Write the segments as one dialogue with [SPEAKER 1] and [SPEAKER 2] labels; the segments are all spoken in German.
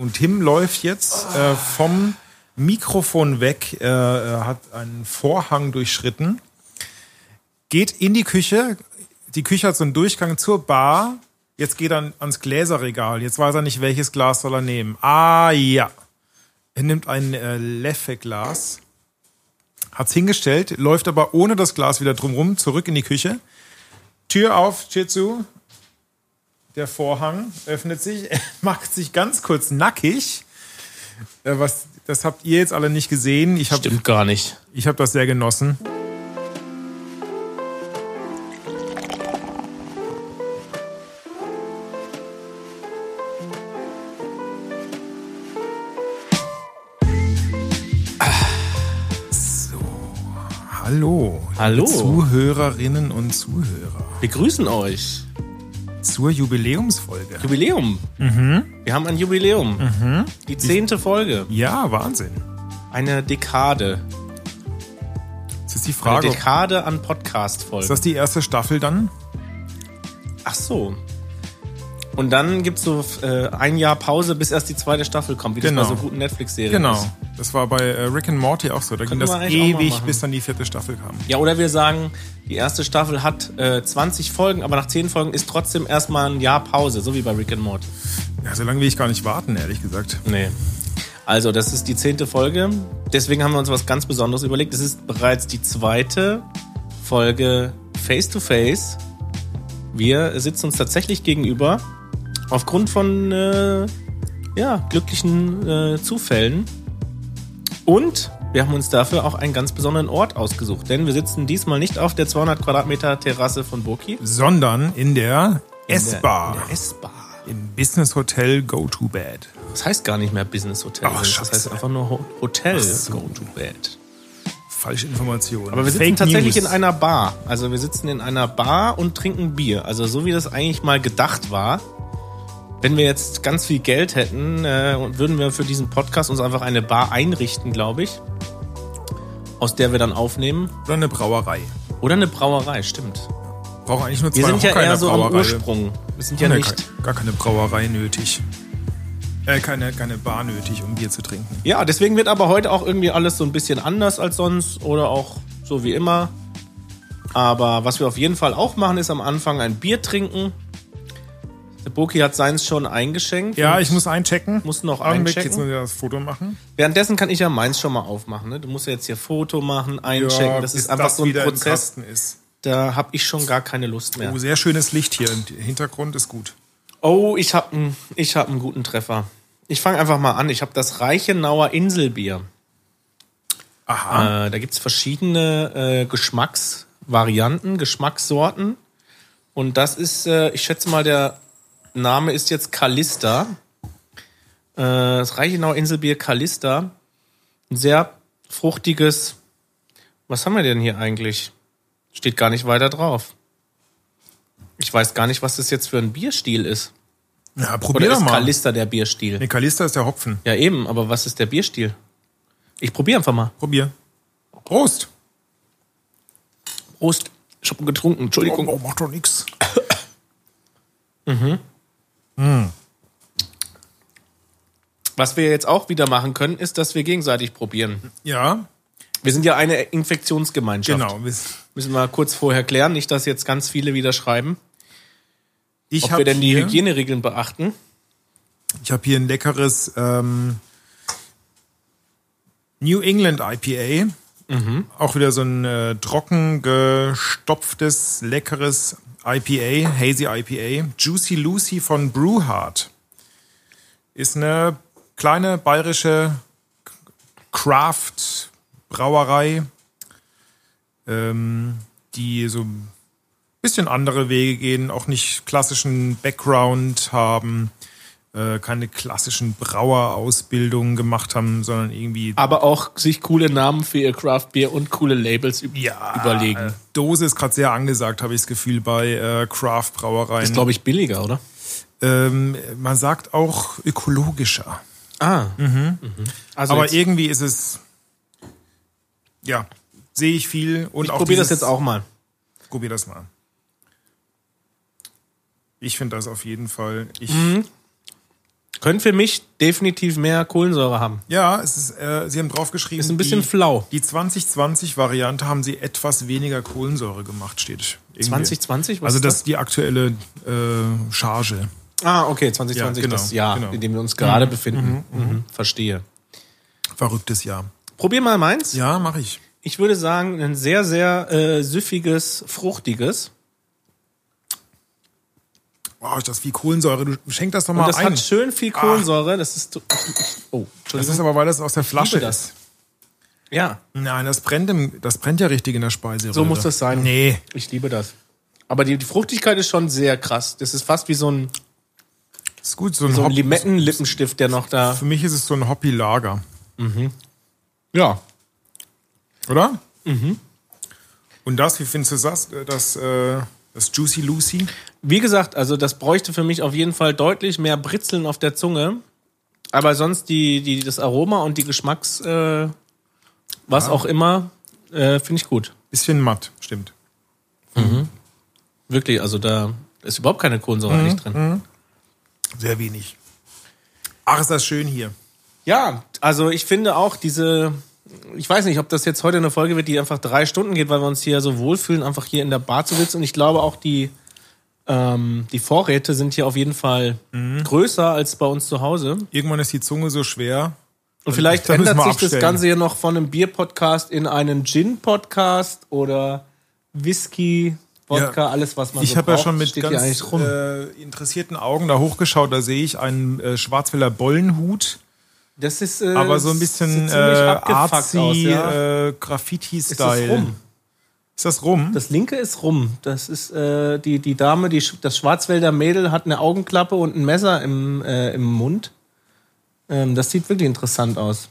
[SPEAKER 1] Und Tim läuft jetzt äh, vom Mikrofon weg, äh, er hat einen Vorhang durchschritten, geht in die Küche. Die Küche hat so einen Durchgang zur Bar. Jetzt geht er ans Gläserregal. Jetzt weiß er nicht, welches Glas soll er nehmen. Ah ja. Er nimmt ein äh, Leffe-Glas, hat's hingestellt, läuft aber ohne das Glas wieder drumrum, zurück in die Küche. Tür auf, Tür zu. Der Vorhang öffnet sich, er macht sich ganz kurz nackig. Äh, was, das habt ihr jetzt alle nicht gesehen. Ich habe
[SPEAKER 2] Stimmt gar nicht.
[SPEAKER 1] ich hab das sehr genossen. So, Hallo, liebe
[SPEAKER 2] Hallo.
[SPEAKER 1] Zuhörerinnen und Zuhörer
[SPEAKER 2] Wir grüßen euch.
[SPEAKER 1] zur Jubiläumsfolge.
[SPEAKER 2] Jubiläum. Wir haben ein Jubiläum. Die zehnte Folge.
[SPEAKER 1] Ja, Wahnsinn.
[SPEAKER 2] Eine Dekade.
[SPEAKER 1] Jetzt ist die
[SPEAKER 2] Eine
[SPEAKER 1] Frage, ob-
[SPEAKER 2] Dekade an
[SPEAKER 1] ist
[SPEAKER 2] Podcast-Folgen.
[SPEAKER 1] das die erste Staffel dann?
[SPEAKER 2] Ach so. Und dann gibt's so äh, ein Jahr Pause, bis erst die zweite Staffel kommt, wie
[SPEAKER 1] Genau.
[SPEAKER 2] das bei so guten Netflix-Serien
[SPEAKER 1] Genau.
[SPEAKER 2] ist.
[SPEAKER 1] Das war bei äh, Rick and Morty auch so. Da ging
[SPEAKER 2] wir
[SPEAKER 1] das
[SPEAKER 2] eigentlich auch mal
[SPEAKER 1] ewig,
[SPEAKER 2] machen.
[SPEAKER 1] bis dann die vierte Staffel kam.
[SPEAKER 2] Ja, oder wir sagen, die erste Staffel hat äh, 20 Folgen, aber nach 10 Folgen ist trotzdem erstmal ein Jahr Pause, so wie bei Rick and Morty.
[SPEAKER 1] Ja, so lange will ich gar nicht warten, ehrlich gesagt.
[SPEAKER 2] Nee. Also, das ist die zehnte Folge. Deswegen haben wir uns was ganz Besonderes überlegt. Es ist bereits die zweite Folge Face to Face. Wir sitzen uns tatsächlich gegenüber. Aufgrund von äh, ja, glücklichen äh, Zufällen. Und wir haben uns dafür auch einen ganz besonderen Ort ausgesucht. Denn wir sitzen diesmal nicht auf der 200 Quadratmeter Terrasse von Burki.
[SPEAKER 1] Sondern in der
[SPEAKER 2] In der-
[SPEAKER 1] S-Bar.
[SPEAKER 2] in der S-Bar.
[SPEAKER 1] Im Business Hotel Go to Bed.
[SPEAKER 2] Das heißt gar nicht mehr Business Hotel.
[SPEAKER 1] Ach,
[SPEAKER 2] das heißt
[SPEAKER 1] scheiße.
[SPEAKER 2] einfach nur Ho- Hotel
[SPEAKER 1] so.
[SPEAKER 2] Go to Bed.
[SPEAKER 1] Falsche Information.
[SPEAKER 2] Aber wir sitzen tatsächlich in einer Bar. Also wir sitzen in einer Bar und trinken Bier. Also so wie das eigentlich mal gedacht war. Wenn wir jetzt ganz viel Geld hätten, äh, und würden wir für diesen Podcast uns einfach eine Bar einrichten, glaube ich. Aus der wir dann aufnehmen.
[SPEAKER 1] Oder eine Brauerei.
[SPEAKER 2] Oder eine Brauerei, stimmt.
[SPEAKER 1] Braucht eigentlich nur zwei
[SPEAKER 2] Wir sind
[SPEAKER 1] Hocker
[SPEAKER 2] ja
[SPEAKER 1] in der
[SPEAKER 2] eher so am
[SPEAKER 1] Brauerei.
[SPEAKER 2] Ursprung. Wir sind ja
[SPEAKER 1] Nee,
[SPEAKER 2] nicht.
[SPEAKER 1] ke- Gar keine Brauerei nötig. Äh, keine, keine Bar nötig, um Bier zu trinken.
[SPEAKER 2] Ja, deswegen wird aber heute auch irgendwie alles so ein bisschen anders als sonst oder auch so wie immer. Aber was wir auf jeden Fall auch machen, ist am Anfang ein Bier trinken. Der Boki hat seins schon eingeschenkt.
[SPEAKER 1] Ja,
[SPEAKER 2] Und
[SPEAKER 1] ich muss einchecken.
[SPEAKER 2] Musst noch
[SPEAKER 1] Augenblick,
[SPEAKER 2] einchecken?
[SPEAKER 1] Jetzt muss ich das Foto machen.
[SPEAKER 2] Währenddessen kann ich ja meins schon mal aufmachen. Ne? Du musst ja jetzt hier Foto machen, einchecken. das
[SPEAKER 1] bis
[SPEAKER 2] ist einfach so ein
[SPEAKER 1] wieder im
[SPEAKER 2] Prozess.
[SPEAKER 1] Kasten ist.
[SPEAKER 2] Da habe ich schon gar keine Lust mehr.
[SPEAKER 1] Oh, sehr schönes Licht hier. Und der Hintergrund ist gut.
[SPEAKER 2] Oh, ich hab einen ich hab einen guten Treffer. Ich fange einfach mal an. Ich habe das Reichenauer Inselbier.
[SPEAKER 1] Aha.
[SPEAKER 2] Äh, da gibt's verschiedene äh, Geschmacksvarianten, Geschmackssorten. Und das ist, äh, ich schätze mal, der Name ist jetzt Kalista. Äh, das Reichenau Inselbier Kalista. Ein sehr fruchtiges. Was haben wir denn hier eigentlich? Steht gar nicht weiter drauf. Ich weiß gar nicht, was das jetzt für ein Bierstil ist.
[SPEAKER 1] Na,
[SPEAKER 2] Oder
[SPEAKER 1] probier
[SPEAKER 2] ist
[SPEAKER 1] doch mal.
[SPEAKER 2] Kalista der Bierstil?
[SPEAKER 1] Nee, Kalista ist der Hopfen.
[SPEAKER 2] Ja, eben, aber was ist der Bierstil? Ich probiere einfach mal.
[SPEAKER 1] Probier. Prost.
[SPEAKER 2] Prost. Ich habe getrunken. Entschuldigung.
[SPEAKER 1] Oh, macht doch nix.
[SPEAKER 2] Was wir jetzt auch wieder machen können, ist, dass wir gegenseitig probieren.
[SPEAKER 1] Ja,
[SPEAKER 2] Wir sind ja eine Infektionsgemeinschaft.
[SPEAKER 1] genau.
[SPEAKER 2] Müssen wir kurz vorher klären, nicht, dass jetzt ganz viele wieder schreiben,
[SPEAKER 1] Ich
[SPEAKER 2] ob
[SPEAKER 1] hab
[SPEAKER 2] wir denn die
[SPEAKER 1] hier,
[SPEAKER 2] Hygieneregeln beachten.
[SPEAKER 1] Ich habe hier ein leckeres ähm, New England IPA. Auch wieder so ein äh, trocken gestopftes, leckeres IPA, Hazy IPA. Juicy Lucy von Brewhard. Ist eine kleine bayerische Craft-Brauerei, ähm, die so ein bisschen andere Wege gehen, auch nicht klassischen Background haben, äh, keine klassischen Brauerausbildungen gemacht haben, sondern irgendwie
[SPEAKER 2] Aber auch sich coole Namen für ihr Craft-Bier und coole Labels üb
[SPEAKER 1] Äh,
[SPEAKER 2] überlegen.
[SPEAKER 1] Dose ist gerade sehr angesagt, habe ich das Gefühl, bei äh,
[SPEAKER 2] Ist,
[SPEAKER 1] Craft-Brauereien.
[SPEAKER 2] glaube ich, billiger, oder?
[SPEAKER 1] Ähm, man sagt auch ökologischer.
[SPEAKER 2] Ah. Mhm. Also
[SPEAKER 1] Aber
[SPEAKER 2] jetzt, ich
[SPEAKER 1] irgendwie ist es, ja, sehe ich viel. Und ich auch
[SPEAKER 2] probiere das
[SPEAKER 1] dieses-
[SPEAKER 2] jetzt auch mal.
[SPEAKER 1] Probier das mal.
[SPEAKER 2] Mhm.
[SPEAKER 1] Ich finde das auf jeden Fall. Ich,
[SPEAKER 2] Können für mich definitiv mehr Kohlensäure haben.
[SPEAKER 1] Ja, es ist, äh, Sie haben draufgeschrieben.
[SPEAKER 2] Ist ein bisschen
[SPEAKER 1] die,
[SPEAKER 2] flau.
[SPEAKER 1] Die 2020-Variante haben Sie etwas weniger Kohlensäure gemacht, steht. irgendwie.
[SPEAKER 2] 2020? Was
[SPEAKER 1] Also
[SPEAKER 2] ist
[SPEAKER 1] das ist die aktuelle äh, Charge.
[SPEAKER 2] Ah, okay,
[SPEAKER 1] Ja,
[SPEAKER 2] 2020,
[SPEAKER 1] genau,
[SPEAKER 2] das Jahr,
[SPEAKER 1] genau.
[SPEAKER 2] in dem wir uns gerade befinden. Mhm, verstehe.
[SPEAKER 1] Verrücktes Jahr.
[SPEAKER 2] Probier mal meins.
[SPEAKER 1] Ja, mache ich.
[SPEAKER 2] Ich würde sagen, ein sehr, sehr äh, süffiges, fruchtiges.
[SPEAKER 1] Wow, ist das viel Kohlensäure. Du schenk das doch mal
[SPEAKER 2] Und das
[SPEAKER 1] ein.
[SPEAKER 2] hat schön viel Kohlensäure. Das ist. to- Oh,
[SPEAKER 1] das
[SPEAKER 2] Entschuldigung.
[SPEAKER 1] ist aber, weil das aus der Flasche
[SPEAKER 2] liebe das.
[SPEAKER 1] ist.
[SPEAKER 2] Ja,
[SPEAKER 1] Nein, das brennt, im, das brennt ja richtig in der Speiseröhre.
[SPEAKER 2] so muss das sein.
[SPEAKER 1] Also, Nee.
[SPEAKER 2] Ich liebe das. Aber die, die Fruchtigkeit ist schon sehr krass. Das ist fast wie so ein,
[SPEAKER 1] Ist gut, so ein,
[SPEAKER 2] so ein
[SPEAKER 1] Hop
[SPEAKER 2] Limettenlippenstift, der noch da.
[SPEAKER 1] Für mich ist es so ein Hoppy-Lager.
[SPEAKER 2] Ja.
[SPEAKER 1] Oder? Mhm. Und das, wie findest du das? Das, äh, das Juicy Lucy?
[SPEAKER 2] Wie gesagt, also das bräuchte für mich auf jeden Fall deutlich mehr Britzeln auf der Zunge. Aber sonst die, die, das Aroma und die Geschmacks, äh, was auch immer, äh, finde ich gut.
[SPEAKER 1] Bisschen matt, stimmt.
[SPEAKER 2] Wirklich, also da ist überhaupt keine Kohlensäure nicht drin.
[SPEAKER 1] Sehr wenig. Ach, ist das schön hier.
[SPEAKER 2] Ja, also ich finde auch diese, ich weiß nicht, ob das jetzt heute eine Folge wird, die einfach drei Stunden geht, weil wir uns hier so wohlfühlen, einfach hier in der Bar zu sitzen. Und ich glaube auch die, ähm, die Vorräte sind hier auf jeden Fall größer als bei uns zu Hause.
[SPEAKER 1] Irgendwann ist die Zunge so schwer.
[SPEAKER 2] Und vielleicht
[SPEAKER 1] dann Also müssen
[SPEAKER 2] ändert
[SPEAKER 1] wir
[SPEAKER 2] sich das
[SPEAKER 1] abstellen.
[SPEAKER 2] Ganze hier noch von einem Bier-Podcast in einen Gin-Podcast oder Whisky, Wodka, alles was man
[SPEAKER 1] Ich
[SPEAKER 2] so
[SPEAKER 1] habe ja
[SPEAKER 2] Also braucht,
[SPEAKER 1] schon mit
[SPEAKER 2] steht hier
[SPEAKER 1] ganz
[SPEAKER 2] eigentlich rum.
[SPEAKER 1] äh, interessierten Augen da hochgeschaut. Da sehe ich einen äh, Schwarzwälder Bollenhut,
[SPEAKER 2] das ist äh,
[SPEAKER 1] aber so ein bisschen
[SPEAKER 2] sieht
[SPEAKER 1] äh,
[SPEAKER 2] ziemlich abgefuckt
[SPEAKER 1] artsy,
[SPEAKER 2] aus, ja.
[SPEAKER 1] äh,
[SPEAKER 2] Ist das
[SPEAKER 1] Graffiti-Style.
[SPEAKER 2] rum?
[SPEAKER 1] Ist das rum?
[SPEAKER 2] Das linke ist rum. Das ist äh, die, die Dame, die, sch- das Schwarzwälder Mädel hat eine Augenklappe und ein Messer im, äh, im Mund. Ähm, das sieht wirklich interessant aus.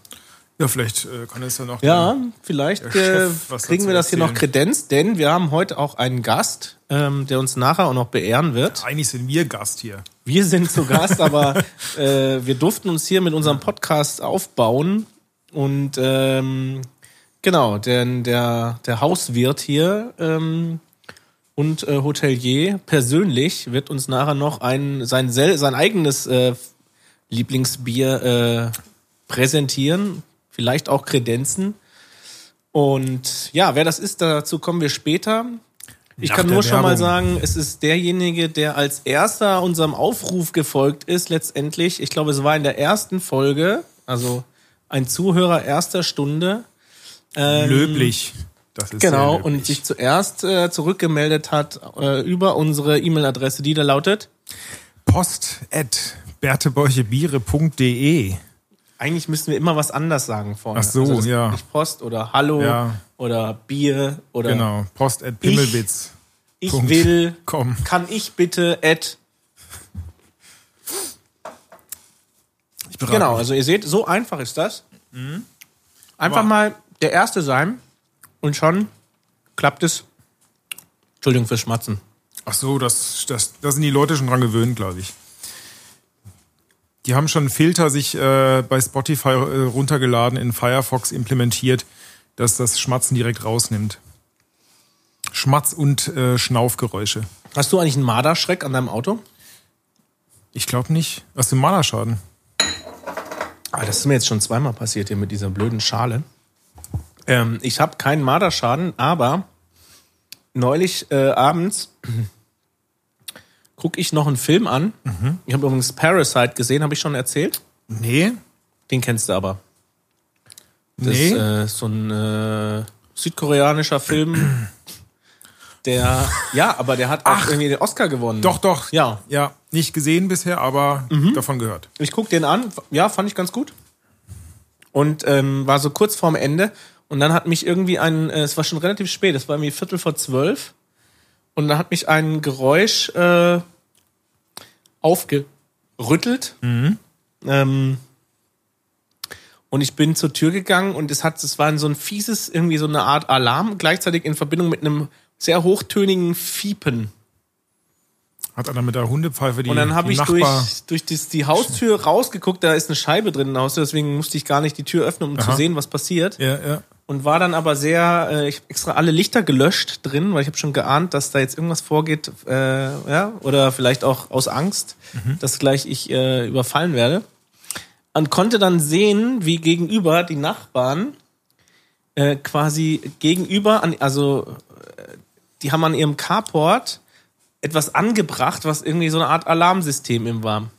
[SPEAKER 1] ja, vielleicht äh, kann es ja noch.
[SPEAKER 2] Ja, vielleicht äh,
[SPEAKER 1] Chef was
[SPEAKER 2] kriegen wir das
[SPEAKER 1] dazu
[SPEAKER 2] hier noch
[SPEAKER 1] erzählen.
[SPEAKER 2] Kredenz, denn wir haben heute auch einen Gast, ähm, der uns nachher auch noch beehren wird.
[SPEAKER 1] Eigentlich sind wir Gast hier.
[SPEAKER 2] Wir sind zu Gast, aber äh, wir durften uns hier mit unserem Podcast aufbauen. Und ähm, genau, denn der, der Hauswirt hier ähm, und äh, Hotelier persönlich wird uns nachher noch ein, sein, sel- sein eigenes äh, Lieblingsbier äh, präsentieren, vielleicht auch kredenzen. Und ja, wer das ist, dazu kommen wir später. Ich
[SPEAKER 1] Nach
[SPEAKER 2] kann
[SPEAKER 1] der
[SPEAKER 2] nur schon mal
[SPEAKER 1] Werbung.
[SPEAKER 2] sagen, es ist derjenige, der als erster unserem Aufruf gefolgt ist, letztendlich. Ich glaube, es war in der ersten Folge, also ein Zuhörer erster Stunde. ähm,
[SPEAKER 1] Löblich. Das ist
[SPEAKER 2] Genau,
[SPEAKER 1] sehr
[SPEAKER 2] und sich zuerst äh, zurückgemeldet hat äh, über unsere E-Mail-Adresse, die da lautet.
[SPEAKER 1] Post at bertebeuchebiere.de.
[SPEAKER 2] Eigentlich müssten wir immer was anders sagen vorne. Also
[SPEAKER 1] Ach so,
[SPEAKER 2] das
[SPEAKER 1] ja.
[SPEAKER 2] ist Nicht Post oder Hallo
[SPEAKER 1] Ja.
[SPEAKER 2] oder Bier oder
[SPEAKER 1] Genau, Post at Pimmelwitz.
[SPEAKER 2] ich
[SPEAKER 1] Punkt.
[SPEAKER 2] will,
[SPEAKER 1] Komm.
[SPEAKER 2] kann ich bitte at.
[SPEAKER 1] Ich berate
[SPEAKER 2] Genau,
[SPEAKER 1] mich.
[SPEAKER 2] also ihr seht, so einfach ist das.
[SPEAKER 1] Mhm.
[SPEAKER 2] Einfach
[SPEAKER 1] Aber-
[SPEAKER 2] mal der Erste sein und schon klappt es. Entschuldigung fürs Schmatzen.
[SPEAKER 1] Ach so, das, das, da sind die Leute schon dran gewöhnt, glaube ich. Die haben schon einen Filter sich äh, bei Spotify äh, runtergeladen, in Firefox implementiert, dass das Schmatzen direkt rausnimmt. Schmatz- und äh, Schnaufgeräusche.
[SPEAKER 2] Hast du eigentlich einen Marderschreck an deinem Auto?
[SPEAKER 1] Ich glaube nicht. Hast du einen Malerschaden?
[SPEAKER 2] Ah, das ist mir jetzt schon zweimal passiert hier mit dieser blöden Schale. Ähm, ich habe keinen Marderschaden, aber neulich äh, abends gucke ich noch einen Film an.
[SPEAKER 1] Mhm.
[SPEAKER 2] Ich habe übrigens Parasite gesehen, habe ich schon erzählt.
[SPEAKER 1] Nee.
[SPEAKER 2] Den kennst du aber. Das
[SPEAKER 1] Nee.
[SPEAKER 2] ist äh, so ein äh, südkoreanischer Film. Der, ja, aber der hat auch irgendwie den Oscar gewonnen.
[SPEAKER 1] doch, doch.
[SPEAKER 2] Ja. Mhm.
[SPEAKER 1] Ja, nicht gesehen bisher, aber davon gehört.
[SPEAKER 2] Ich guck den an, ja, fand ich ganz gut. Und ähm, war so kurz vorm Ende. Und dann hat mich irgendwie ein, äh, es war schon relativ spät, es war irgendwie Viertel vor zwölf. Und dann hat mich ein Geräusch äh, aufgerüttelt. Ähm, und ich bin zur Tür gegangen und es hat, es war so ein fieses, irgendwie so eine Art Alarm, gleichzeitig in Verbindung mit einem sehr hochtönigen Fiepen.
[SPEAKER 1] Hat einer mit der Hundepfeife die
[SPEAKER 2] Und dann habe
[SPEAKER 1] die
[SPEAKER 2] ich durch,
[SPEAKER 1] Nachbar...
[SPEAKER 2] durch das, die Haustür rausgeguckt, da ist eine Scheibe drin in der Haustür, deswegen musste ich gar nicht die Tür öffnen, um zu sehen, was passiert.
[SPEAKER 1] Ja, ja.
[SPEAKER 2] und war dann aber sehr, äh, ich habe extra alle Lichter gelöscht drin, weil ich habe schon geahnt, dass da jetzt irgendwas vorgeht, äh, ja, oder vielleicht auch aus Angst,
[SPEAKER 1] Mhm.
[SPEAKER 2] dass gleich ich äh, überfallen werde. Und konnte dann sehen, wie gegenüber die Nachbarn äh, quasi gegenüber, an, also äh, die haben an ihrem Carport etwas angebracht, was irgendwie so eine Art Alarmsystem im war.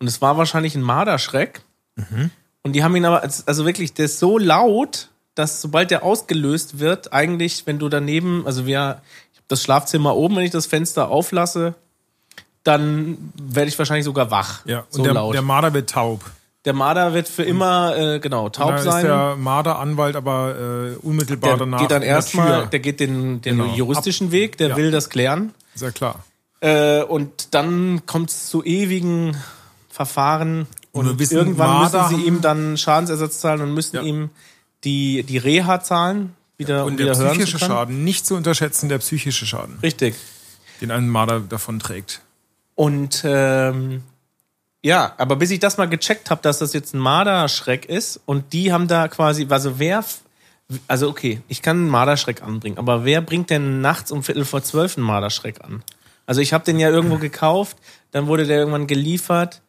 [SPEAKER 2] Und es war wahrscheinlich ein Marderschreck.
[SPEAKER 1] Mhm.
[SPEAKER 2] Und die haben ihn aber, also wirklich, der ist so laut, dass sobald der ausgelöst wird, eigentlich, wenn du daneben, also wir, ich habe das Schlafzimmer oben, wenn ich das Fenster auflasse, dann werde ich wahrscheinlich sogar wach.
[SPEAKER 1] Ja,
[SPEAKER 2] so
[SPEAKER 1] und der,
[SPEAKER 2] laut.
[SPEAKER 1] der
[SPEAKER 2] Der,
[SPEAKER 1] Marder wird taub.
[SPEAKER 2] Marder wird für immer, äh, genau, taub
[SPEAKER 1] Da ist
[SPEAKER 2] sein.
[SPEAKER 1] der Marder-Anwalt aber äh, unmittelbar
[SPEAKER 2] der
[SPEAKER 1] danach.
[SPEAKER 2] geht dann
[SPEAKER 1] an der
[SPEAKER 2] erstmal,
[SPEAKER 1] Tür.
[SPEAKER 2] der geht den, den
[SPEAKER 1] Genau.
[SPEAKER 2] juristischen Weg, der
[SPEAKER 1] Ja.
[SPEAKER 2] will das klären.
[SPEAKER 1] Ist ja klar.
[SPEAKER 2] Äh, und dann kommt es zu ewigen Verfahren
[SPEAKER 1] Und wir
[SPEAKER 2] und
[SPEAKER 1] wissen,
[SPEAKER 2] irgendwann
[SPEAKER 1] Marder
[SPEAKER 2] müssen
[SPEAKER 1] haben-
[SPEAKER 2] sie ihm dann Schadensersatz zahlen und müssen
[SPEAKER 1] Ja.
[SPEAKER 2] ihm die, die Reha zahlen, wieder, um
[SPEAKER 1] Und der
[SPEAKER 2] wieder hören
[SPEAKER 1] psychische
[SPEAKER 2] zu können. Schaden.
[SPEAKER 1] Schaden, nicht zu unterschätzen, der psychische Schaden,
[SPEAKER 2] Richtig.
[SPEAKER 1] den ein Marder davon trägt.
[SPEAKER 2] Und ähm, ja, aber bis ich das mal gecheckt habe, dass das jetzt ein Marderschreck ist und die haben da quasi, also wer, f- also okay, ich kann einen Marderschreck anbringen, aber wer bringt denn nachts um Viertel vor zwölf einen Marderschreck an? Also ich habe den ja irgendwo gekauft, dann wurde der irgendwann geliefert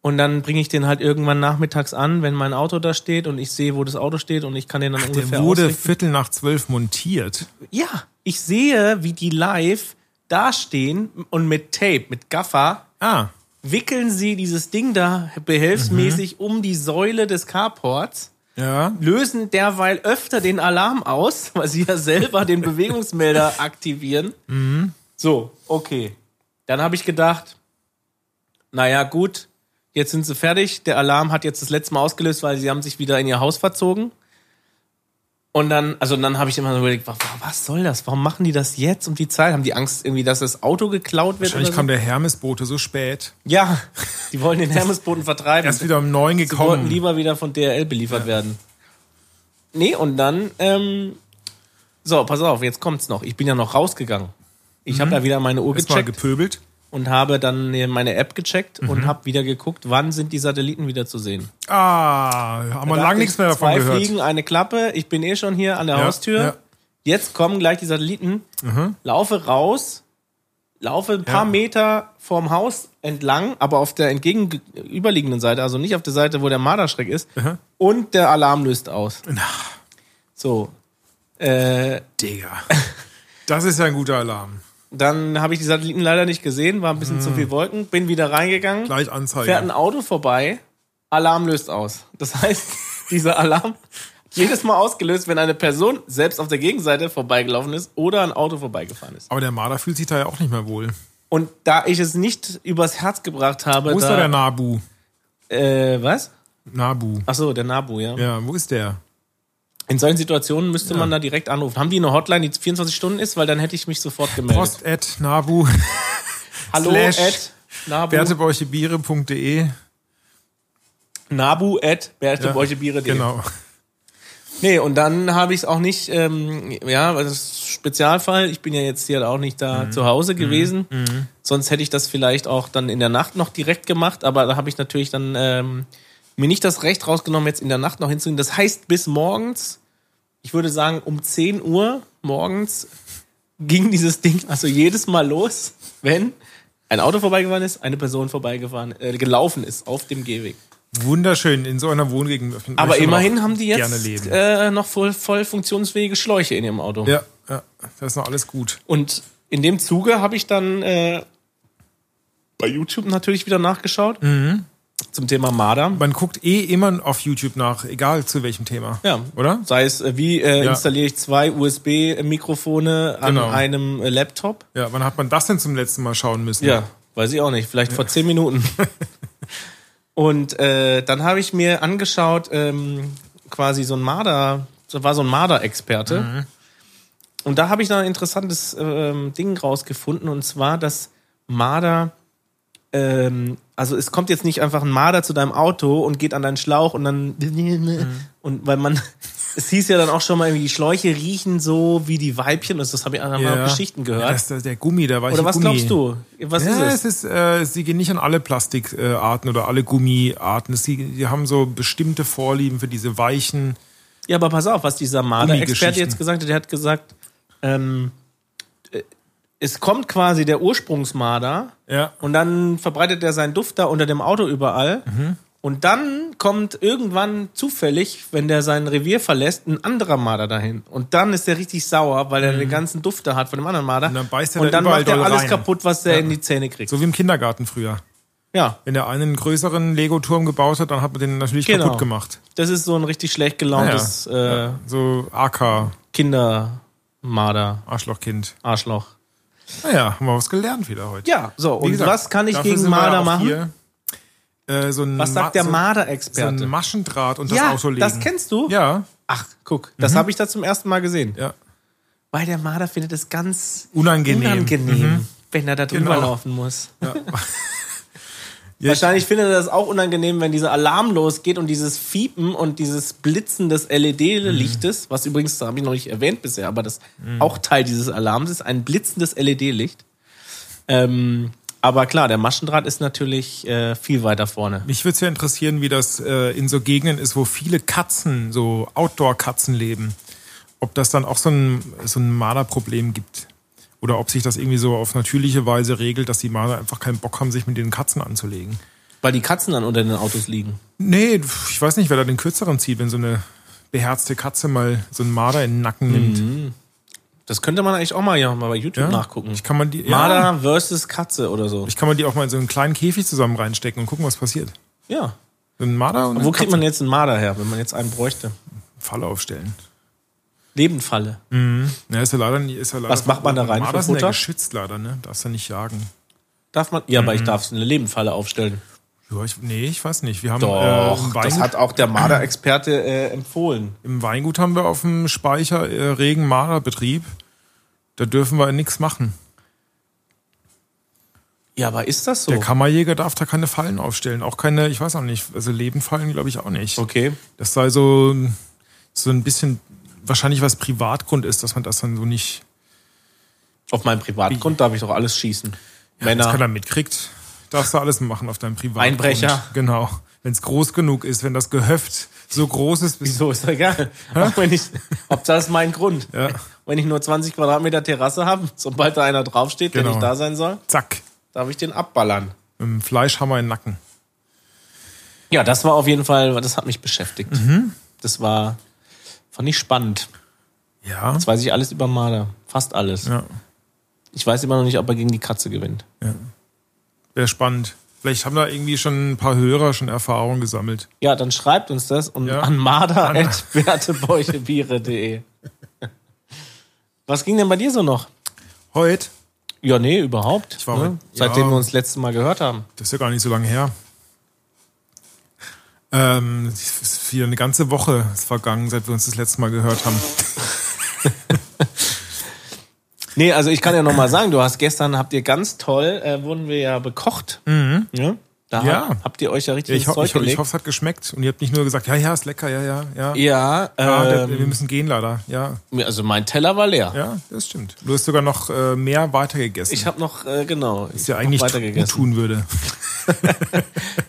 [SPEAKER 2] und dann bringe ich den halt irgendwann nachmittags an, wenn mein Auto da steht und ich sehe, wo das Auto steht und ich kann den dann
[SPEAKER 1] Der
[SPEAKER 2] ungefähr
[SPEAKER 1] wurde
[SPEAKER 2] ausrichten.
[SPEAKER 1] Viertel nach zwölf montiert.
[SPEAKER 2] Ja, ich sehe, wie die live dastehen und mit Tape, mit Gaffer
[SPEAKER 1] Ah,
[SPEAKER 2] wickeln sie dieses Ding da behelfsmäßig um die Säule des Carports,
[SPEAKER 1] ja.
[SPEAKER 2] lösen derweil öfter den Alarm aus, weil sie ja selber den Bewegungsmelder aktivieren. So, okay. Dann habe ich gedacht, naja, gut, jetzt sind sie fertig. Der Alarm hat jetzt das letzte Mal ausgelöst, weil sie haben sich wieder in ihr Haus verzogen. Und dann, also dann habe ich immer so überlegt, wa- wa- was soll das? Warum machen die das jetzt um die Zeit? Haben die Angst irgendwie, dass das Auto geklaut wird?
[SPEAKER 1] Wahrscheinlich
[SPEAKER 2] oder so?
[SPEAKER 1] kam der Hermesbote so spät.
[SPEAKER 2] Ja, die wollen den Hermesboten vertreiben.
[SPEAKER 1] Erst wieder um neun
[SPEAKER 2] die Also, wollten
[SPEAKER 1] gekommen.
[SPEAKER 2] lieber wieder von DRL beliefert werden. Nee, und dann, ähm, so, pass auf, jetzt kommt's noch. Ich bin ja noch rausgegangen. Ich habe ja wieder meine Uhr
[SPEAKER 1] Erstmal
[SPEAKER 2] gecheckt
[SPEAKER 1] gepöbelt.
[SPEAKER 2] und habe dann hier meine App gecheckt und habe wieder geguckt, wann sind die Satelliten wieder zu sehen.
[SPEAKER 1] Ah, haben wir lange
[SPEAKER 2] Dachte
[SPEAKER 1] nichts
[SPEAKER 2] ich,
[SPEAKER 1] mehr davon
[SPEAKER 2] Zwei
[SPEAKER 1] gehört.
[SPEAKER 2] Fliegen, eine Klappe. Ich bin eh schon hier an der
[SPEAKER 1] Ja,
[SPEAKER 2] Haustür.
[SPEAKER 1] ja. Mhm.
[SPEAKER 2] Jetzt kommen gleich die Satelliten. Laufe raus, laufe ein paar
[SPEAKER 1] Ja.
[SPEAKER 2] Meter vorm Haus entlang, aber auf der entgegenüberliegenden Seite, also nicht auf der Seite, wo der Marderschreck ist.
[SPEAKER 1] Mhm.
[SPEAKER 2] Und der Alarm löst aus. So. Äh,
[SPEAKER 1] Digga. Das ist ja ein guter Alarm.
[SPEAKER 2] dann habe ich die Satelliten leider nicht gesehen, war ein bisschen
[SPEAKER 1] Mhm.
[SPEAKER 2] zu viel Wolken, bin wieder reingegangen
[SPEAKER 1] Gleich Anzeige.
[SPEAKER 2] fährt ein Auto vorbei, Alarm löst aus. Das heißt, dieser Alarm jedes Mal ausgelöst, wenn eine Person selbst auf der Gegenseite vorbeigelaufen ist oder ein Auto vorbeigefahren ist.
[SPEAKER 1] Aber der Marder fühlt sich da ja auch nicht mehr wohl.
[SPEAKER 2] Und da ich es nicht übers Herz gebracht habe,
[SPEAKER 1] Wo ist da der
[SPEAKER 2] da,
[SPEAKER 1] Nabu?
[SPEAKER 2] äh, was?
[SPEAKER 1] Nabu.
[SPEAKER 2] Ach so, der Nabu, ja.
[SPEAKER 1] Ja, wo ist der?
[SPEAKER 2] In solchen Situationen müsste man da direkt anrufen. Haben die eine Hotline, die 24 Stunden ist, weil dann hätte ich mich sofort gemeldet.
[SPEAKER 1] Post at Nabu.
[SPEAKER 2] Hallo
[SPEAKER 1] slash
[SPEAKER 2] at Nabu.
[SPEAKER 1] bertebäuchebiere.de.
[SPEAKER 2] Nabu at
[SPEAKER 1] Ja,
[SPEAKER 2] bertebeuchebiere.de.
[SPEAKER 1] Genau.
[SPEAKER 2] Nee, und dann habe ich es auch nicht, ähm, ja, weil das ist Spezialfall. Ich bin ja jetzt hier auch nicht da zu Hause gewesen. Sonst hätte ich das vielleicht auch dann in der Nacht noch direkt gemacht, aber da habe ich natürlich dann ähm, mir nicht das Recht rausgenommen, jetzt in der Nacht noch hinzugehen. Das heißt, bis morgens, ich würde sagen, um 10 Uhr morgens ging dieses Ding also jedes Mal los, wenn ein Auto vorbeigefahren ist, eine Person vorbeigefahren, äh, gelaufen ist auf dem Gehweg.
[SPEAKER 1] Wunderschön in so einer Wohngegend. möchte man
[SPEAKER 2] Aber
[SPEAKER 1] auch
[SPEAKER 2] immerhin haben die
[SPEAKER 1] Gerne
[SPEAKER 2] jetzt
[SPEAKER 1] leben.
[SPEAKER 2] äh, noch voll, voll funktionsfähige Schläuche in ihrem Auto.
[SPEAKER 1] ja, ja, das ist noch alles gut.
[SPEAKER 2] Und in dem Zuge habe ich dann äh, bei YouTube natürlich wieder nachgeschaut
[SPEAKER 1] Mhm.
[SPEAKER 2] zum Thema Marder.
[SPEAKER 1] Man guckt eh immer auf YouTube nach, egal zu welchem Thema.
[SPEAKER 2] Ja,
[SPEAKER 1] Oder?
[SPEAKER 2] Sei es, äh, wie äh,
[SPEAKER 1] Ja.
[SPEAKER 2] installiere ich zwei USB-Mikrofone an
[SPEAKER 1] Genau.
[SPEAKER 2] einem äh, Laptop?
[SPEAKER 1] Ja, wann hat man das denn zum letzten Mal schauen müssen?
[SPEAKER 2] Ja, weiß ich auch nicht. Vielleicht vor zehn Minuten. Und äh, dann habe ich mir angeschaut, ähm, quasi so ein Marder, so war so ein Marder-Experte. Und da habe ich noch ein interessantes ähm, Ding rausgefunden, und zwar, dass Marder, ähm, also es kommt jetzt nicht einfach ein Marder zu deinem Auto und geht an deinen Schlauch und dann. Mhm. Und weil man. Es hieß ja dann auch schon mal, irgendwie, die Schläuche riechen so wie die Weibchen. Das, das habe ich auch mal
[SPEAKER 1] Ja.
[SPEAKER 2] auch Geschichten gehört.
[SPEAKER 1] Ja, das, das, der Gummi, der weiche
[SPEAKER 2] Oder was
[SPEAKER 1] Gummi.
[SPEAKER 2] glaubst du? Was
[SPEAKER 1] ja,
[SPEAKER 2] ist es?
[SPEAKER 1] es ist, äh, sie gehen nicht an alle Plastikarten oder alle Gummiarten. Sie, sie haben so bestimmte Vorlieben für diese weichen,
[SPEAKER 2] Ja, aber pass auf, was dieser Marder-Experte
[SPEAKER 1] Gummigeschichten.
[SPEAKER 2] jetzt gesagt hat. Der hat gesagt, ähm, äh, es kommt quasi der Ursprungsmarder
[SPEAKER 1] Ja.
[SPEAKER 2] und dann verbreitet er seinen Duft da unter dem Auto überall.
[SPEAKER 1] Mhm.
[SPEAKER 2] Und dann kommt irgendwann zufällig, wenn der sein Revier verlässt, ein anderer Marder dahin. Und dann ist er richtig sauer, weil er den ganzen Dufte hat von dem anderen Marder.
[SPEAKER 1] Mhm. Und dann beißt er
[SPEAKER 2] Und
[SPEAKER 1] da
[SPEAKER 2] dann
[SPEAKER 1] überall
[SPEAKER 2] macht er
[SPEAKER 1] doll
[SPEAKER 2] alles
[SPEAKER 1] rein.
[SPEAKER 2] kaputt, was der in die Zähne kriegt.
[SPEAKER 1] So wie im Kindergarten früher.
[SPEAKER 2] Ja,
[SPEAKER 1] Wenn der einen größeren Lego-Turm gebaut hat, dann hat man den natürlich
[SPEAKER 2] Genau.
[SPEAKER 1] kaputt gemacht.
[SPEAKER 2] das ist so ein richtig schlecht gelauntes
[SPEAKER 1] Ah,
[SPEAKER 2] äh,
[SPEAKER 1] So AK,
[SPEAKER 2] Kindermarder,
[SPEAKER 1] Arschlochkind.
[SPEAKER 2] Arschloch.
[SPEAKER 1] Naja, haben wir was gelernt wieder heute.
[SPEAKER 2] Ja, so.
[SPEAKER 1] Wie
[SPEAKER 2] Und
[SPEAKER 1] gesagt,
[SPEAKER 2] was kann ich
[SPEAKER 1] dafür
[SPEAKER 2] gegen
[SPEAKER 1] sind wir
[SPEAKER 2] Marder
[SPEAKER 1] auch
[SPEAKER 2] machen?
[SPEAKER 1] hier. Äh, so ein
[SPEAKER 2] Was sagt der
[SPEAKER 1] Ma- so- So
[SPEAKER 2] Marder-Experte?
[SPEAKER 1] ein Maschendraht und
[SPEAKER 2] ja,
[SPEAKER 1] das Auto legen.
[SPEAKER 2] das kennst du?
[SPEAKER 1] Ja,
[SPEAKER 2] Ach, guck, das habe ich da zum ersten Mal gesehen.
[SPEAKER 1] ja.
[SPEAKER 2] Weil der Marder findet es ganz
[SPEAKER 1] Unangenehm.
[SPEAKER 2] unangenehm, wenn er da drüber
[SPEAKER 1] Genau.
[SPEAKER 2] laufen muss.
[SPEAKER 1] Ja,
[SPEAKER 2] Wahrscheinlich findet er das auch unangenehm, wenn dieser Alarm losgeht und dieses Fiepen und dieses Blitzen des
[SPEAKER 1] Mhm.
[SPEAKER 2] LED-Lichtes, was übrigens, da habe ich noch nicht erwähnt bisher, aber das auch Teil dieses Alarms ist, ein blitzendes LED-Licht. Ähm, aber klar, der Maschendraht ist natürlich äh, viel weiter vorne.
[SPEAKER 1] Mich würde es ja interessieren, wie das äh, in so Gegenden ist, wo viele Katzen, so Outdoor-Katzen leben. Ob das dann auch so ein, so ein Marderproblem gibt. Oder ob sich das irgendwie so auf natürliche Weise regelt, dass die Marder einfach keinen Bock haben, sich mit den Katzen anzulegen.
[SPEAKER 2] Weil die Katzen dann unter den Autos liegen.
[SPEAKER 1] Nee, pf, ich weiß nicht, wer da den kürzeren zieht, wenn so eine beherzte Katze mal so einen Marder in den
[SPEAKER 2] Mhm.
[SPEAKER 1] Nacken nimmt. ne?
[SPEAKER 2] Das könnte man eigentlich auch mal, ja, mal bei YouTube nachgucken.
[SPEAKER 1] Ich kann man die, Ja,
[SPEAKER 2] Marder versus Katze oder so.
[SPEAKER 1] ich kann man die auch mal in so einen kleinen Käfig zusammen reinstecken und gucken, was passiert.
[SPEAKER 2] Ja.
[SPEAKER 1] So einen Marder und
[SPEAKER 2] Wo
[SPEAKER 1] einen
[SPEAKER 2] kriegt man jetzt einen Marder her, wenn man jetzt einen bräuchte?
[SPEAKER 1] Falle aufstellen.
[SPEAKER 2] Lebendfalle.
[SPEAKER 1] Ja, ist ja leider, nie- ist ja leider
[SPEAKER 2] Was macht man da rein für
[SPEAKER 1] Marder sind ja
[SPEAKER 2] Futter?
[SPEAKER 1] geschützt leider, ne? Darfst du nicht jagen.
[SPEAKER 2] Darf man? Ja, aber ich darf eine Lebendfalle aufstellen.
[SPEAKER 1] Ja, ich, nee, ich weiß nicht. Wir haben äh, im,
[SPEAKER 2] Doch, das
[SPEAKER 1] Weingut,
[SPEAKER 2] hat auch der Marder-Experte äh, empfohlen.
[SPEAKER 1] im Weingut haben wir auf dem Speicher äh, regen Marderbetrieb. Da dürfen wir nichts machen.
[SPEAKER 2] Ja, aber ist das so?
[SPEAKER 1] Der Kammerjäger darf da keine Fallen aufstellen. Auch keine, ich weiß auch nicht, also Lebenfallen glaube ich auch nicht.
[SPEAKER 2] Okay.
[SPEAKER 1] Das sei so, so ein bisschen, wahrscheinlich was Privatgrund ist, dass man das dann so nicht,
[SPEAKER 2] Auf meinem Privatgrund darf ich doch alles schießen.
[SPEAKER 1] dass
[SPEAKER 2] Männer.
[SPEAKER 1] keiner mitkriegt. Darfst du alles machen auf deinem Privatgrund.
[SPEAKER 2] Einbrecher.
[SPEAKER 1] Genau. Wenn es groß genug ist, wenn das Gehöft so groß ist, bis
[SPEAKER 2] So ist doch egal. Auch wenn ich, Hauptsache ist mein Grund.
[SPEAKER 1] Ja.
[SPEAKER 2] Wenn ich nur 20 Quadratmeter Terrasse habe, sobald da einer draufsteht, der
[SPEAKER 1] Genau.
[SPEAKER 2] nicht da sein soll,
[SPEAKER 1] zack,
[SPEAKER 2] darf ich den abballern.
[SPEAKER 1] mit dem Fleischhammer in den Nacken.
[SPEAKER 2] Ja, das war auf jeden Fall, das hat mich beschäftigt.
[SPEAKER 1] Mhm.
[SPEAKER 2] Das war, fand ich spannend.
[SPEAKER 1] Ja.
[SPEAKER 2] Jetzt weiß ich alles über Marder. Fast alles.
[SPEAKER 1] ja.
[SPEAKER 2] Ich weiß immer noch nicht, ob er gegen die Katze gewinnt.
[SPEAKER 1] Wäre spannend. Vielleicht haben da irgendwie schon ein paar Hörer schon Erfahrung gesammelt.
[SPEAKER 2] Ja, dann schreibt uns das und
[SPEAKER 1] Ja.
[SPEAKER 2] an
[SPEAKER 1] An-
[SPEAKER 2] marder.wertebäuchebiere.de. Was ging denn bei dir so noch?
[SPEAKER 1] Heute,
[SPEAKER 2] Ja, nee, überhaupt.
[SPEAKER 1] war
[SPEAKER 2] ne?
[SPEAKER 1] mit-
[SPEAKER 2] Seitdem
[SPEAKER 1] ja.
[SPEAKER 2] wir uns das letzte Mal gehört haben.
[SPEAKER 1] das ist ja gar nicht so lange her. Ähm, es ist wieder eine ganze Woche ist vergangen, seit wir uns das letzte Mal gehört haben.
[SPEAKER 2] Nee, also ich kann ja nochmal sagen, du hast gestern, habt ihr ganz toll, äh, wurden wir ja bekocht. Ja? Da
[SPEAKER 1] Mhm. Ja.
[SPEAKER 2] hab- habt ihr euch ja richtig
[SPEAKER 1] Ich,
[SPEAKER 2] ins
[SPEAKER 1] ho
[SPEAKER 2] Zeug
[SPEAKER 1] ich, ho ich
[SPEAKER 2] gelegt.
[SPEAKER 1] hoffe, es hat geschmeckt. Und ihr habt nicht nur gesagt, ja, ja, ist lecker, ja, ja, ja.
[SPEAKER 2] ja,
[SPEAKER 1] Ah, der- wir
[SPEAKER 2] ähm,
[SPEAKER 1] müssen gehen leider. Ja,
[SPEAKER 2] also mein Teller war leer.
[SPEAKER 1] ja, das stimmt. Du hast sogar noch äh, mehr weitergegessen.
[SPEAKER 2] Ich habe noch, äh, genau,
[SPEAKER 1] was
[SPEAKER 2] ist
[SPEAKER 1] dir eigentlich gut
[SPEAKER 2] weitergegessen.
[SPEAKER 1] tun würde.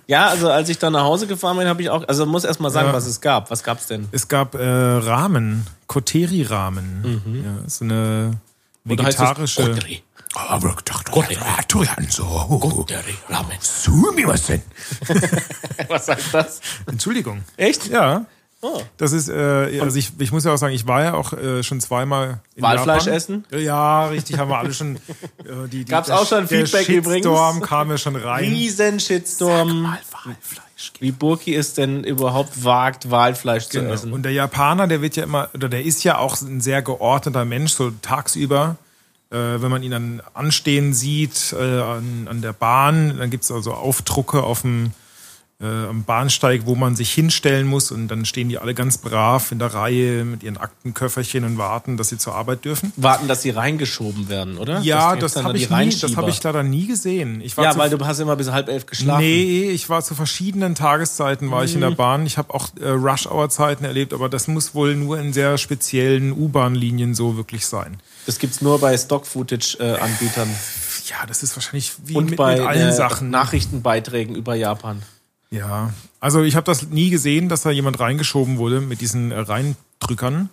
[SPEAKER 2] Ja, also als ich dann nach Hause gefahren bin, habe ich auch, also muss erst mal sagen,
[SPEAKER 1] Ja.
[SPEAKER 2] was es gab. Was gab's denn?
[SPEAKER 1] Es gab äh, Rahmen, Koteri-Rahmen. Ja, so eine vegetarische. Ah, Aber doch, doch, so.
[SPEAKER 2] Ramen.
[SPEAKER 1] Sumimasen.
[SPEAKER 2] Was heißt das?
[SPEAKER 1] Entschuldigung.
[SPEAKER 2] Echt?
[SPEAKER 1] Ja.
[SPEAKER 2] Oh.
[SPEAKER 1] Das ist, äh, also ich, ich muss ja auch sagen, ich war ja auch äh, schon zweimal in
[SPEAKER 2] Walfleisch
[SPEAKER 1] Japan.
[SPEAKER 2] essen?
[SPEAKER 1] Ja, richtig, haben wir alle schon. Äh, die, die,
[SPEAKER 2] Gab's
[SPEAKER 1] der-
[SPEAKER 2] auch
[SPEAKER 1] der
[SPEAKER 2] schon Feedback
[SPEAKER 1] Shitstorm
[SPEAKER 2] übrigens? ähm,
[SPEAKER 1] kam ja schon rein.
[SPEAKER 2] Riesen Shitstorm.
[SPEAKER 1] Walfleisch.
[SPEAKER 2] Wie Burki es denn überhaupt wagt, Walfleisch zu
[SPEAKER 1] Genau.
[SPEAKER 2] essen.
[SPEAKER 1] Und der Japaner, der wird ja immer, oder der ist ja auch ein sehr geordneter Mensch, so tagsüber. Äh, wenn man ihn dann anstehen sieht äh, an, an der Bahn, dann gibt es also Aufdrucke auf dem äh, am Bahnsteig, wo man sich hinstellen muss und dann stehen die alle ganz brav in der Reihe mit ihren Aktenköfferchen und warten, dass sie zur Arbeit dürfen.
[SPEAKER 2] Warten, dass sie reingeschoben werden, oder?
[SPEAKER 1] Ja,
[SPEAKER 2] Dass die
[SPEAKER 1] das,
[SPEAKER 2] dann
[SPEAKER 1] habe
[SPEAKER 2] die
[SPEAKER 1] ich, nie- das
[SPEAKER 2] Reinschieber-
[SPEAKER 1] hab ich leider nie gesehen. Ich war
[SPEAKER 2] Ja,
[SPEAKER 1] zu
[SPEAKER 2] weil du hast immer bis halb elf geschlafen.
[SPEAKER 1] Nee, ich war zu verschiedenen Tageszeiten war ich in der
[SPEAKER 2] Mhm.
[SPEAKER 1] Bahn. Ich habe auch äh, Rush-Hour-Zeiten erlebt, aber das muss wohl nur in sehr speziellen U-Bahn-Linien so wirklich sein.
[SPEAKER 2] Das gibt's nur bei Stock-Footage-Anbietern
[SPEAKER 1] Ja, das ist wahrscheinlich wie
[SPEAKER 2] und
[SPEAKER 1] mit,
[SPEAKER 2] bei
[SPEAKER 1] mit allen
[SPEAKER 2] äh,
[SPEAKER 1] Sachen.
[SPEAKER 2] Nachrichtenbeiträgen über Japan.
[SPEAKER 1] Ja, also ich habe das nie gesehen, dass da jemand reingeschoben wurde mit diesen äh, Reindrückern.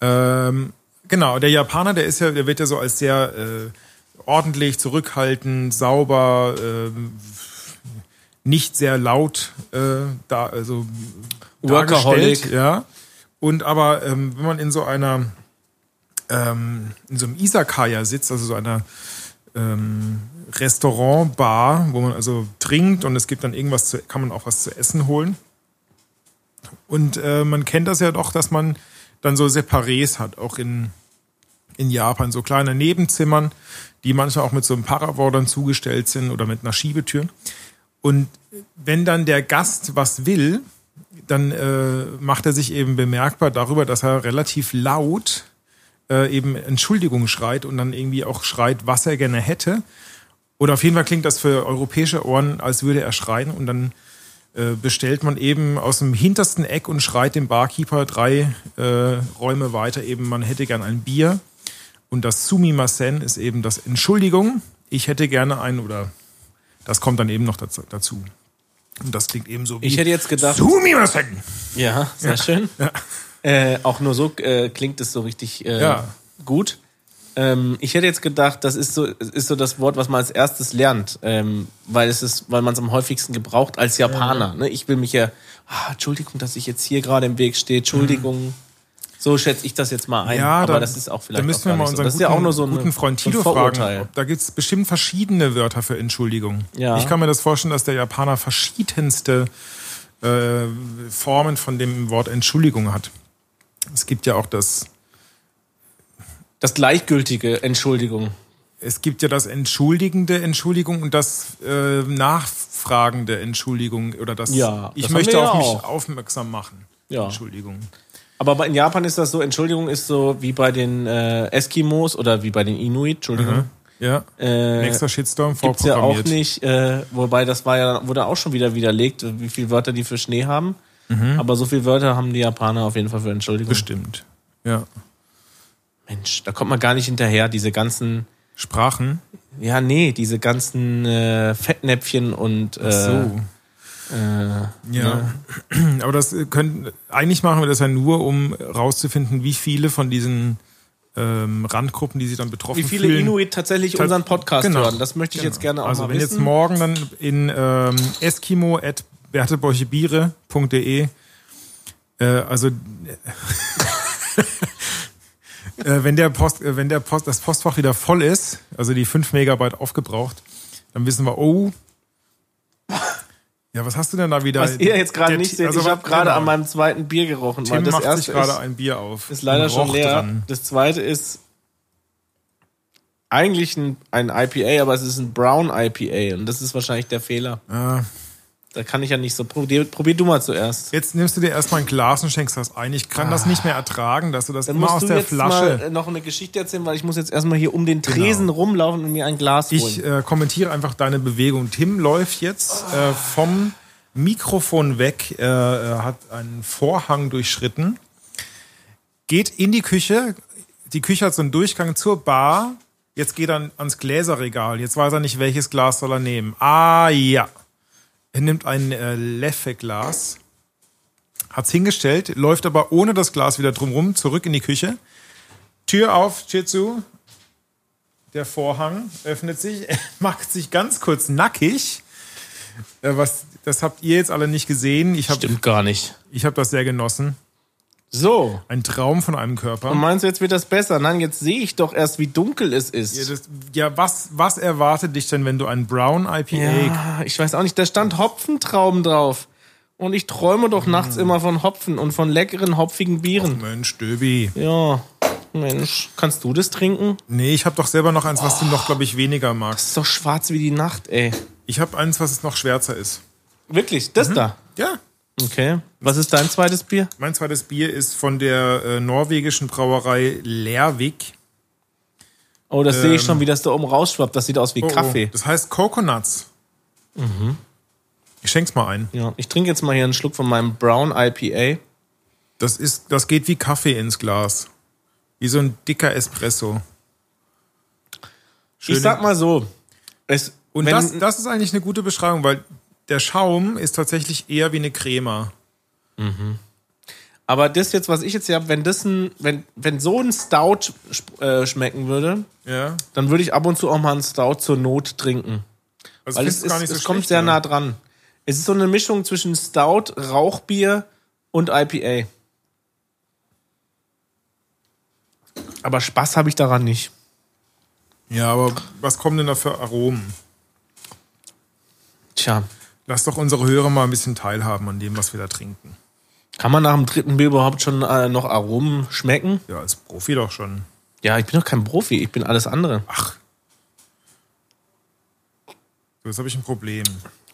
[SPEAKER 1] Ähm, genau, der Japaner, der ist ja, der wird ja so als sehr äh, ordentlich, zurückhaltend, sauber, ähm, nicht sehr laut, äh, da, also
[SPEAKER 2] Workaholic.
[SPEAKER 1] dargestellt, ja. Und aber ähm, wenn man in so einer ähm, in so einem Isakaya sitzt, also so einer ähm, Restaurantbar, wo man also trinkt und es gibt dann irgendwas zu, kann man auch was zu essen holen. Und äh, man kennt das ja doch, dass man dann so Separés hat, auch in, in Japan, so kleine Nebenzimmern, die manchmal auch mit so einem Paravor dann zugestellt sind oder mit einer Schiebetür. Und wenn dann der Gast was will, dann äh, macht er sich eben bemerkbar darüber, dass er relativ laut äh, eben Entschuldigung schreit und dann irgendwie auch schreit, was er gerne hätte. Oder auf jeden Fall klingt das für europäische Ohren, als würde er schreien und dann äh, bestellt man eben aus dem hintersten Eck und schreit dem Barkeeper drei äh, Räume weiter eben, man hätte gern ein Bier. Und das Sumimasen ist eben das Entschuldigung, ich hätte gerne ein oder das kommt dann eben noch dazu. dazu. Und das klingt eben so wie
[SPEAKER 2] Ich hätte jetzt gedacht,
[SPEAKER 1] Sumimasen!
[SPEAKER 2] Ja, sehr schön. Äh, auch nur so äh, klingt es so richtig äh,
[SPEAKER 1] Ja.
[SPEAKER 2] gut. Ähm, ich hätte jetzt gedacht, das ist so, ist so das Wort, was man als erstes lernt, ähm, weil es ist, weil man es am häufigsten gebraucht als Japaner. Ne? Ich will mich ja, ah, Entschuldigung, dass ich jetzt hier gerade im Weg stehe, Entschuldigung. So schätze ich das jetzt mal ein.
[SPEAKER 1] Mhm. Ja,
[SPEAKER 2] aber
[SPEAKER 1] da-
[SPEAKER 2] das ist auch vielleicht
[SPEAKER 1] Da müssen
[SPEAKER 2] auch
[SPEAKER 1] wir
[SPEAKER 2] gar
[SPEAKER 1] mal
[SPEAKER 2] nicht so.
[SPEAKER 1] unseren
[SPEAKER 2] Das
[SPEAKER 1] guten,
[SPEAKER 2] ist ja auch nur so ein
[SPEAKER 1] guten Freund Tito
[SPEAKER 2] so ein Vorurteil.
[SPEAKER 1] fragen. ob- Da gibt es bestimmt verschiedene Wörter für Entschuldigung.
[SPEAKER 2] Ja.
[SPEAKER 1] Ich kann mir das vorstellen, dass der Japaner verschiedenste äh, Formen von dem Wort Entschuldigung hat. Es gibt ja auch das,
[SPEAKER 2] Das gleichgültige Entschuldigung.
[SPEAKER 1] es gibt ja das entschuldigende Entschuldigung und das äh, nachfragende Entschuldigung oder das
[SPEAKER 2] Ja,
[SPEAKER 1] ich
[SPEAKER 2] das
[SPEAKER 1] möchte
[SPEAKER 2] haben
[SPEAKER 1] auf
[SPEAKER 2] wir ja
[SPEAKER 1] mich
[SPEAKER 2] auch.
[SPEAKER 1] aufmerksam machen.
[SPEAKER 2] Ja.
[SPEAKER 1] Entschuldigung.
[SPEAKER 2] Aber bei- in Japan ist das so, Entschuldigung ist so wie bei den äh, Eskimos oder wie bei den Inuit, Entschuldigung.
[SPEAKER 1] Ja.
[SPEAKER 2] Äh,
[SPEAKER 1] Nächster Shitstorm
[SPEAKER 2] Gibt's ja auch
[SPEAKER 1] vorprogrammiert.
[SPEAKER 2] nicht, äh, wobei das war ja, wurde auch schon wieder widerlegt, wie viele Wörter die für Schnee haben.
[SPEAKER 1] Mhm.
[SPEAKER 2] Aber so viele Wörter haben die Japaner auf jeden Fall für Entschuldigung.
[SPEAKER 1] Bestimmt. Ja.
[SPEAKER 2] Mensch, da kommt man gar nicht hinterher, diese ganzen,
[SPEAKER 1] Sprachen.
[SPEAKER 2] ja nee, diese ganzen äh, Fettnäpfchen und äh,
[SPEAKER 1] So.
[SPEAKER 2] äh,
[SPEAKER 1] Ja. Aber das äh, können, eigentlich machen wir das ja nur, um rauszufinden, wie viele von diesen ähm, Randgruppen, die sich dann betroffen
[SPEAKER 2] wie viele
[SPEAKER 1] fühlen.
[SPEAKER 2] Inuit tatsächlich
[SPEAKER 1] Tat-
[SPEAKER 2] unseren Podcast
[SPEAKER 1] Genau.
[SPEAKER 2] hören. Das möchte ich jetzt gerne auch
[SPEAKER 1] also
[SPEAKER 2] mal
[SPEAKER 1] wenn
[SPEAKER 2] wissen.
[SPEAKER 1] jetzt morgen dann in ähm, eskimo.bertebeuchebiere.de äh, also äh, äh, wenn der Post, äh, wenn der Post, das Postfach wieder voll ist, also die 5 Megabyte aufgebraucht, dann wissen wir, oh. Ja, was hast du denn da wieder?
[SPEAKER 2] was ihr jetzt gerade
[SPEAKER 1] Der-
[SPEAKER 2] nicht seht,
[SPEAKER 1] also
[SPEAKER 2] ich
[SPEAKER 1] was-
[SPEAKER 2] habe gerade
[SPEAKER 1] genau.
[SPEAKER 2] an meinem zweiten Bier gerochen. weil
[SPEAKER 1] Tim
[SPEAKER 2] das
[SPEAKER 1] macht sich
[SPEAKER 2] erste
[SPEAKER 1] gerade
[SPEAKER 2] ist,
[SPEAKER 1] ein Bier auf.
[SPEAKER 2] ist leider
[SPEAKER 1] Und
[SPEAKER 2] schon
[SPEAKER 1] roch
[SPEAKER 2] leer.
[SPEAKER 1] dran.
[SPEAKER 2] Das zweite ist eigentlich ein, ein IPA, aber es ist ein Brown IPA und das ist wahrscheinlich der Fehler.
[SPEAKER 1] Ah.
[SPEAKER 2] Da kann ich ja nicht so. Probier, probier du mal zuerst.
[SPEAKER 1] Jetzt nimmst du dir erstmal ein Glas und schenkst das ein. Ich kann das nicht mehr ertragen, dass du das
[SPEAKER 2] Ah. Dann
[SPEAKER 1] immer
[SPEAKER 2] musst
[SPEAKER 1] aus
[SPEAKER 2] du
[SPEAKER 1] der
[SPEAKER 2] jetzt mal
[SPEAKER 1] Flasche. Genau.
[SPEAKER 2] äh, noch eine Geschichte erzählen, weil ich muss jetzt erstmal hier um den Tresen rumlaufen und mir ein Glas holen.
[SPEAKER 1] ich äh, kommentiere einfach deine Bewegung. Tim läuft jetzt äh, vom Mikrofon weg, äh, äh, hat einen Vorhang durchschritten, geht in die Küche. Die Küche hat so einen Durchgang zur Bar. Jetzt geht er ans Gläserregal. Jetzt weiß er nicht, welches Glas soll er nehmen. Ah ja. Er nimmt ein äh, Leffe-Glas, hat's hingestellt, läuft aber ohne das Glas wieder drumrum zurück in die Küche. Tür auf, Tür zu. Der Vorhang öffnet sich, er macht sich ganz kurz nackig. Äh, was, das habt ihr jetzt alle nicht gesehen. Ich habe
[SPEAKER 2] Stimmt gar nicht.
[SPEAKER 1] ich hab das sehr genossen.
[SPEAKER 2] So.
[SPEAKER 1] Ein Traum von einem Körper.
[SPEAKER 2] Und meinst du, jetzt wird das besser? Nein, jetzt sehe ich doch erst, wie dunkel es ist.
[SPEAKER 1] Ja, das, ja was, was erwartet dich denn, wenn du ein Brown IPA
[SPEAKER 2] Ja, ich weiß auch nicht, da stand Hopfentrauben drauf. Und ich träume doch
[SPEAKER 1] Mhm.
[SPEAKER 2] nachts immer von Hopfen und von leckeren, hopfigen Bieren.
[SPEAKER 1] Mensch, Döbi.
[SPEAKER 2] Ja, Mensch, kannst du das trinken?
[SPEAKER 1] Nee, ich habe doch selber noch eins, was du noch, glaube ich, weniger magst.
[SPEAKER 2] Ist doch schwarz wie die Nacht, ey.
[SPEAKER 1] Ich habe eins, was noch schwärzer ist.
[SPEAKER 2] Wirklich,
[SPEAKER 1] Mhm.
[SPEAKER 2] das da.
[SPEAKER 1] Ja.
[SPEAKER 2] Okay. Was ist dein zweites Bier?
[SPEAKER 1] Mein zweites Bier ist von der äh, norwegischen Brauerei Lervik.
[SPEAKER 2] Oh, das sehe ich schon, wie das da oben rausschwappt. Das sieht aus wie
[SPEAKER 1] Ähm. Oh,
[SPEAKER 2] Kaffee. Mhm.
[SPEAKER 1] Oh, das heißt Coconuts. Ich schenk's mal ein.
[SPEAKER 2] Ja, ich trinke jetzt mal hier einen Schluck von meinem Brown IPA.
[SPEAKER 1] Das, ist, das geht wie Kaffee ins Glas. Wie so ein dicker Espresso. Schöne-
[SPEAKER 2] Ich sag mal so. Es,
[SPEAKER 1] Und das, das ist eigentlich eine gute Beschreibung, weil der Schaum ist tatsächlich eher wie eine Crema.
[SPEAKER 2] Aber das jetzt, was ich jetzt hier habe, wenn das ein, wenn, wenn so ein Stout sp- äh, schmecken würde,
[SPEAKER 1] Ja.
[SPEAKER 2] dann würde ich ab und zu auch mal einen Stout zur Not trinken.
[SPEAKER 1] Also
[SPEAKER 2] Weil
[SPEAKER 1] find's
[SPEAKER 2] es, ist, es kommt
[SPEAKER 1] schlecht,
[SPEAKER 2] sehr
[SPEAKER 1] ne?
[SPEAKER 2] nah dran. Es ist so eine Mischung zwischen Stout, Rauchbier und IPA. Aber Spaß habe ich daran nicht.
[SPEAKER 1] Ja, aber was kommen denn da für Aromen?
[SPEAKER 2] Tja,
[SPEAKER 1] Lass doch unsere Hörer mal ein bisschen teilhaben an dem, was wir da trinken.
[SPEAKER 2] kann man nach dem dritten Bier überhaupt schon äh, noch Aromen schmecken?
[SPEAKER 1] Ja, als Profi doch schon.
[SPEAKER 2] Ja, ich bin doch kein Profi, ich bin alles andere.
[SPEAKER 1] Ach. So, Jetzt habe ich ein Problem.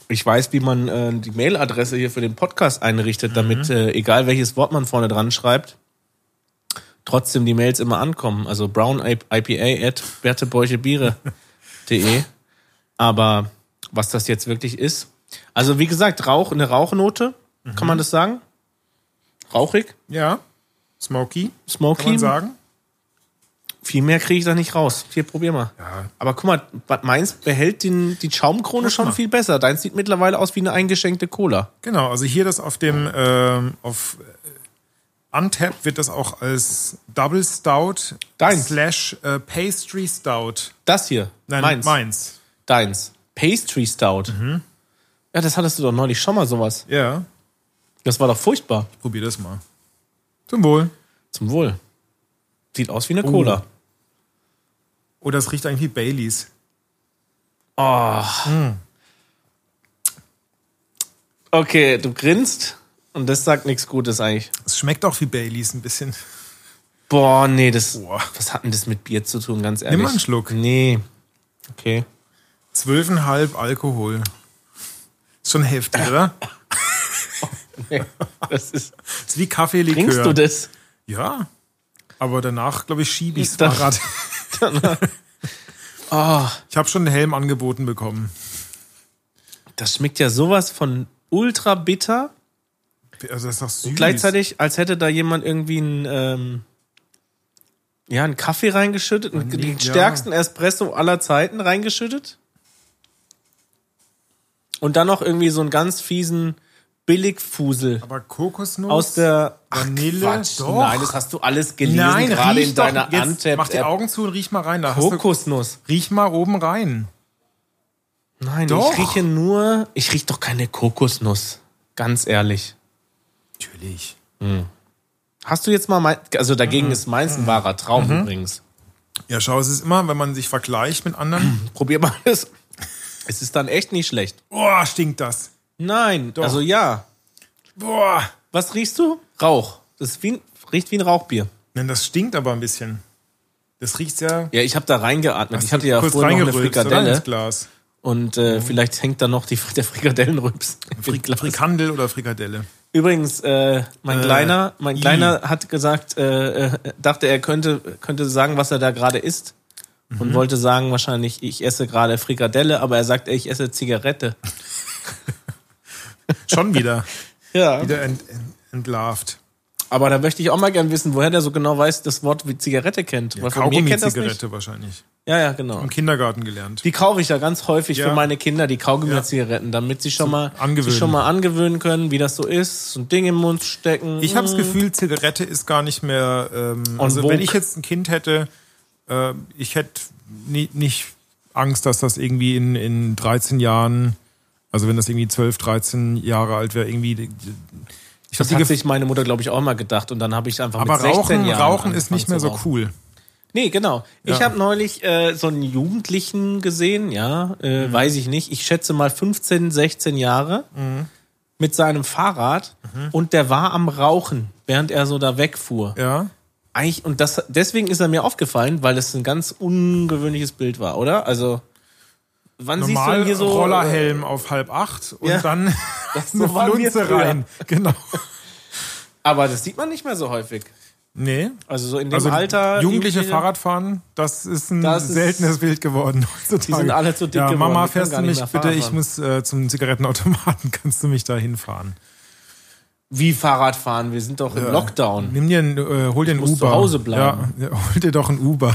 [SPEAKER 2] Ich weiß, wie man äh, die Mailadresse hier für den Podcast einrichtet, damit
[SPEAKER 1] Mhm.
[SPEAKER 2] äh, egal welches Wort man vorne dran schreibt, trotzdem die Mails immer ankommen. Also brownipa at wertebäuchebiere.de. Aber was das jetzt wirklich ist. Also wie gesagt, Rauch, eine Rauchnote, kann
[SPEAKER 1] Mhm.
[SPEAKER 2] man das sagen? Rauchig,
[SPEAKER 1] Ja, Smoky,
[SPEAKER 2] smoky.
[SPEAKER 1] kann man sagen.
[SPEAKER 2] Viel mehr kriege ich da nicht raus. Hier, probier mal.
[SPEAKER 1] Ja.
[SPEAKER 2] Aber guck mal, meins behält den, die Schaumkrone schon
[SPEAKER 1] mal.
[SPEAKER 2] viel besser. Deins sieht mittlerweile aus wie eine eingeschenkte Cola.
[SPEAKER 1] Genau, also hier das auf dem, ähm, auf äh, Untap wird das auch als Double Stout
[SPEAKER 2] Dein.
[SPEAKER 1] slash äh, Pastry Stout.
[SPEAKER 2] Das hier.
[SPEAKER 1] Nein,
[SPEAKER 2] meins.
[SPEAKER 1] meins.
[SPEAKER 2] Deins. Pastry Stout. Ja, das hattest du doch neulich schon mal sowas.
[SPEAKER 1] Ja,
[SPEAKER 2] Das war doch furchtbar.
[SPEAKER 1] probier das mal. Zum Wohl.
[SPEAKER 2] Zum Wohl. Sieht aus wie eine Cola.
[SPEAKER 1] Oder es riecht eigentlich wie Baileys.
[SPEAKER 2] Okay, du grinst und das sagt nichts Gutes eigentlich.
[SPEAKER 1] Es schmeckt auch wie Baileys ein bisschen.
[SPEAKER 2] Boah, nee, das.
[SPEAKER 1] Boah.
[SPEAKER 2] Was hat denn das mit Bier zu tun, ganz ehrlich?
[SPEAKER 1] mal einen Schluck.
[SPEAKER 2] Nee. Okay.
[SPEAKER 1] Zwölfeinhalb Alkohol. Ist schon heftig, oder?
[SPEAKER 2] Nee, das ist,
[SPEAKER 1] Ist wie Kaffeelikör.
[SPEAKER 2] trinkst du das?
[SPEAKER 1] Ja. Aber danach, glaube ich, schiebe ich's
[SPEAKER 2] Das-
[SPEAKER 1] Fahrrad.
[SPEAKER 2] Oh,
[SPEAKER 1] Ich habe schon einen Helm angeboten bekommen.
[SPEAKER 2] das schmeckt ja sowas von ultra bitter.
[SPEAKER 1] Also das ist doch süß.
[SPEAKER 2] Gleichzeitig, als hätte da jemand irgendwie einen, ähm, ja, einen Kaffee reingeschüttet, einen,
[SPEAKER 1] nee,
[SPEAKER 2] den
[SPEAKER 1] ja.
[SPEAKER 2] stärksten Espresso aller Zeiten reingeschüttet. Und dann noch irgendwie so einen ganz fiesen Billigfusel
[SPEAKER 1] Aber Kokosnuss.
[SPEAKER 2] aus der Ach,
[SPEAKER 1] Vanille?
[SPEAKER 2] Quatsch,
[SPEAKER 1] Doch.
[SPEAKER 2] Nein, das hast du alles gelesen,
[SPEAKER 1] Nein,
[SPEAKER 2] gerade
[SPEAKER 1] riech
[SPEAKER 2] in deiner
[SPEAKER 1] doch. Jetzt mach die
[SPEAKER 2] Antep-App.
[SPEAKER 1] Augen zu und riech mal rein. Da hast du,
[SPEAKER 2] Kokosnuss.
[SPEAKER 1] riech mal oben rein.
[SPEAKER 2] Nein,
[SPEAKER 1] Doch.
[SPEAKER 2] ich rieche nur, ich rieche doch keine Kokosnuss. Ganz ehrlich.
[SPEAKER 1] Natürlich.
[SPEAKER 2] Hast du jetzt mal, mein, also
[SPEAKER 1] Mhm.
[SPEAKER 2] dagegen ist meins ein wahrer Traum übrigens.
[SPEAKER 1] Ja, schau, es ist immer, wenn man sich vergleicht mit anderen.
[SPEAKER 2] Probier mal das. Es ist dann echt nicht schlecht.
[SPEAKER 1] Boah, stinkt das.
[SPEAKER 2] Nein, also ja.
[SPEAKER 1] Boah.
[SPEAKER 2] Was riechst du? Rauch. Das ist wie ein, riecht wie ein Rauchbier.
[SPEAKER 1] Nein, das stinkt aber ein bisschen. Das riecht ja.
[SPEAKER 2] Ja, ich habe da reingeatmet. Ich
[SPEAKER 1] Hast
[SPEAKER 2] hatte
[SPEAKER 1] du
[SPEAKER 2] ja
[SPEAKER 1] kurz
[SPEAKER 2] vorhin noch eine
[SPEAKER 1] reingerülpst, oder?
[SPEAKER 2] Frikadelle
[SPEAKER 1] Ins Glas.
[SPEAKER 2] und äh, vielleicht hängt da noch die, der Frikadellenrübs. im
[SPEAKER 1] Frik
[SPEAKER 2] Glas.
[SPEAKER 1] Frikandel oder Frikadelle.
[SPEAKER 2] Übrigens, äh, mein
[SPEAKER 1] Äh,
[SPEAKER 2] kleiner, mein
[SPEAKER 1] i.
[SPEAKER 2] kleiner hat gesagt, äh, äh, dachte er könnte könnte sagen, was er da gerade isst und wollte sagen wahrscheinlich, ich esse gerade Frikadelle, aber er sagt, ich esse Zigarette.
[SPEAKER 1] Schon wieder.
[SPEAKER 2] Ja.
[SPEAKER 1] wieder ent, ent, entlarvt.
[SPEAKER 2] Aber da möchte ich auch mal gern wissen, woher der so genau weiß, das Wort wie Zigarette kennt. Weil von mir kennt das nicht.
[SPEAKER 1] Kaugummi-Zigarette wahrscheinlich.
[SPEAKER 2] Ja, ja, genau.
[SPEAKER 1] Im Kindergarten gelernt.
[SPEAKER 2] Die kaufe ich ja ganz häufig
[SPEAKER 1] Ja.
[SPEAKER 2] für meine Kinder, die Kaugummi-Zigaretten, damit sie schon mal,
[SPEAKER 1] angewöhnen.
[SPEAKER 2] sich schon mal angewöhnen können, wie das so ist, so ein Ding im Mund stecken.
[SPEAKER 1] Ich habe das Gefühl, Zigarette ist gar nicht mehr. Ähm, also
[SPEAKER 2] Hm. vogue.
[SPEAKER 1] wenn ich jetzt ein Kind hätte, äh, ich hätte nie, nicht Angst, dass das irgendwie in, in 13 Jahren, also wenn das irgendwie 12, 13 Jahre alt wäre, irgendwie. die- die- Ich hab
[SPEAKER 2] das
[SPEAKER 1] die
[SPEAKER 2] hat
[SPEAKER 1] Gef-
[SPEAKER 2] sich meine Mutter, glaube ich, auch mal gedacht. Und dann habe ich einfach
[SPEAKER 1] aber
[SPEAKER 2] mit 16
[SPEAKER 1] Rauchen,
[SPEAKER 2] Jahren
[SPEAKER 1] Rauchen ist
[SPEAKER 2] angefangen
[SPEAKER 1] nicht mehr
[SPEAKER 2] zu
[SPEAKER 1] so
[SPEAKER 2] rauchen.
[SPEAKER 1] cool.
[SPEAKER 2] Nee, genau. Ich
[SPEAKER 1] Ja.
[SPEAKER 2] habe neulich äh, so einen Jugendlichen gesehen, ja,
[SPEAKER 1] Mhm.
[SPEAKER 2] äh, weiß ich nicht. Ich schätze mal 15, 16 Jahre
[SPEAKER 1] Mhm.
[SPEAKER 2] mit seinem Fahrrad und der war am Rauchen, während er so da wegfuhr.
[SPEAKER 1] Ja.
[SPEAKER 2] Eigentlich, und das, deswegen ist er mir aufgefallen, weil es ein ganz ungewöhnliches Bild war, oder? Also, wann
[SPEAKER 1] Normal
[SPEAKER 2] siehst du denn hier so. äh,
[SPEAKER 1] Rollerhelm auf halb acht und
[SPEAKER 2] Ja.
[SPEAKER 1] dann
[SPEAKER 2] Das
[SPEAKER 1] eine
[SPEAKER 2] so waren wir
[SPEAKER 1] Flunze
[SPEAKER 2] früher.
[SPEAKER 1] rein. Genau.
[SPEAKER 2] Aber das sieht man nicht mehr so häufig.
[SPEAKER 1] Nee.
[SPEAKER 2] Also, so in dem
[SPEAKER 1] Also
[SPEAKER 2] Alter.
[SPEAKER 1] Jugendliche Fahrradfahren, das ist ein
[SPEAKER 2] Das ist-
[SPEAKER 1] seltenes Bild geworden heutzutage.
[SPEAKER 2] Die sind alle zu dick
[SPEAKER 1] ja,
[SPEAKER 2] geworden,
[SPEAKER 1] Mama,
[SPEAKER 2] die können
[SPEAKER 1] fährst
[SPEAKER 2] gar
[SPEAKER 1] du mich
[SPEAKER 2] nicht mehr
[SPEAKER 1] bitte?
[SPEAKER 2] Fahrrad
[SPEAKER 1] Ich
[SPEAKER 2] fahren.
[SPEAKER 1] muss äh, zum Zigarettenautomaten. Kannst du mich da hinfahren?
[SPEAKER 2] Wie Fahrradfahren? Wir sind doch im Lockdown.
[SPEAKER 1] Nimm dir, ein, äh, hol dir ein
[SPEAKER 2] muss
[SPEAKER 1] Uber.
[SPEAKER 2] zu Hause bleiben.
[SPEAKER 1] Ja, ja, hol dir doch ein Uber.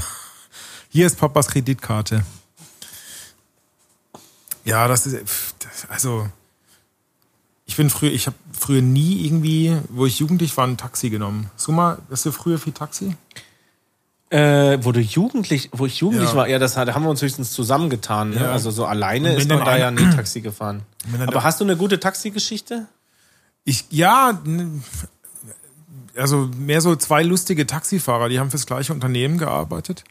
[SPEAKER 1] Hier ist Papas Kreditkarte. Ja, das ist pff, das, also Ich bin früher, ich habe früher nie irgendwie, wo ich jugendlich war, ein Taxi genommen. Hast du mal, hast du früher viel Taxi?
[SPEAKER 2] Äh, wo du jugendlich, wo ich jugendlich
[SPEAKER 1] Ja.
[SPEAKER 2] war, ja, das hat- da haben wir uns höchstens zusammengetan. Ne?
[SPEAKER 1] Ja.
[SPEAKER 2] Also so alleine
[SPEAKER 1] Und wenn
[SPEAKER 2] ist man
[SPEAKER 1] dann
[SPEAKER 2] da
[SPEAKER 1] ein-
[SPEAKER 2] ja nie Taxi gefahren.
[SPEAKER 1] Wenn dann
[SPEAKER 2] Aber
[SPEAKER 1] da-
[SPEAKER 2] hast du eine gute Taxigeschichte?
[SPEAKER 1] Ich, ja, n- also mehr so zwei lustige Taxifahrer, die haben fürs gleiche Unternehmen gearbeitet.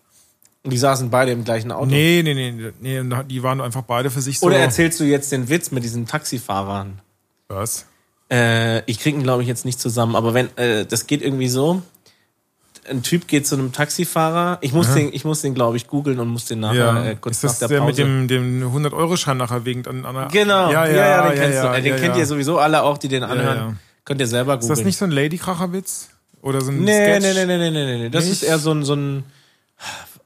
[SPEAKER 2] Und die saßen beide im gleichen Auto.
[SPEAKER 1] Nee, nee, nee, nee, nee, die waren einfach beide für sich so.
[SPEAKER 2] Oder erzählst du jetzt den Witz mit diesen Taxifahrern?
[SPEAKER 1] Was?
[SPEAKER 2] Äh, ich kriege ihn, glaube ich, jetzt nicht zusammen, aber wenn, äh, das geht irgendwie so. Ein Typ geht zu einem Taxifahrer. Ich muss den, ich muss den, glaube ich, googeln und muss den nachher
[SPEAKER 1] Ja,
[SPEAKER 2] äh, kurz
[SPEAKER 1] ist das der,
[SPEAKER 2] nach der Pause.
[SPEAKER 1] mit dem, dem 100-Euro-Schein nachher wegen an einer.
[SPEAKER 2] genau,
[SPEAKER 1] ja, ja,
[SPEAKER 2] den kennst
[SPEAKER 1] ja,
[SPEAKER 2] du. Äh, Den
[SPEAKER 1] ja,
[SPEAKER 2] kennt
[SPEAKER 1] ja.
[SPEAKER 2] ihr sowieso alle auch, die den anhören.
[SPEAKER 1] ja.
[SPEAKER 2] Könnt ihr selber googeln.
[SPEAKER 1] Ist das nicht so ein Ladykracherwitz? Oder so ein
[SPEAKER 2] nee,
[SPEAKER 1] Sketch?
[SPEAKER 2] nee, nee, nee, nee, nee, nee. Das
[SPEAKER 1] Nicht?
[SPEAKER 2] ist eher so ein, so ein.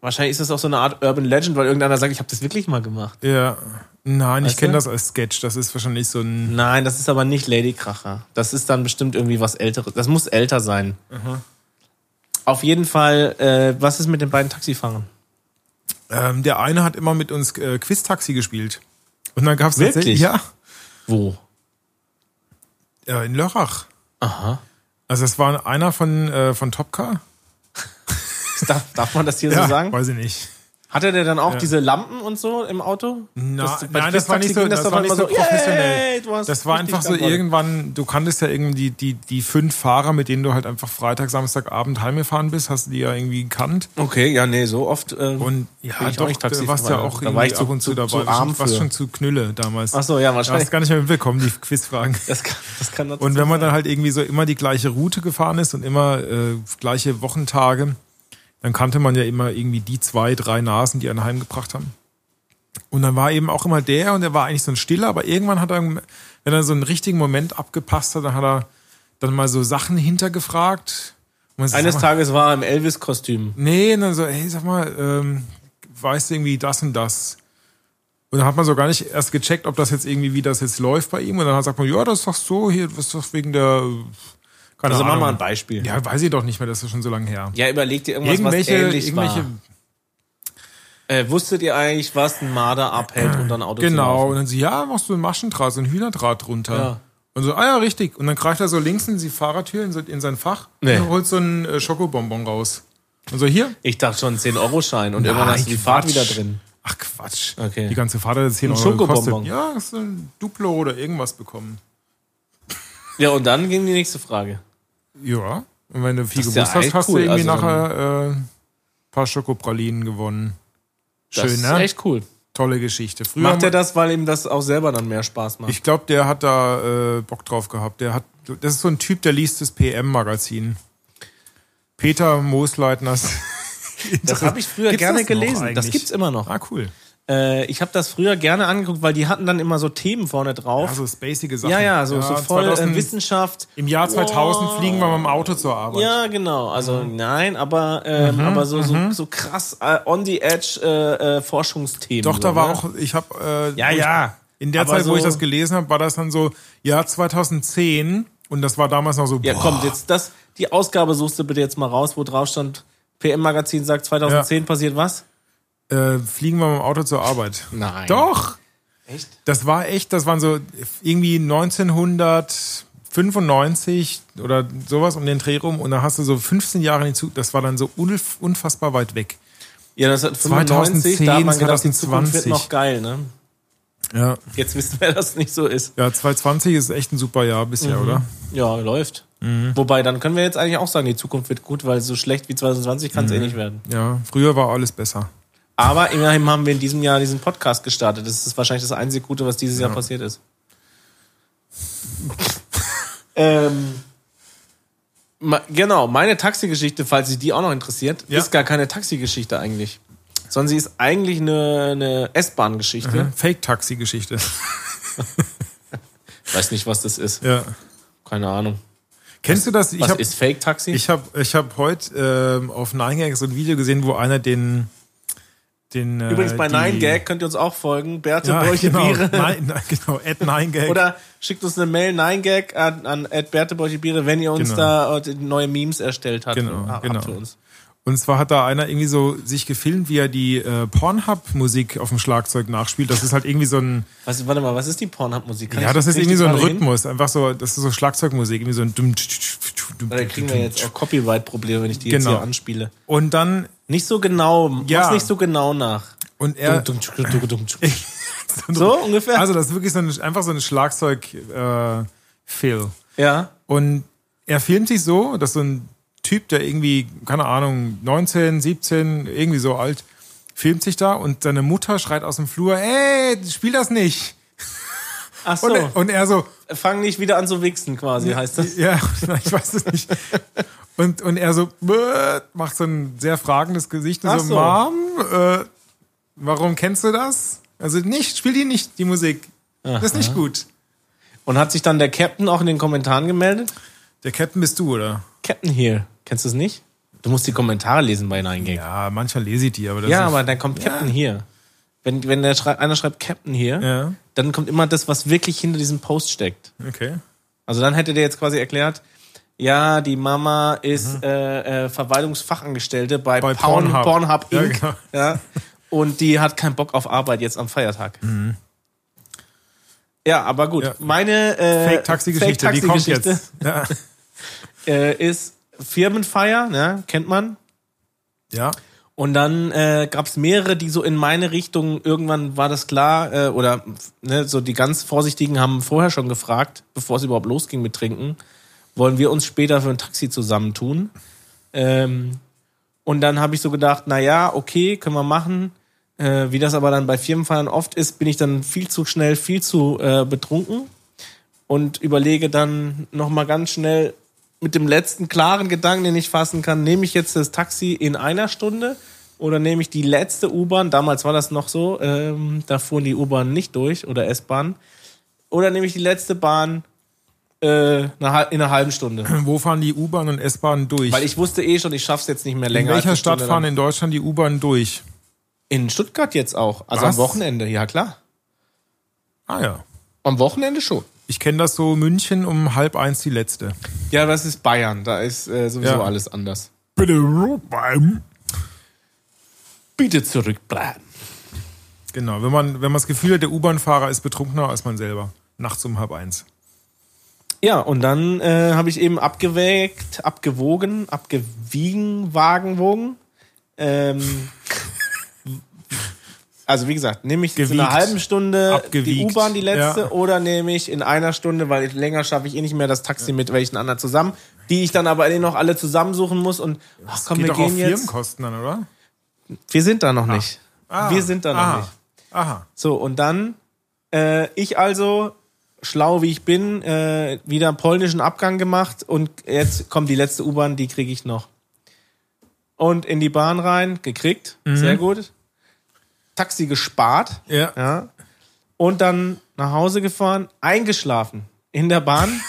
[SPEAKER 2] Wahrscheinlich ist das auch so eine Art Urban Legend, weil irgendeiner sagt, ich habe das wirklich mal gemacht.
[SPEAKER 1] Ja. Nein, ich
[SPEAKER 2] Weißt
[SPEAKER 1] kenne
[SPEAKER 2] du?
[SPEAKER 1] das als Sketch. Das ist wahrscheinlich so ein.
[SPEAKER 2] Nein, das ist aber nicht Ladykracher. Das ist dann bestimmt irgendwie was Älteres. Das muss älter sein.
[SPEAKER 1] Mhm.
[SPEAKER 2] Auf jeden Fall, äh, was ist mit den beiden Taxifahrern?
[SPEAKER 1] Ähm, der eine hat immer mit uns äh, Quiz-Taxi gespielt. Und dann gab es
[SPEAKER 2] Wirklich?
[SPEAKER 1] tatsächlich. Ja,
[SPEAKER 2] Wo?
[SPEAKER 1] äh, in Lörrach.
[SPEAKER 2] Aha.
[SPEAKER 1] Also, das war einer von, äh, von Top Car.
[SPEAKER 2] Darf, darf man das hier so sagen?
[SPEAKER 1] Weiß ich nicht.
[SPEAKER 2] Hatte der dann auch diese Lampen und so im Auto?
[SPEAKER 1] Na,
[SPEAKER 2] Dass du bei
[SPEAKER 1] nein, das war
[SPEAKER 2] Quiz-Taxi
[SPEAKER 1] nicht so,
[SPEAKER 2] ging
[SPEAKER 1] das
[SPEAKER 2] doch
[SPEAKER 1] war
[SPEAKER 2] dann
[SPEAKER 1] nicht
[SPEAKER 2] immer
[SPEAKER 1] so professionell.
[SPEAKER 2] "Yay, du hast
[SPEAKER 1] Das war
[SPEAKER 2] richtig
[SPEAKER 1] einfach so
[SPEAKER 2] geantwortet."
[SPEAKER 1] irgendwann, du kanntest ja irgendwie die, die, die fünf Fahrer, mit denen du halt einfach Freitag, Samstagabend heimgefahren bist, hast du die ja irgendwie gekannt.
[SPEAKER 2] Okay, ja, nee, so oft. Ähm,
[SPEAKER 1] Und ja,
[SPEAKER 2] Bin ich auch
[SPEAKER 1] doch,
[SPEAKER 2] nicht
[SPEAKER 1] du
[SPEAKER 2] Taxi
[SPEAKER 1] warst ja
[SPEAKER 2] gefahren.
[SPEAKER 1] auch
[SPEAKER 2] Da war
[SPEAKER 1] irgendwie
[SPEAKER 2] ich zu-
[SPEAKER 1] ab und zu,
[SPEAKER 2] zu-
[SPEAKER 1] dabei.
[SPEAKER 2] zu arm
[SPEAKER 1] warst
[SPEAKER 2] für.
[SPEAKER 1] schon zu Knülle damals.
[SPEAKER 2] Ach so, ja,
[SPEAKER 1] Du hast
[SPEAKER 2] wahrscheinlich.
[SPEAKER 1] gar nicht mehr mitbekommen, die Quizfragen.
[SPEAKER 2] Das kann, das kann natürlich
[SPEAKER 1] Und wenn man
[SPEAKER 2] sein.
[SPEAKER 1] dann halt irgendwie so immer die gleiche Route gefahren ist und immer äh, gleiche Wochentage, dann kannte man ja immer irgendwie die zwei, drei Nasen, die einen heimgebracht haben. Und dann war eben auch immer der und er war eigentlich so ein Stiller, aber irgendwann hat er, wenn er so einen richtigen Moment abgepasst hat, dann hat er dann mal so Sachen hintergefragt. Und man sagt,
[SPEAKER 2] Eines
[SPEAKER 1] sag mal,
[SPEAKER 2] Tages war er im Elvis-Kostüm.
[SPEAKER 1] Nee, und dann so, hey, sag mal, ähm, weißt du irgendwie das und das? Und dann hat man so gar nicht erst gecheckt, ob das jetzt irgendwie, wie das jetzt läuft bei ihm. Und dann sagt man, ja, das ist doch so, hier, das ist doch wegen der, keine
[SPEAKER 2] Also mach
[SPEAKER 1] Ahnung.
[SPEAKER 2] mal ein Beispiel.
[SPEAKER 1] Ja, weiß ich doch nicht mehr, das ist schon so lange her.
[SPEAKER 2] Ja, überleg dir irgendwas,
[SPEAKER 1] irgendwelche,
[SPEAKER 2] was ähnlich
[SPEAKER 1] irgendwelche,
[SPEAKER 2] war. Äh, wusstet ihr eigentlich, was ein Marder abhält, um dann Auto
[SPEAKER 1] genau.
[SPEAKER 2] zu
[SPEAKER 1] Und dann so, ja, machst du einen Maschendraht, so einen Hühnerdraht runter.
[SPEAKER 2] Ja.
[SPEAKER 1] Und so, ah ja, richtig. Und dann greift er so links in die Fahrradtür, in, so, in sein Fach,
[SPEAKER 2] Nee.
[SPEAKER 1] und holt so einen äh, Schokobonbon raus. Und so, hier.
[SPEAKER 2] Ich dachte schon 10-Euro-Schein und irgendwann hast du
[SPEAKER 1] Ah,
[SPEAKER 2] die
[SPEAKER 1] Quatsch.
[SPEAKER 2] Fahrt wieder drin.
[SPEAKER 1] Ach Quatsch.
[SPEAKER 2] Okay.
[SPEAKER 1] Die ganze Fahrt hat jetzt 10
[SPEAKER 2] Ein
[SPEAKER 1] Euro gekostet.
[SPEAKER 2] Schokobonbon.
[SPEAKER 1] Ja, hast du ein Duplo oder irgendwas bekommen.
[SPEAKER 2] Ja, und dann ging die nächste Frage.
[SPEAKER 1] Ja. Und wenn du viel
[SPEAKER 2] Das ist
[SPEAKER 1] gewusst
[SPEAKER 2] ja
[SPEAKER 1] hast,
[SPEAKER 2] echt
[SPEAKER 1] hast
[SPEAKER 2] cool.
[SPEAKER 1] du irgendwie
[SPEAKER 2] Also
[SPEAKER 1] nachher äh, ein paar Schokopralinen gewonnen.
[SPEAKER 2] Das
[SPEAKER 1] Schön,
[SPEAKER 2] ist
[SPEAKER 1] ne?
[SPEAKER 2] echt cool.
[SPEAKER 1] Tolle Geschichte. Früher
[SPEAKER 2] Macht er
[SPEAKER 1] mal-
[SPEAKER 2] das, weil ihm das auch selber dann mehr Spaß macht?
[SPEAKER 1] Ich glaube, der hat da äh, Bock drauf gehabt. Der hat, das ist so ein Typ, der liest das PM-Magazin. Peter Moosleitners.
[SPEAKER 2] das habe ich früher
[SPEAKER 1] Gibt's
[SPEAKER 2] gerne
[SPEAKER 1] das noch
[SPEAKER 2] gelesen. Das
[SPEAKER 1] eigentlich?
[SPEAKER 2] gibt's immer noch.
[SPEAKER 1] Ah, cool.
[SPEAKER 2] Äh, ich habe das früher gerne angeguckt, weil die hatten dann immer so Themen vorne drauf.
[SPEAKER 1] Also spacige Sachen.
[SPEAKER 2] ja, ja, so, so voll
[SPEAKER 1] 2000
[SPEAKER 2] äh, Wissenschaft.
[SPEAKER 1] Im Jahr 2000
[SPEAKER 2] Wow.
[SPEAKER 1] fliegen wir mit dem Auto zur Arbeit.
[SPEAKER 2] Ja, genau. Also
[SPEAKER 1] Mhm.
[SPEAKER 2] nein, aber, ähm, aber so, so, so krass äh, on the edge äh, äh, Forschungsthemen.
[SPEAKER 1] Doch,
[SPEAKER 2] so,
[SPEAKER 1] da war
[SPEAKER 2] ne?
[SPEAKER 1] auch, ich habe. Äh,
[SPEAKER 2] Ja,
[SPEAKER 1] wo
[SPEAKER 2] ja.
[SPEAKER 1] Ich, in der
[SPEAKER 2] Aber
[SPEAKER 1] Zeit, wo ich
[SPEAKER 2] so-
[SPEAKER 1] das gelesen habe, war das dann so, ja, 2010. Und das war damals noch so,
[SPEAKER 2] Ja,
[SPEAKER 1] boah,
[SPEAKER 2] komm, jetzt das, die Ausgabe suchst du bitte jetzt mal raus, wo drauf stand, PM-Magazin sagt 2010 passiert was?
[SPEAKER 1] äh, fliegen wir mit dem Auto zur Arbeit.
[SPEAKER 2] Nein.
[SPEAKER 1] Doch!
[SPEAKER 2] Echt?
[SPEAKER 1] Das war echt, das waren so irgendwie 1995 oder sowas um den Dreh rum. Und da hast du so 15 Jahre hinzu. Das war dann so unf- unfassbar weit weg.
[SPEAKER 2] Ja, das hat 95,
[SPEAKER 1] 2010,
[SPEAKER 2] da hat man gedacht, die
[SPEAKER 1] 2020.
[SPEAKER 2] Zukunft wird noch geil, ne?
[SPEAKER 1] Ja.
[SPEAKER 2] Jetzt wissen wir, dass es nicht so ist.
[SPEAKER 1] Ja, 2020 ist echt ein super Jahr bisher, oder?
[SPEAKER 2] Ja, läuft.
[SPEAKER 1] Mhm.
[SPEAKER 2] Wobei, dann können wir jetzt eigentlich auch sagen, die Zukunft wird gut, weil so schlecht wie 2020 kann es
[SPEAKER 1] Mhm.
[SPEAKER 2] eh nicht werden.
[SPEAKER 1] Ja, früher war alles besser.
[SPEAKER 2] Aber immerhin haben wir in diesem Jahr diesen Podcast gestartet. Das ist wahrscheinlich das einzige Gute, was dieses Jahr passiert ist. ähm, ma- genau, meine Taxigeschichte, falls Sie die auch noch interessiert,
[SPEAKER 1] Ja.
[SPEAKER 2] ist gar keine Taxigeschichte eigentlich. Sondern sie ist eigentlich eine, eine S-Bahn-Geschichte.
[SPEAKER 1] ne? Fake-Taxi-Geschichte. Mhm.
[SPEAKER 2] Ich weiß nicht, was das ist.
[SPEAKER 1] Ja.
[SPEAKER 2] Keine Ahnung.
[SPEAKER 1] Kennst du das? Ich
[SPEAKER 2] Was
[SPEAKER 1] hab-
[SPEAKER 2] ist Fake-Taxi?
[SPEAKER 1] Ich äh, habe ich hab heute ähm, auf 9gag so ein Video gesehen, wo einer den. den äh,
[SPEAKER 2] Übrigens bei
[SPEAKER 1] die-
[SPEAKER 2] 9gag könnt ihr uns auch folgen. Berthe
[SPEAKER 1] Ja,
[SPEAKER 2] Bräuche
[SPEAKER 1] genau,
[SPEAKER 2] Biere.
[SPEAKER 1] nein, nein, genau, at 9gag.
[SPEAKER 2] Oder schickt uns eine Mail 9gag an, an Berthe Bräuche Biere, wenn ihr uns
[SPEAKER 1] Genau.
[SPEAKER 2] da äh, neue Memes erstellt habt.
[SPEAKER 1] Genau,
[SPEAKER 2] Ah, ab
[SPEAKER 1] genau.
[SPEAKER 2] Für uns.
[SPEAKER 1] Und zwar hat da einer irgendwie so sich gefilmt, wie er die äh, Pornhub-Musik auf dem Schlagzeug nachspielt. Das ist halt irgendwie so ein,
[SPEAKER 2] Was, warte mal, was ist die Pornhub-Musik? Kann
[SPEAKER 1] ja,
[SPEAKER 2] ich-
[SPEAKER 1] das ist
[SPEAKER 2] krieg ich
[SPEAKER 1] irgendwie so ein
[SPEAKER 2] gerade hin?
[SPEAKER 1] Rhythmus. Einfach so, das ist so Schlagzeugmusik, irgendwie so ein dumm.
[SPEAKER 2] Da kriegen wir jetzt auch Copyright-Probleme, wenn ich die jetzt
[SPEAKER 1] Genau.
[SPEAKER 2] hier anspiele.
[SPEAKER 1] Und dann,
[SPEAKER 2] Nicht so genau,
[SPEAKER 1] Ja.
[SPEAKER 2] mach's nicht so genau nach.
[SPEAKER 1] und er,
[SPEAKER 2] Dum, dum, dum, dum, dum. so ungefähr?
[SPEAKER 1] also das ist wirklich so ein, einfach so ein äh, Schlagzeug-Fill.
[SPEAKER 2] ja.
[SPEAKER 1] Und er filmt sich so, dass so ein Typ, der irgendwie, keine Ahnung, 19, 17, irgendwie so alt, filmt sich da und seine Mutter schreit aus dem Flur, ey, spiel das nicht.
[SPEAKER 2] Ach so,
[SPEAKER 1] Und, er, und er so,
[SPEAKER 2] fang nicht wieder an zu wichsen quasi, heißt das.
[SPEAKER 1] ja, ich weiß es nicht. Und, und er so, "Bäh", macht so ein sehr fragendes Gesicht und
[SPEAKER 2] Ach
[SPEAKER 1] so,
[SPEAKER 2] so.
[SPEAKER 1] Mom, äh, warum kennst du das? Also nicht, spiel die nicht, die Musik. Das ist nicht gut.
[SPEAKER 2] Und hat sich dann der Captain auch in den Kommentaren gemeldet?
[SPEAKER 1] Der Captain bist du, oder?
[SPEAKER 2] Captain hier, kennst du es nicht? Du musst die Kommentare lesen bei Nine Gag.
[SPEAKER 1] Ja, manchmal lese ich die, aber das
[SPEAKER 2] Ja,
[SPEAKER 1] ist
[SPEAKER 2] aber dann kommt Captain hier. Wenn, wenn der schrei einer schreibt Captain hier,
[SPEAKER 1] Ja.
[SPEAKER 2] dann kommt immer das, was wirklich hinter diesem Post steckt.
[SPEAKER 1] okay.
[SPEAKER 2] Also dann hätte der jetzt quasi erklärt, ja, die Mama ist äh, äh, Verwaltungsfachangestellte bei,
[SPEAKER 1] Mhm. Bei
[SPEAKER 2] Porn,
[SPEAKER 1] Pornhub.
[SPEAKER 2] Pornhub,
[SPEAKER 1] Ja,
[SPEAKER 2] Inc.
[SPEAKER 1] genau.
[SPEAKER 2] Ja, und die hat keinen Bock auf Arbeit jetzt am Feiertag. Ja, aber gut.
[SPEAKER 1] Mhm. Ja.
[SPEAKER 2] Meine äh,
[SPEAKER 1] Fake-Taxi-Geschichte, die kommt
[SPEAKER 2] Fake-Taxi-Geschichte,
[SPEAKER 1] jetzt. Ja.
[SPEAKER 2] Äh, ist Firmenfeier, ne? kennt man.
[SPEAKER 1] ja.
[SPEAKER 2] Und dann äh, gab es mehrere, die so in meine Richtung, irgendwann war das klar, äh, oder ne, so die ganz Vorsichtigen haben vorher schon gefragt, bevor es überhaupt losging mit Trinken, wollen wir uns später für ein Taxi zusammentun? Ähm, und dann habe ich so gedacht, na ja, okay, können wir machen. Äh, wie das aber dann bei Firmenfeiern oft ist, bin ich dann viel zu schnell, viel zu äh, betrunken und überlege dann nochmal ganz schnell mit dem letzten klaren Gedanken, den ich fassen kann, nehme ich jetzt das Taxi in einer Stunde oder nehme ich die letzte U-Bahn, damals war das noch so, ähm, da fuhren die U-Bahn nicht durch oder S-Bahn, oder nehme ich die letzte Bahn äh, eine hal- in einer halben Stunde.
[SPEAKER 1] Wo fahren die U-Bahn und S-Bahn durch?
[SPEAKER 2] Weil ich wusste eh schon, ich schaff's jetzt nicht mehr
[SPEAKER 1] in
[SPEAKER 2] länger. als
[SPEAKER 1] welcher
[SPEAKER 2] eine
[SPEAKER 1] Stadt
[SPEAKER 2] Stunde
[SPEAKER 1] fahren
[SPEAKER 2] dann.
[SPEAKER 1] in Deutschland die U-Bahn durch?
[SPEAKER 2] in Stuttgart jetzt auch? Also
[SPEAKER 1] Was?
[SPEAKER 2] am Wochenende, ja klar.
[SPEAKER 1] Ah ja.
[SPEAKER 2] Am Wochenende schon.
[SPEAKER 1] Ich kenne das so München um halb eins die letzte.
[SPEAKER 2] Ja, das ist Bayern, da ist äh, sowieso
[SPEAKER 1] Ja.
[SPEAKER 2] alles anders.
[SPEAKER 1] Bitte beim.
[SPEAKER 2] Bitte zurückbleiben.
[SPEAKER 1] Genau, wenn man, wenn man das Gefühl hat, der U-Bahn-Fahrer ist betrunkener als man selber. Nachts um halb eins.
[SPEAKER 2] Ja, und dann äh, habe ich eben abgewägt, abgewogen, abgewiegen, wagen, wogen. Ähm, also wie gesagt, nehme ich in
[SPEAKER 1] Gewiegt.
[SPEAKER 2] einer halben Stunde
[SPEAKER 1] Abgewiegt.
[SPEAKER 2] die U-Bahn, die letzte,
[SPEAKER 1] Ja.
[SPEAKER 2] oder nehme ich in einer Stunde, weil länger schaffe ich eh nicht mehr das Taxi mit welchen anderen zusammen, die ich dann aber eh noch alle zusammensuchen muss und ach komm,
[SPEAKER 1] Geht
[SPEAKER 2] wir
[SPEAKER 1] doch auf
[SPEAKER 2] gehen jetzt.
[SPEAKER 1] Firmenkosten dann, oder?
[SPEAKER 2] Wir sind da noch nicht.
[SPEAKER 1] Ah,
[SPEAKER 2] wir sind da noch
[SPEAKER 1] aha,
[SPEAKER 2] nicht.
[SPEAKER 1] Aha.
[SPEAKER 2] So, und dann, äh, ich also, schlau wie ich bin, äh, wieder einen polnischen Abgang gemacht und jetzt kommt die letzte U-Bahn, die kriege ich noch. Und in die Bahn rein, gekriegt, sehr gut. Taxi gespart,
[SPEAKER 1] Ja.
[SPEAKER 2] ja. Und dann nach Hause gefahren, eingeschlafen in der Bahn,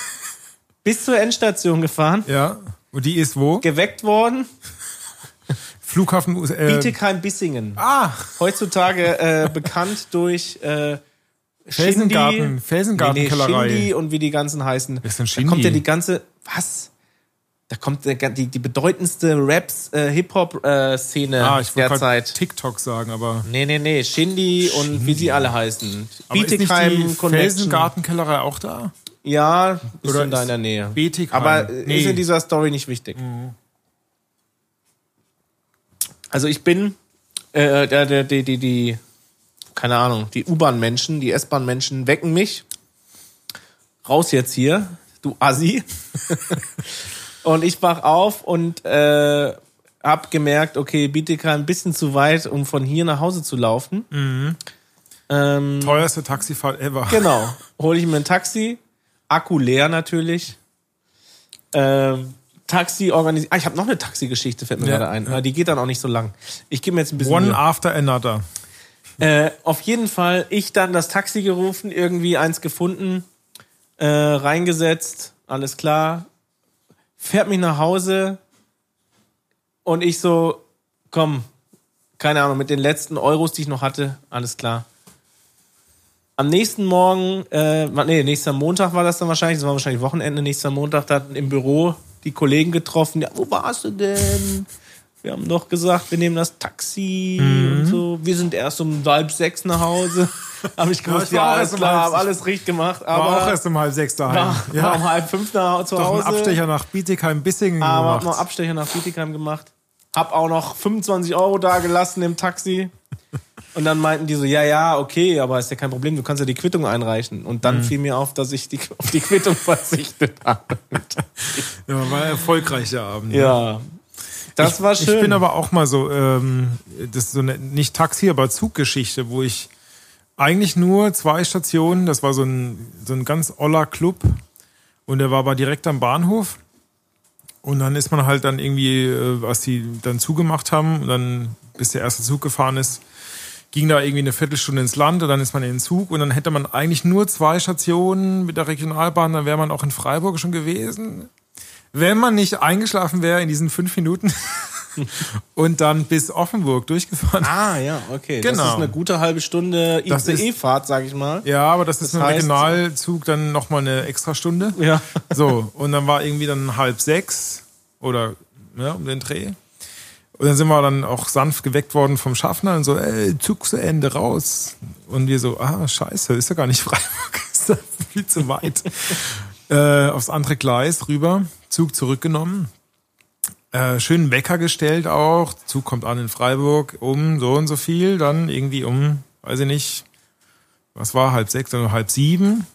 [SPEAKER 2] bis zur Endstation gefahren,
[SPEAKER 1] Ja. Und die ist wo?
[SPEAKER 2] geweckt worden,
[SPEAKER 1] Flughafen. Äh,
[SPEAKER 2] Bietigheim-Bissingen.
[SPEAKER 1] Ah,
[SPEAKER 2] Heutzutage äh, bekannt durch äh,
[SPEAKER 1] Felsengarten. Felsengartenkellerei.
[SPEAKER 2] Shindy und wie die ganzen heißen.
[SPEAKER 1] ist denn
[SPEAKER 2] Da kommt ja
[SPEAKER 1] Shindy?
[SPEAKER 2] die ganze, was? Da kommt der ga- die, die bedeutendste äh, Raps-Hip-Hop-Szene
[SPEAKER 1] ah, ich wollte gerade
[SPEAKER 2] derzeit.
[SPEAKER 1] TikTok sagen, aber.
[SPEAKER 2] Nee, nee, nee, Shindy und wie sie alle heißen.
[SPEAKER 1] aber ist nicht die
[SPEAKER 2] Bietigheim Connection.
[SPEAKER 1] Felsengartenkellerei auch da?
[SPEAKER 2] Ja, ist
[SPEAKER 1] Oder
[SPEAKER 2] in deiner
[SPEAKER 1] ist
[SPEAKER 2] Nähe.
[SPEAKER 1] Bietigheim?
[SPEAKER 2] Aber äh,
[SPEAKER 1] Nee. Mhm.
[SPEAKER 2] ist in dieser Story nicht wichtig. Also ich bin äh, der, der, die, die, die, keine Ahnung, die U-Bahn-Menschen, die S-Bahn-Menschen wecken mich. Raus jetzt hier, du Assi. und ich wach auf und äh, hab gemerkt, okay, Bietigheim ein bisschen zu weit, um von hier nach Hause zu laufen.
[SPEAKER 1] Mhm.
[SPEAKER 2] Ähm,
[SPEAKER 1] Teuerste Taxifahrt ever.
[SPEAKER 2] Genau. Hole ich mir ein Taxi. Akku leer natürlich. Ähm, Taxi organisiert. Ah, ich habe noch eine Taxi-Geschichte, fällt mir
[SPEAKER 1] Ja,
[SPEAKER 2] gerade ein. Aber die geht dann auch nicht so lang. Ich gebe mir jetzt ein bisschen.
[SPEAKER 1] One
[SPEAKER 2] Mühe.
[SPEAKER 1] after another.
[SPEAKER 2] Äh, auf jeden Fall, ich dann das Taxi gerufen, irgendwie eins gefunden, äh, reingesetzt, alles klar. Fährt mich nach Hause und ich so, komm, keine Ahnung, mit den letzten Euros, die ich noch hatte, alles klar. Am nächsten Morgen, äh, nee, nächster Montag war das dann wahrscheinlich, das war wahrscheinlich Wochenende, nächster Montag, da hatten im Büro die Kollegen getroffen, ja, wo warst du denn? Wir haben noch gesagt, wir nehmen das Taxi
[SPEAKER 1] Mhm.
[SPEAKER 2] und so. Wir sind erst um halb sechs nach Hause. Habe ich gewusst,
[SPEAKER 1] ich war auch
[SPEAKER 2] ja, alles
[SPEAKER 1] erst um
[SPEAKER 2] klar,
[SPEAKER 1] halb
[SPEAKER 2] hab
[SPEAKER 1] sechs.
[SPEAKER 2] alles richtig gemacht.
[SPEAKER 1] War
[SPEAKER 2] Aber
[SPEAKER 1] auch erst um halb sechs daheim.
[SPEAKER 2] war, war um halb fünf nach, zu
[SPEAKER 1] Noch
[SPEAKER 2] Hause.
[SPEAKER 1] einen Abstecher nach Bietigheim-Bissingen
[SPEAKER 2] aber
[SPEAKER 1] gemacht.
[SPEAKER 2] hab noch Abstecher nach Bietigheim gemacht. Hab auch noch 25 Euro da gelassen im Taxi. Und dann meinten die so, ja, ja, okay, aber ist ja kein Problem, du kannst ja die Quittung einreichen. Und
[SPEAKER 1] Mhm.
[SPEAKER 2] dann fiel mir auf, dass ich die, auf die Quittung verzichtet habe.
[SPEAKER 1] ja, war ein erfolgreicher Abend.
[SPEAKER 2] Ja. Das
[SPEAKER 1] ich,
[SPEAKER 2] war schön.
[SPEAKER 1] Ich bin aber auch mal so, ähm, das ist so eine, nicht Taxi, aber Zuggeschichte, wo ich eigentlich nur zwei Stationen, das war so ein, so ein ganz oller Club und der war aber direkt am Bahnhof. Und dann ist man halt dann irgendwie, äh, was die dann zugemacht haben, und dann bis der erste Zug gefahren ist, ging da irgendwie eine Viertelstunde ins Land und dann ist man in den Zug und dann hätte man eigentlich nur zwei Stationen mit der Regionalbahn, dann wäre man auch in Freiburg schon gewesen. Wenn man nicht eingeschlafen wäre in diesen fünf Minuten und dann bis Offenburg durchgefahren.
[SPEAKER 2] ah, ja, okay. Das
[SPEAKER 1] Genau.
[SPEAKER 2] ist eine gute halbe Stunde
[SPEAKER 1] Das ist-
[SPEAKER 2] ICE-Fahrt, sag ich mal.
[SPEAKER 1] Ja, aber das ist ein
[SPEAKER 2] Das heißt-
[SPEAKER 1] Regionalzug, dann nochmal eine extra Stunde.
[SPEAKER 2] Ja.
[SPEAKER 1] So, und dann war irgendwie dann halb sechs oder ja, um den Dreh. Und dann sind wir dann auch sanft geweckt worden vom Schaffner und so, ey, Zug zu Ende raus. Und wir so, ah, scheiße, ist ja gar nicht Freiburg, ist ja viel zu weit. äh, aufs andere Gleis rüber, Zug zurückgenommen. Äh, schönen Wecker gestellt auch. Zug kommt an in Freiburg um so und so viel, dann irgendwie um, weiß ich nicht, was war, halb sechs oder halb sieben.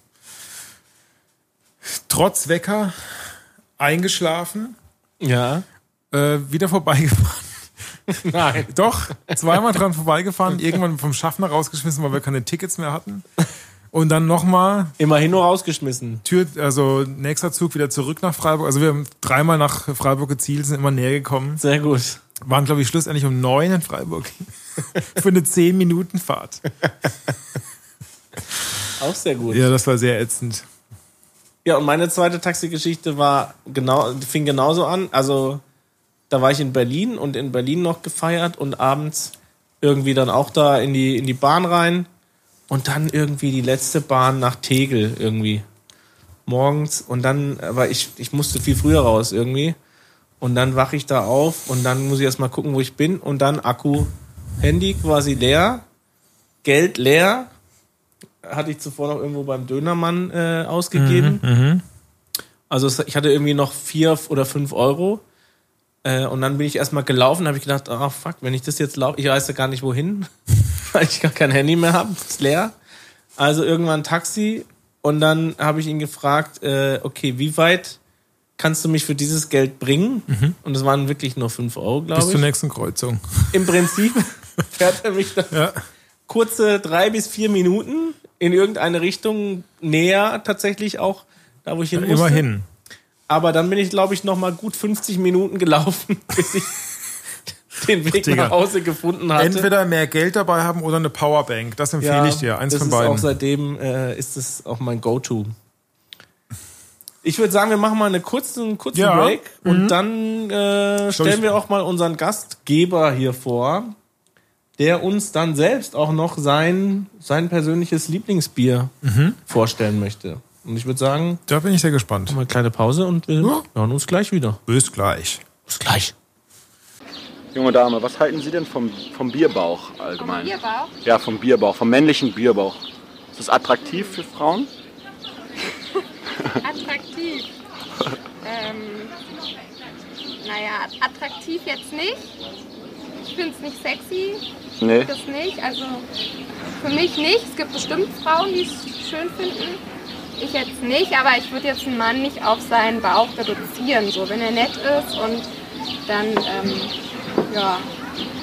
[SPEAKER 1] Trotz Wecker eingeschlafen,
[SPEAKER 2] Ja.
[SPEAKER 1] äh, wieder vorbeigefahren.
[SPEAKER 2] Nein.
[SPEAKER 1] Doch, zweimal dran vorbeigefahren, irgendwann vom Schaffner rausgeschmissen, weil wir keine Tickets mehr hatten. Und dann nochmal
[SPEAKER 2] Immerhin nur rausgeschmissen.
[SPEAKER 1] Tür, also nächster Zug wieder zurück nach Freiburg. Also wir haben dreimal nach Freiburg gezielt, sind immer näher gekommen.
[SPEAKER 2] Sehr gut.
[SPEAKER 1] Waren, glaube ich, schlussendlich um neun in Freiburg. Für eine zehn Minuten Fahrt.
[SPEAKER 2] Auch sehr gut.
[SPEAKER 1] Ja, das war sehr ätzend.
[SPEAKER 2] Ja, und meine zweite Taxigeschichte war genau, fing genauso an. Also, da war ich in Berlin und in Berlin noch gefeiert und abends irgendwie dann auch da in die, in die Bahn rein und dann irgendwie die letzte Bahn nach Tegel irgendwie morgens und dann, aber ich, ich musste viel früher raus irgendwie und dann wache ich da auf und dann muss ich erstmal gucken, wo ich bin und dann Akku, Handy quasi leer, Geld leer, hatte ich zuvor noch irgendwo beim Dönermann äh, ausgegeben. Also es, ich hatte irgendwie noch vier oder fünf Euro. Äh, und dann bin ich erstmal gelaufen, habe ich gedacht, ah fuck, wenn ich das jetzt laufe, ich weiß ja gar nicht wohin, weil ich gar kein Handy mehr habe, ist leer. Also irgendwann ein Taxi und dann habe ich ihn gefragt, äh, okay, wie weit kannst du mich für dieses Geld bringen? Und es waren wirklich nur fünf Euro, glaube ich
[SPEAKER 1] Bis zur nächsten Kreuzung.
[SPEAKER 2] im Prinzip fährt er mich dann
[SPEAKER 1] Ja.
[SPEAKER 2] kurze drei bis vier Minuten in irgendeine Richtung näher tatsächlich auch da, wo ich hin musste.
[SPEAKER 1] Immerhin.
[SPEAKER 2] Aber dann bin ich, glaube ich, noch mal gut 50 Minuten gelaufen, bis ich den Weg
[SPEAKER 1] Digga.
[SPEAKER 2] nach Hause gefunden hatte.
[SPEAKER 1] Entweder mehr Geld dabei haben oder eine Powerbank. Das empfehle ich dir. Eins
[SPEAKER 2] das
[SPEAKER 1] von
[SPEAKER 2] ist Auch
[SPEAKER 1] beiden.
[SPEAKER 2] seitdem äh, ist es auch mein Go-To. Ich würde sagen, wir machen mal einen kurzen, einen kurzen
[SPEAKER 1] Ja.
[SPEAKER 2] Break und dann äh, stellen
[SPEAKER 1] ich-
[SPEAKER 2] wir auch mal unseren Gastgeber hier vor, der uns dann selbst auch noch sein, sein persönliches Lieblingsbier vorstellen möchte. Und ich würde sagen,
[SPEAKER 1] Da bin ich sehr gespannt.
[SPEAKER 2] mal eine kleine Pause und wir
[SPEAKER 1] Ja.
[SPEAKER 2] hören uns gleich wieder.
[SPEAKER 1] Bis gleich.
[SPEAKER 2] Bis gleich.
[SPEAKER 3] Junge Dame, was halten Sie denn vom, vom Bierbauch allgemein?
[SPEAKER 4] Bierbauch?
[SPEAKER 3] Ja, vom Bierbauch, vom männlichen Bierbauch. Ist das attraktiv für Frauen?
[SPEAKER 4] Attraktiv. ähm, naja, attraktiv jetzt nicht. Ich finde es nicht sexy,
[SPEAKER 3] Nee.
[SPEAKER 4] das nicht. Also für mich nicht. Es gibt bestimmt Frauen, die es schön finden. Ich jetzt nicht, aber ich würde jetzt einen Mann nicht auf seinen Bauch reduzieren. So, wenn er nett ist und dann, ähm, ja.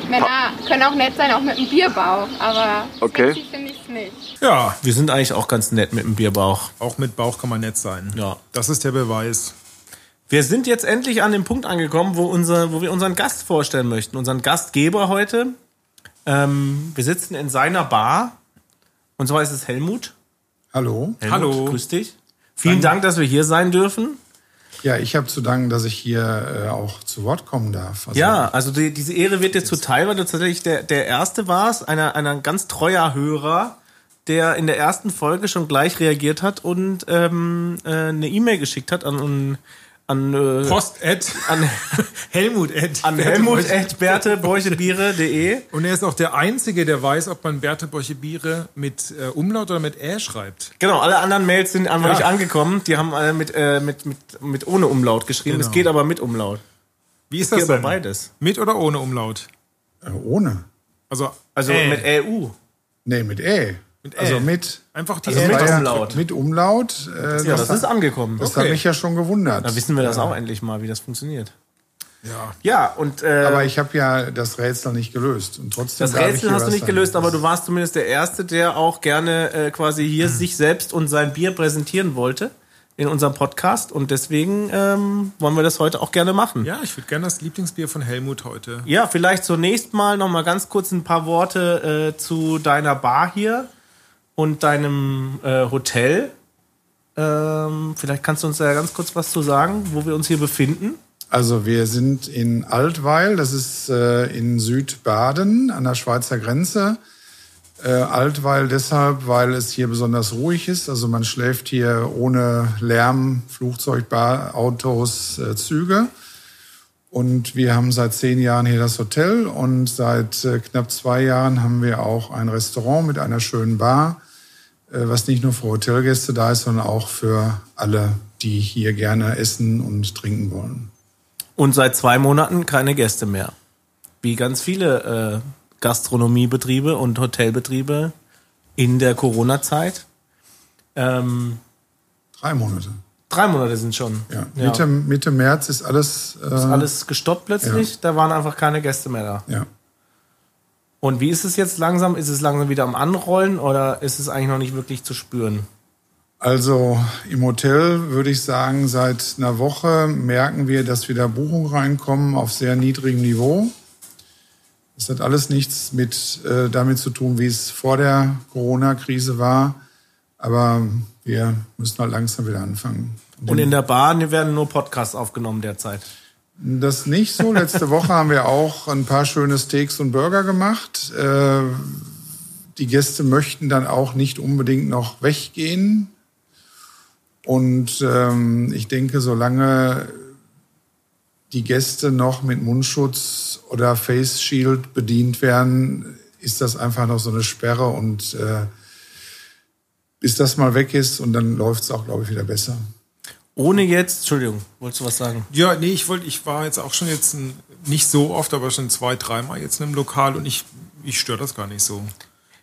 [SPEAKER 4] Männer können auch nett sein, auch mit einem Bierbauch, aber
[SPEAKER 3] Okay.
[SPEAKER 4] sexy finde ich es nicht.
[SPEAKER 1] Ja,
[SPEAKER 2] Wir sind eigentlich auch ganz nett mit dem Bierbauch.
[SPEAKER 1] auch mit Bauch kann man nett sein.
[SPEAKER 2] Ja.
[SPEAKER 1] Das ist der Beweis.
[SPEAKER 2] Wir sind jetzt endlich an dem Punkt angekommen, wo, unser, wo wir unseren Gast vorstellen möchten. Unseren Gastgeber heute. Ähm, wir sitzen in seiner Bar. Und zwar ist es Helmut.
[SPEAKER 5] Hallo.
[SPEAKER 2] Helmut
[SPEAKER 1] Hallo.
[SPEAKER 2] Grüß dich. Vielen Dank, dass wir hier sein dürfen.
[SPEAKER 5] Ja, ich habe zu danken, dass ich hier äh, auch zu Wort kommen darf. Also,
[SPEAKER 2] Ja, also die, diese Ehre wird dir zuteil, weil du tatsächlich der, der Erste warst, einer, einer ganz treuer Hörer, der in der ersten Folge schon gleich reagiert hat und ähm, äh, eine E-Mail geschickt hat an, an, äh,
[SPEAKER 1] Post at
[SPEAKER 2] an,
[SPEAKER 1] Helmut at
[SPEAKER 2] an Helmut at bertebräuchebiere.de.
[SPEAKER 1] Und er ist auch der Einzige, der weiß, ob man Berthe Bräuche Biere mit äh, Umlaut oder mit Ä schreibt.
[SPEAKER 2] Genau, alle anderen Mails sind einfach
[SPEAKER 1] Ja.
[SPEAKER 2] nicht angekommen. Die haben alle mit, äh, mit, mit, mit ohne Umlaut geschrieben. Es
[SPEAKER 1] Genau.
[SPEAKER 2] geht aber mit Umlaut.
[SPEAKER 1] Wie ist
[SPEAKER 2] Geht
[SPEAKER 1] das
[SPEAKER 2] aber
[SPEAKER 1] denn?
[SPEAKER 2] beides.
[SPEAKER 1] Mit oder ohne Umlaut?
[SPEAKER 5] Äh, ohne.
[SPEAKER 1] Also,
[SPEAKER 2] Also
[SPEAKER 1] Ä.
[SPEAKER 2] mit EU.
[SPEAKER 5] Nee, mit Ä.
[SPEAKER 1] Ä.
[SPEAKER 5] Also mit. E
[SPEAKER 1] Einfach die
[SPEAKER 2] E. Also
[SPEAKER 1] Ä
[SPEAKER 2] mit
[SPEAKER 5] war
[SPEAKER 1] drauf.
[SPEAKER 5] ja-
[SPEAKER 2] Umlaut.
[SPEAKER 5] Mit Umlaut. Äh,
[SPEAKER 2] Ja,
[SPEAKER 5] das
[SPEAKER 2] das ist angekommen.
[SPEAKER 5] das
[SPEAKER 1] okay.
[SPEAKER 5] hat mich ja schon gewundert.
[SPEAKER 2] Da wissen wir das auch endlich mal, wie das funktioniert.
[SPEAKER 1] Ja.
[SPEAKER 2] Ja, und äh,
[SPEAKER 5] aber ich habe ja das Rätsel nicht gelöst. Und trotzdem
[SPEAKER 2] das
[SPEAKER 5] darf ich
[SPEAKER 2] Rätsel
[SPEAKER 5] hier
[SPEAKER 2] hast du
[SPEAKER 5] was
[SPEAKER 2] nicht
[SPEAKER 5] sagen.
[SPEAKER 2] gelöst, aber du warst zumindest der Erste, der auch gerne äh, quasi hier sich selbst und sein Bier präsentieren wollte in unserem Podcast. Und deswegen ähm, wollen wir das heute auch gerne machen.
[SPEAKER 1] ja, ich würde gerne das Lieblingsbier von Helmut heute.
[SPEAKER 2] Ja, vielleicht zunächst mal noch mal ganz kurz ein paar Worte äh, zu deiner Bar hier und deinem äh, Hotel. Ähm, vielleicht kannst du uns da ganz kurz was zu sagen, wo wir uns hier befinden.
[SPEAKER 5] Also wir sind in Altweil, das ist äh, in Südbaden an der Schweizer Grenze. Äh, Altweil deshalb, weil es hier besonders ruhig ist. Also man schläft hier ohne Lärm, Flugzeug, Bar, Autos, äh, Züge. Und wir haben seit zehn Jahren hier das Hotel und seit äh, knapp zwei Jahren haben wir auch ein Restaurant mit einer schönen Bar, äh, was nicht nur für Hotelgäste da ist, sondern auch für alle, die hier gerne essen und trinken wollen.
[SPEAKER 2] Und seit zwei Monaten keine Gäste mehr. Wie ganz viele äh, Gastronomiebetriebe und Hotelbetriebe in der Corona-Zeit. Ähm,
[SPEAKER 5] Drei Monate.
[SPEAKER 2] drei Monate sind schon.
[SPEAKER 5] Ja. Mitte, Mitte März ist alles. Äh, ist
[SPEAKER 2] Alles gestoppt plötzlich, da waren einfach keine Gäste mehr da.
[SPEAKER 5] Ja.
[SPEAKER 2] Und wie ist es jetzt langsam? Ist es langsam wieder am Anrollen oder ist es eigentlich noch nicht wirklich zu spüren?
[SPEAKER 5] Also im Hotel würde ich sagen, seit einer Woche merken wir, dass wieder Buchungen reinkommen auf sehr niedrigem Niveau. Es hat alles nichts mit äh, damit zu tun, wie es vor der Corona-Krise war. Aber wir müssen halt langsam wieder anfangen.
[SPEAKER 2] Und in der Bar werden nur Podcasts aufgenommen derzeit.
[SPEAKER 5] Das nicht so. Letzte Woche haben wir auch ein paar schöne Steaks und Burger gemacht. Äh, die Gäste möchten dann auch nicht unbedingt noch weggehen. Und ähm, ich denke, solange die Gäste noch mit Mundschutz oder Face Shield bedient werden, ist das einfach noch so eine Sperre. Und äh, bis das mal weg ist und dann läuft es auch, glaube ich, wieder besser.
[SPEAKER 2] Ohne jetzt, Entschuldigung, wolltest du was sagen?
[SPEAKER 1] Ja, nee, ich wollte, ich war jetzt auch schon jetzt ein, nicht so oft, aber schon zwei, dreimal jetzt in einem Lokal und ich, ich störe das gar nicht so.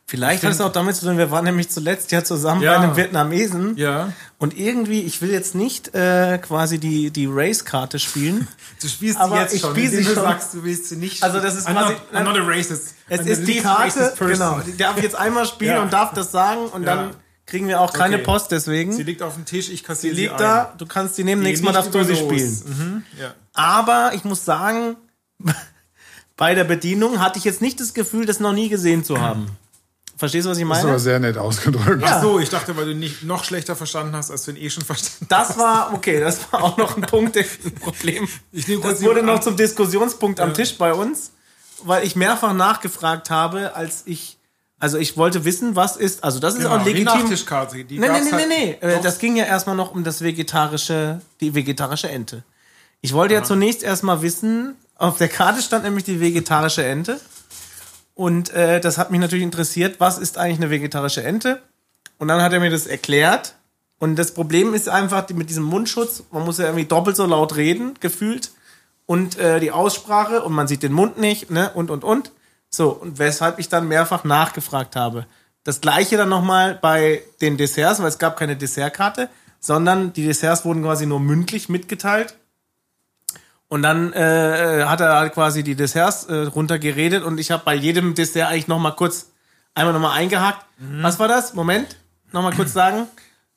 [SPEAKER 2] Vielleicht hat es auch damit zu tun, wir waren nämlich zuletzt ja zusammen
[SPEAKER 1] Ja.
[SPEAKER 2] bei einem Vietnamesen.
[SPEAKER 1] Ja.
[SPEAKER 2] Und irgendwie, ich will jetzt nicht äh, quasi die, die Race-Karte spielen.
[SPEAKER 1] Du spielst
[SPEAKER 2] Aber
[SPEAKER 1] sie jetzt
[SPEAKER 2] ich
[SPEAKER 1] schon,
[SPEAKER 2] spiel
[SPEAKER 1] indem
[SPEAKER 2] sie
[SPEAKER 1] du
[SPEAKER 2] schon.
[SPEAKER 1] sagst, du willst sie nicht
[SPEAKER 2] Also das ist
[SPEAKER 1] I'm
[SPEAKER 2] quasi-
[SPEAKER 1] not, I'm not a racist.
[SPEAKER 2] Es
[SPEAKER 1] I'm
[SPEAKER 2] ist
[SPEAKER 1] the
[SPEAKER 2] die
[SPEAKER 1] least
[SPEAKER 2] Karte,
[SPEAKER 1] racist person.
[SPEAKER 2] genau, die darf ich jetzt einmal spielen
[SPEAKER 1] Ja.
[SPEAKER 2] und darf das sagen und
[SPEAKER 1] Ja.
[SPEAKER 2] dann kriegen wir auch keine
[SPEAKER 1] Okay.
[SPEAKER 2] Post deswegen.
[SPEAKER 1] Sie
[SPEAKER 2] Sie
[SPEAKER 1] liegt auf dem Tisch, ich kassiere sie
[SPEAKER 2] liegt
[SPEAKER 1] ein.
[SPEAKER 2] da, du kannst die nehmen,
[SPEAKER 1] Geh
[SPEAKER 2] nächstes Mal
[SPEAKER 1] nicht
[SPEAKER 2] darfst du sie
[SPEAKER 1] über
[SPEAKER 2] spielen. Ah.
[SPEAKER 1] los. Mhm. Ja.
[SPEAKER 2] Aber ich muss sagen, bei der Bedienung hatte ich jetzt nicht das Gefühl, das noch nie gesehen zu haben. Verstehst du, was ich
[SPEAKER 5] Das ist aber
[SPEAKER 2] meine?
[SPEAKER 5] sehr nett ausgedrückt.
[SPEAKER 1] Ach so, ich dachte, weil du nicht noch schlechter verstanden hast, als du ihn eh schon verstanden
[SPEAKER 2] Das war, okay, das war auch noch ein Punkt, der ein Problem.
[SPEAKER 1] Ich nehme kurz
[SPEAKER 2] Das
[SPEAKER 1] die-
[SPEAKER 2] wurde noch zum Diskussionspunkt am Tisch bei uns, weil ich mehrfach nachgefragt habe, als ich, also ich wollte wissen, was ist, also das ist
[SPEAKER 1] Genau,
[SPEAKER 2] auch
[SPEAKER 1] die
[SPEAKER 2] legitim.
[SPEAKER 1] Nachtischkarte, die
[SPEAKER 2] nee, nee,
[SPEAKER 1] gab's
[SPEAKER 2] nee,
[SPEAKER 1] halt-
[SPEAKER 2] nee, nee. Äh,
[SPEAKER 1] Doch.
[SPEAKER 2] Das ging ja erstmal noch um das vegetarische, die vegetarische Ente. Ich wollte ja zunächst erstmal wissen, auf der Karte stand nämlich die vegetarische Ente. Und äh, das hat mich natürlich interessiert, was ist eigentlich eine vegetarische Ente? Und dann hat er mir das erklärt. Und das Problem ist einfach die- mit diesem Mundschutz, man muss ja irgendwie doppelt so laut reden, gefühlt. Und äh, die Aussprache und man sieht den Mund nicht, ne? Und, und, und. So, und weshalb ich dann mehrfach nachgefragt habe. Das gleiche dann nochmal bei den Desserts, weil es gab keine Dessertkarte, sondern die Desserts wurden quasi nur mündlich mitgeteilt. Und dann äh, hat er quasi die Desserts äh, runtergeredet und ich habe bei jedem Dessert eigentlich nochmal kurz, einmal nochmal eingehakt. Was war das? Moment, nochmal kurz sagen.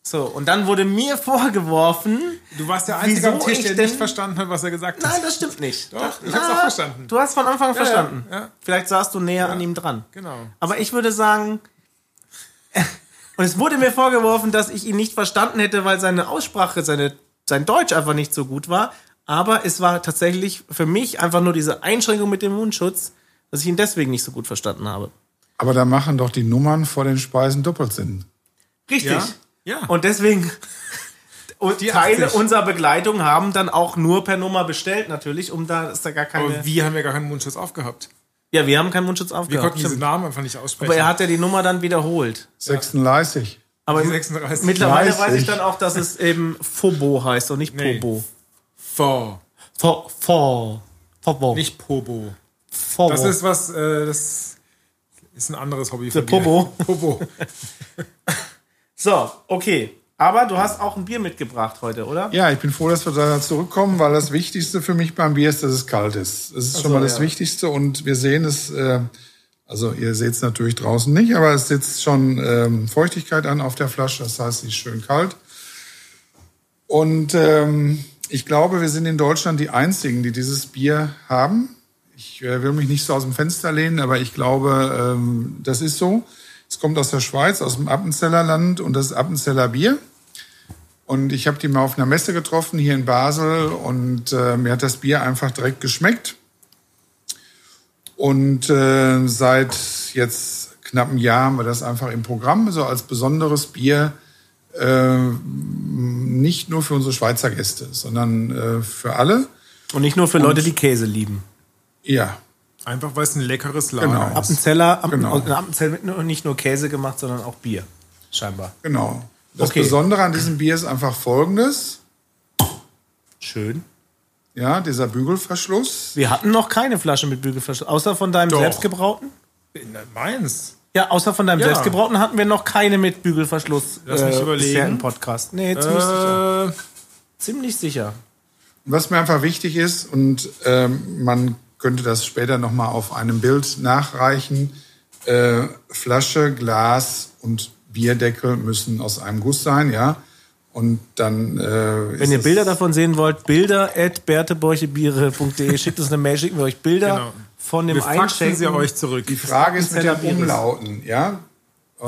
[SPEAKER 2] So, und dann wurde mir vorgeworfen,
[SPEAKER 1] Du warst der Einzige am
[SPEAKER 2] Wieso
[SPEAKER 1] Tisch,
[SPEAKER 2] ich
[SPEAKER 1] der
[SPEAKER 2] denn-
[SPEAKER 1] nicht verstanden hat, was er gesagt hat.
[SPEAKER 2] nein, Ah, das stimmt nicht.
[SPEAKER 1] Doch,
[SPEAKER 2] das,
[SPEAKER 1] ich hab's
[SPEAKER 2] na,
[SPEAKER 1] auch verstanden.
[SPEAKER 2] Du hast von Anfang verstanden.
[SPEAKER 1] ja, ja.
[SPEAKER 2] Vielleicht saßt du näher an ihm dran.
[SPEAKER 1] Genau.
[SPEAKER 2] Aber ich würde sagen, und es wurde mir vorgeworfen, dass ich ihn nicht verstanden hätte, weil seine Aussprache, seine, sein Deutsch einfach nicht so gut war. Aber es war tatsächlich für mich einfach nur diese Einschränkung mit dem Mundschutz, dass ich ihn deswegen nicht so gut verstanden habe.
[SPEAKER 5] Aber da machen doch die Nummern vor den Speisen doppelt Sinn.
[SPEAKER 2] Richtig.
[SPEAKER 1] Ja? Ja.
[SPEAKER 2] Und deswegen, Und
[SPEAKER 1] Die
[SPEAKER 2] Teile
[SPEAKER 1] 80.
[SPEAKER 2] unserer Begleitung haben dann auch nur per Nummer bestellt, natürlich, um da ist da gar keine.
[SPEAKER 1] Aber wir haben ja gar keinen Mundschutz aufgehabt.
[SPEAKER 2] ja, wir haben keinen Mundschutz
[SPEAKER 1] Wir
[SPEAKER 2] aufgehört.
[SPEAKER 1] konnten diesen Namen einfach nicht aussprechen.
[SPEAKER 2] Aber er hat ja die Nummer dann wiederholt.
[SPEAKER 5] 36.
[SPEAKER 2] Aber
[SPEAKER 1] Die 36.
[SPEAKER 2] mittlerweile
[SPEAKER 5] Weiß
[SPEAKER 2] weiß ich
[SPEAKER 5] ich.
[SPEAKER 2] dann auch, dass es eben Fobo heißt und nicht
[SPEAKER 1] Nee.
[SPEAKER 2] Pobo.
[SPEAKER 1] Vor.
[SPEAKER 2] Fo, fo, Fobo.
[SPEAKER 1] Nicht Pobo.
[SPEAKER 2] Fobo.
[SPEAKER 1] Das ist was, äh, das ist ein anderes Hobby von
[SPEAKER 2] Der
[SPEAKER 1] mir.
[SPEAKER 2] Popo.
[SPEAKER 1] Popo.
[SPEAKER 2] so, okay. Aber du hast auch ein Bier mitgebracht heute, oder?
[SPEAKER 5] Ja, ich bin froh, dass wir da zurückkommen, weil das Wichtigste für mich beim Bier ist, dass es kalt ist. Das ist schon mal das
[SPEAKER 2] ja.
[SPEAKER 5] Wichtigste und wir sehen es, äh, also ihr seht es natürlich draußen nicht, aber es sitzt schon ähm, Feuchtigkeit an auf der Flasche, das heißt, sie ist schön kalt. Und ähm, ich glaube, wir sind in Deutschland die Einzigen, die dieses Bier haben. Ich äh, will mich nicht so aus dem Fenster lehnen, aber ich glaube, ähm, das ist so. Es kommt aus der Schweiz, aus dem Appenzeller Land und das ist Appenzeller Bier. Und ich habe die mal auf einer Messe getroffen hier in Basel und äh, mir hat das Bier einfach direkt geschmeckt. Und äh, seit jetzt knapp einem Jahr haben wir das einfach im Programm, so als besonderes Bier, äh, nicht nur für unsere Schweizer Gäste, sondern äh, für alle.
[SPEAKER 2] Und nicht nur für Leute, die Käse lieben.
[SPEAKER 5] Ja,
[SPEAKER 1] Einfach weil es ein leckeres Lager
[SPEAKER 5] Genau.
[SPEAKER 1] ist.
[SPEAKER 2] Appenzeller, Appen,
[SPEAKER 5] Genau.
[SPEAKER 2] aus- in Appenzell wird nur- nicht nur Käse gemacht, sondern auch Bier. Scheinbar.
[SPEAKER 5] genau. Das
[SPEAKER 2] Okay.
[SPEAKER 5] Besondere an diesem Bier ist einfach folgendes.
[SPEAKER 2] Schön.
[SPEAKER 5] Ja, dieser Bügelverschluss.
[SPEAKER 2] Wir hatten noch keine Flasche mit Bügelverschluss. Außer von deinem
[SPEAKER 1] Doch.
[SPEAKER 2] selbstgebrauten?
[SPEAKER 1] Na, Meins.
[SPEAKER 2] Ja, außer von deinem
[SPEAKER 1] Ja.
[SPEAKER 2] selbstgebrauten hatten wir noch keine mit Bügelverschluss.
[SPEAKER 1] Lass mich überlegen.
[SPEAKER 2] bisher im Podcast. Nee, ziemlich sicher.
[SPEAKER 1] Äh,
[SPEAKER 2] Ziemlich sicher.
[SPEAKER 5] Was mir einfach wichtig ist, und ähm, man könnte das später nochmal auf einem Bild nachreichen, äh, Flasche, Glas und Bierdeckel müssen aus einem Guss sein, ja. Und dann. Äh,
[SPEAKER 2] Wenn ihr Bilder davon sehen wollt, bilder at schickt uns eine Mail, schicken wir euch Bilder
[SPEAKER 1] Genau.
[SPEAKER 2] von dem
[SPEAKER 1] wir faxen
[SPEAKER 2] Einschenken.
[SPEAKER 1] sie euch zurück.
[SPEAKER 5] Die Frage ist mit
[SPEAKER 2] Appenzeller
[SPEAKER 5] den
[SPEAKER 2] Bier ist-
[SPEAKER 5] Umlauten, ja. Äh,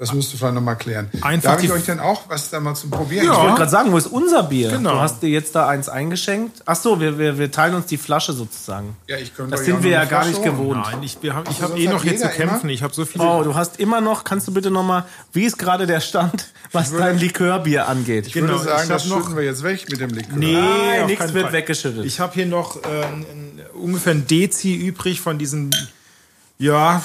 [SPEAKER 5] Das musst du vielleicht nochmal klären.
[SPEAKER 1] Einfach
[SPEAKER 5] Darf ich
[SPEAKER 1] die-
[SPEAKER 5] euch denn auch was da mal zum Probieren?
[SPEAKER 1] Ja.
[SPEAKER 5] Ich
[SPEAKER 2] Ich wollte gerade sagen, wo ist unser Bier?
[SPEAKER 1] Genau.
[SPEAKER 2] Du hast dir jetzt da eins eingeschenkt. Ach so, wir, wir, wir teilen uns die Flasche sozusagen.
[SPEAKER 5] Ja, ich könnte
[SPEAKER 2] das
[SPEAKER 5] euch
[SPEAKER 2] sind
[SPEAKER 5] auch
[SPEAKER 2] wir
[SPEAKER 5] noch
[SPEAKER 2] ja
[SPEAKER 5] eine
[SPEAKER 2] gar
[SPEAKER 5] Flasche
[SPEAKER 2] nicht
[SPEAKER 5] holen.
[SPEAKER 2] gewohnt.
[SPEAKER 1] Nein, ich, wir haben, ich habe
[SPEAKER 5] sonst
[SPEAKER 1] eh noch
[SPEAKER 5] hat
[SPEAKER 1] hier zu
[SPEAKER 5] jeder immer-
[SPEAKER 1] kämpfen. Ich habe so viele.
[SPEAKER 2] Oh, du hast immer noch, kannst du bitte nochmal, wie ist gerade der Stand, was dein Likörbier angeht?
[SPEAKER 5] Ich würde
[SPEAKER 1] genau,
[SPEAKER 5] sagen,
[SPEAKER 1] ich hab
[SPEAKER 5] das
[SPEAKER 1] noch-
[SPEAKER 5] schütten wir jetzt weg mit dem Likör.
[SPEAKER 2] Nein,
[SPEAKER 1] auf
[SPEAKER 2] nichts
[SPEAKER 1] keinen
[SPEAKER 2] wird
[SPEAKER 1] Fall.
[SPEAKER 2] weggeschüttet.
[SPEAKER 1] Ich habe hier noch äh, ein, ein, ungefähr ein Dezi übrig von diesen, ja,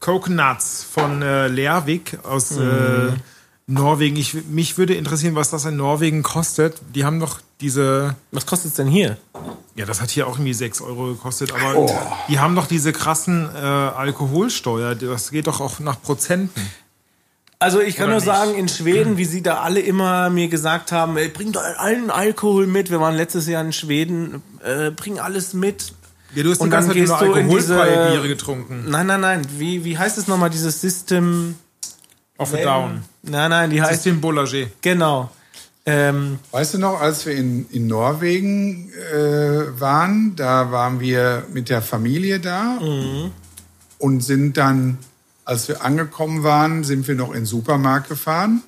[SPEAKER 1] Coconuts von äh, Lervik aus äh, Norwegen. Ich, mich würde interessieren, was das in Norwegen kostet. Die haben doch diese,
[SPEAKER 2] was kostet es denn hier?
[SPEAKER 1] ja, das hat hier auch irgendwie 6 Euro gekostet, aber die haben doch diese krassen äh, Alkoholsteuer. Das geht doch auch nach Prozenten.
[SPEAKER 2] Also ich kann
[SPEAKER 1] Oder
[SPEAKER 2] nur
[SPEAKER 1] nicht?
[SPEAKER 2] sagen, in Schweden, wie sie da alle immer mir gesagt haben, ey, bringt allen Alkohol mit. Wir waren letztes Jahr in Schweden, äh, bring alles mit.
[SPEAKER 1] Ja, du hast die
[SPEAKER 2] Und
[SPEAKER 1] ganze Zeit
[SPEAKER 2] dann gehst
[SPEAKER 1] nur
[SPEAKER 2] du in diese-
[SPEAKER 1] alkoholfreie Biere getrunken.
[SPEAKER 2] Nein, nein, nein. Wie, wie heißt es nochmal, dieses System?
[SPEAKER 1] Auf and Down.
[SPEAKER 2] Nein, nein, die heißt
[SPEAKER 1] System Boulanger.
[SPEAKER 2] genau. Ähm,
[SPEAKER 5] Weißt du noch, als wir in, in Norwegen äh, waren, da waren wir mit der Familie da und sind dann, als wir angekommen waren, sind wir noch in den Supermarkt gefahren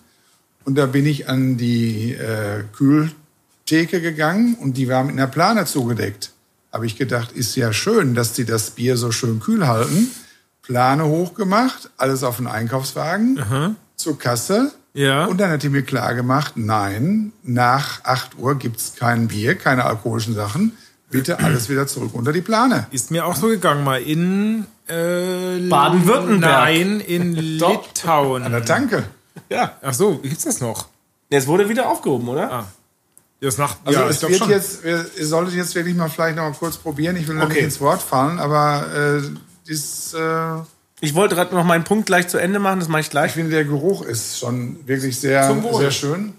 [SPEAKER 5] und da bin ich an die äh, Kühltheke gegangen und die war mit einer Plane zugedeckt. Habe ich gedacht, ist ja schön, dass die das Bier so schön kühl halten. Plane hochgemacht, alles auf den Einkaufswagen, zur Kasse.
[SPEAKER 1] Ja.
[SPEAKER 5] Und dann hat die mir klar gemacht, nein, nach 8 Uhr gibt's kein Bier, keine alkoholischen Sachen. Bitte alles wieder zurück unter die Plane.
[SPEAKER 1] Ist mir auch so gegangen, mal in äh,
[SPEAKER 2] Baden-Württemberg.
[SPEAKER 1] Nein, in
[SPEAKER 2] Doch.
[SPEAKER 1] Litauen.
[SPEAKER 5] Na, danke.
[SPEAKER 1] Ja. Ach so, gibt's das noch?
[SPEAKER 2] es wurde wieder aufgehoben, oder?
[SPEAKER 1] Das nach,
[SPEAKER 5] Also
[SPEAKER 1] ja, ich
[SPEAKER 5] es
[SPEAKER 1] glaub
[SPEAKER 5] wird
[SPEAKER 1] schon.
[SPEAKER 5] jetzt, wir, ihr solltet jetzt wirklich mal vielleicht noch mal kurz probieren. Ich will noch
[SPEAKER 2] Okay.
[SPEAKER 5] nicht ins Wort fallen, aber äh, dies, äh,
[SPEAKER 2] Ich wollte gerade noch meinen Punkt gleich zu Ende machen. Das mache ich
[SPEAKER 5] ich
[SPEAKER 2] gleich.
[SPEAKER 5] finde, der Geruch ist schon wirklich sehr,
[SPEAKER 1] Zum Wohl.
[SPEAKER 5] sehr schön.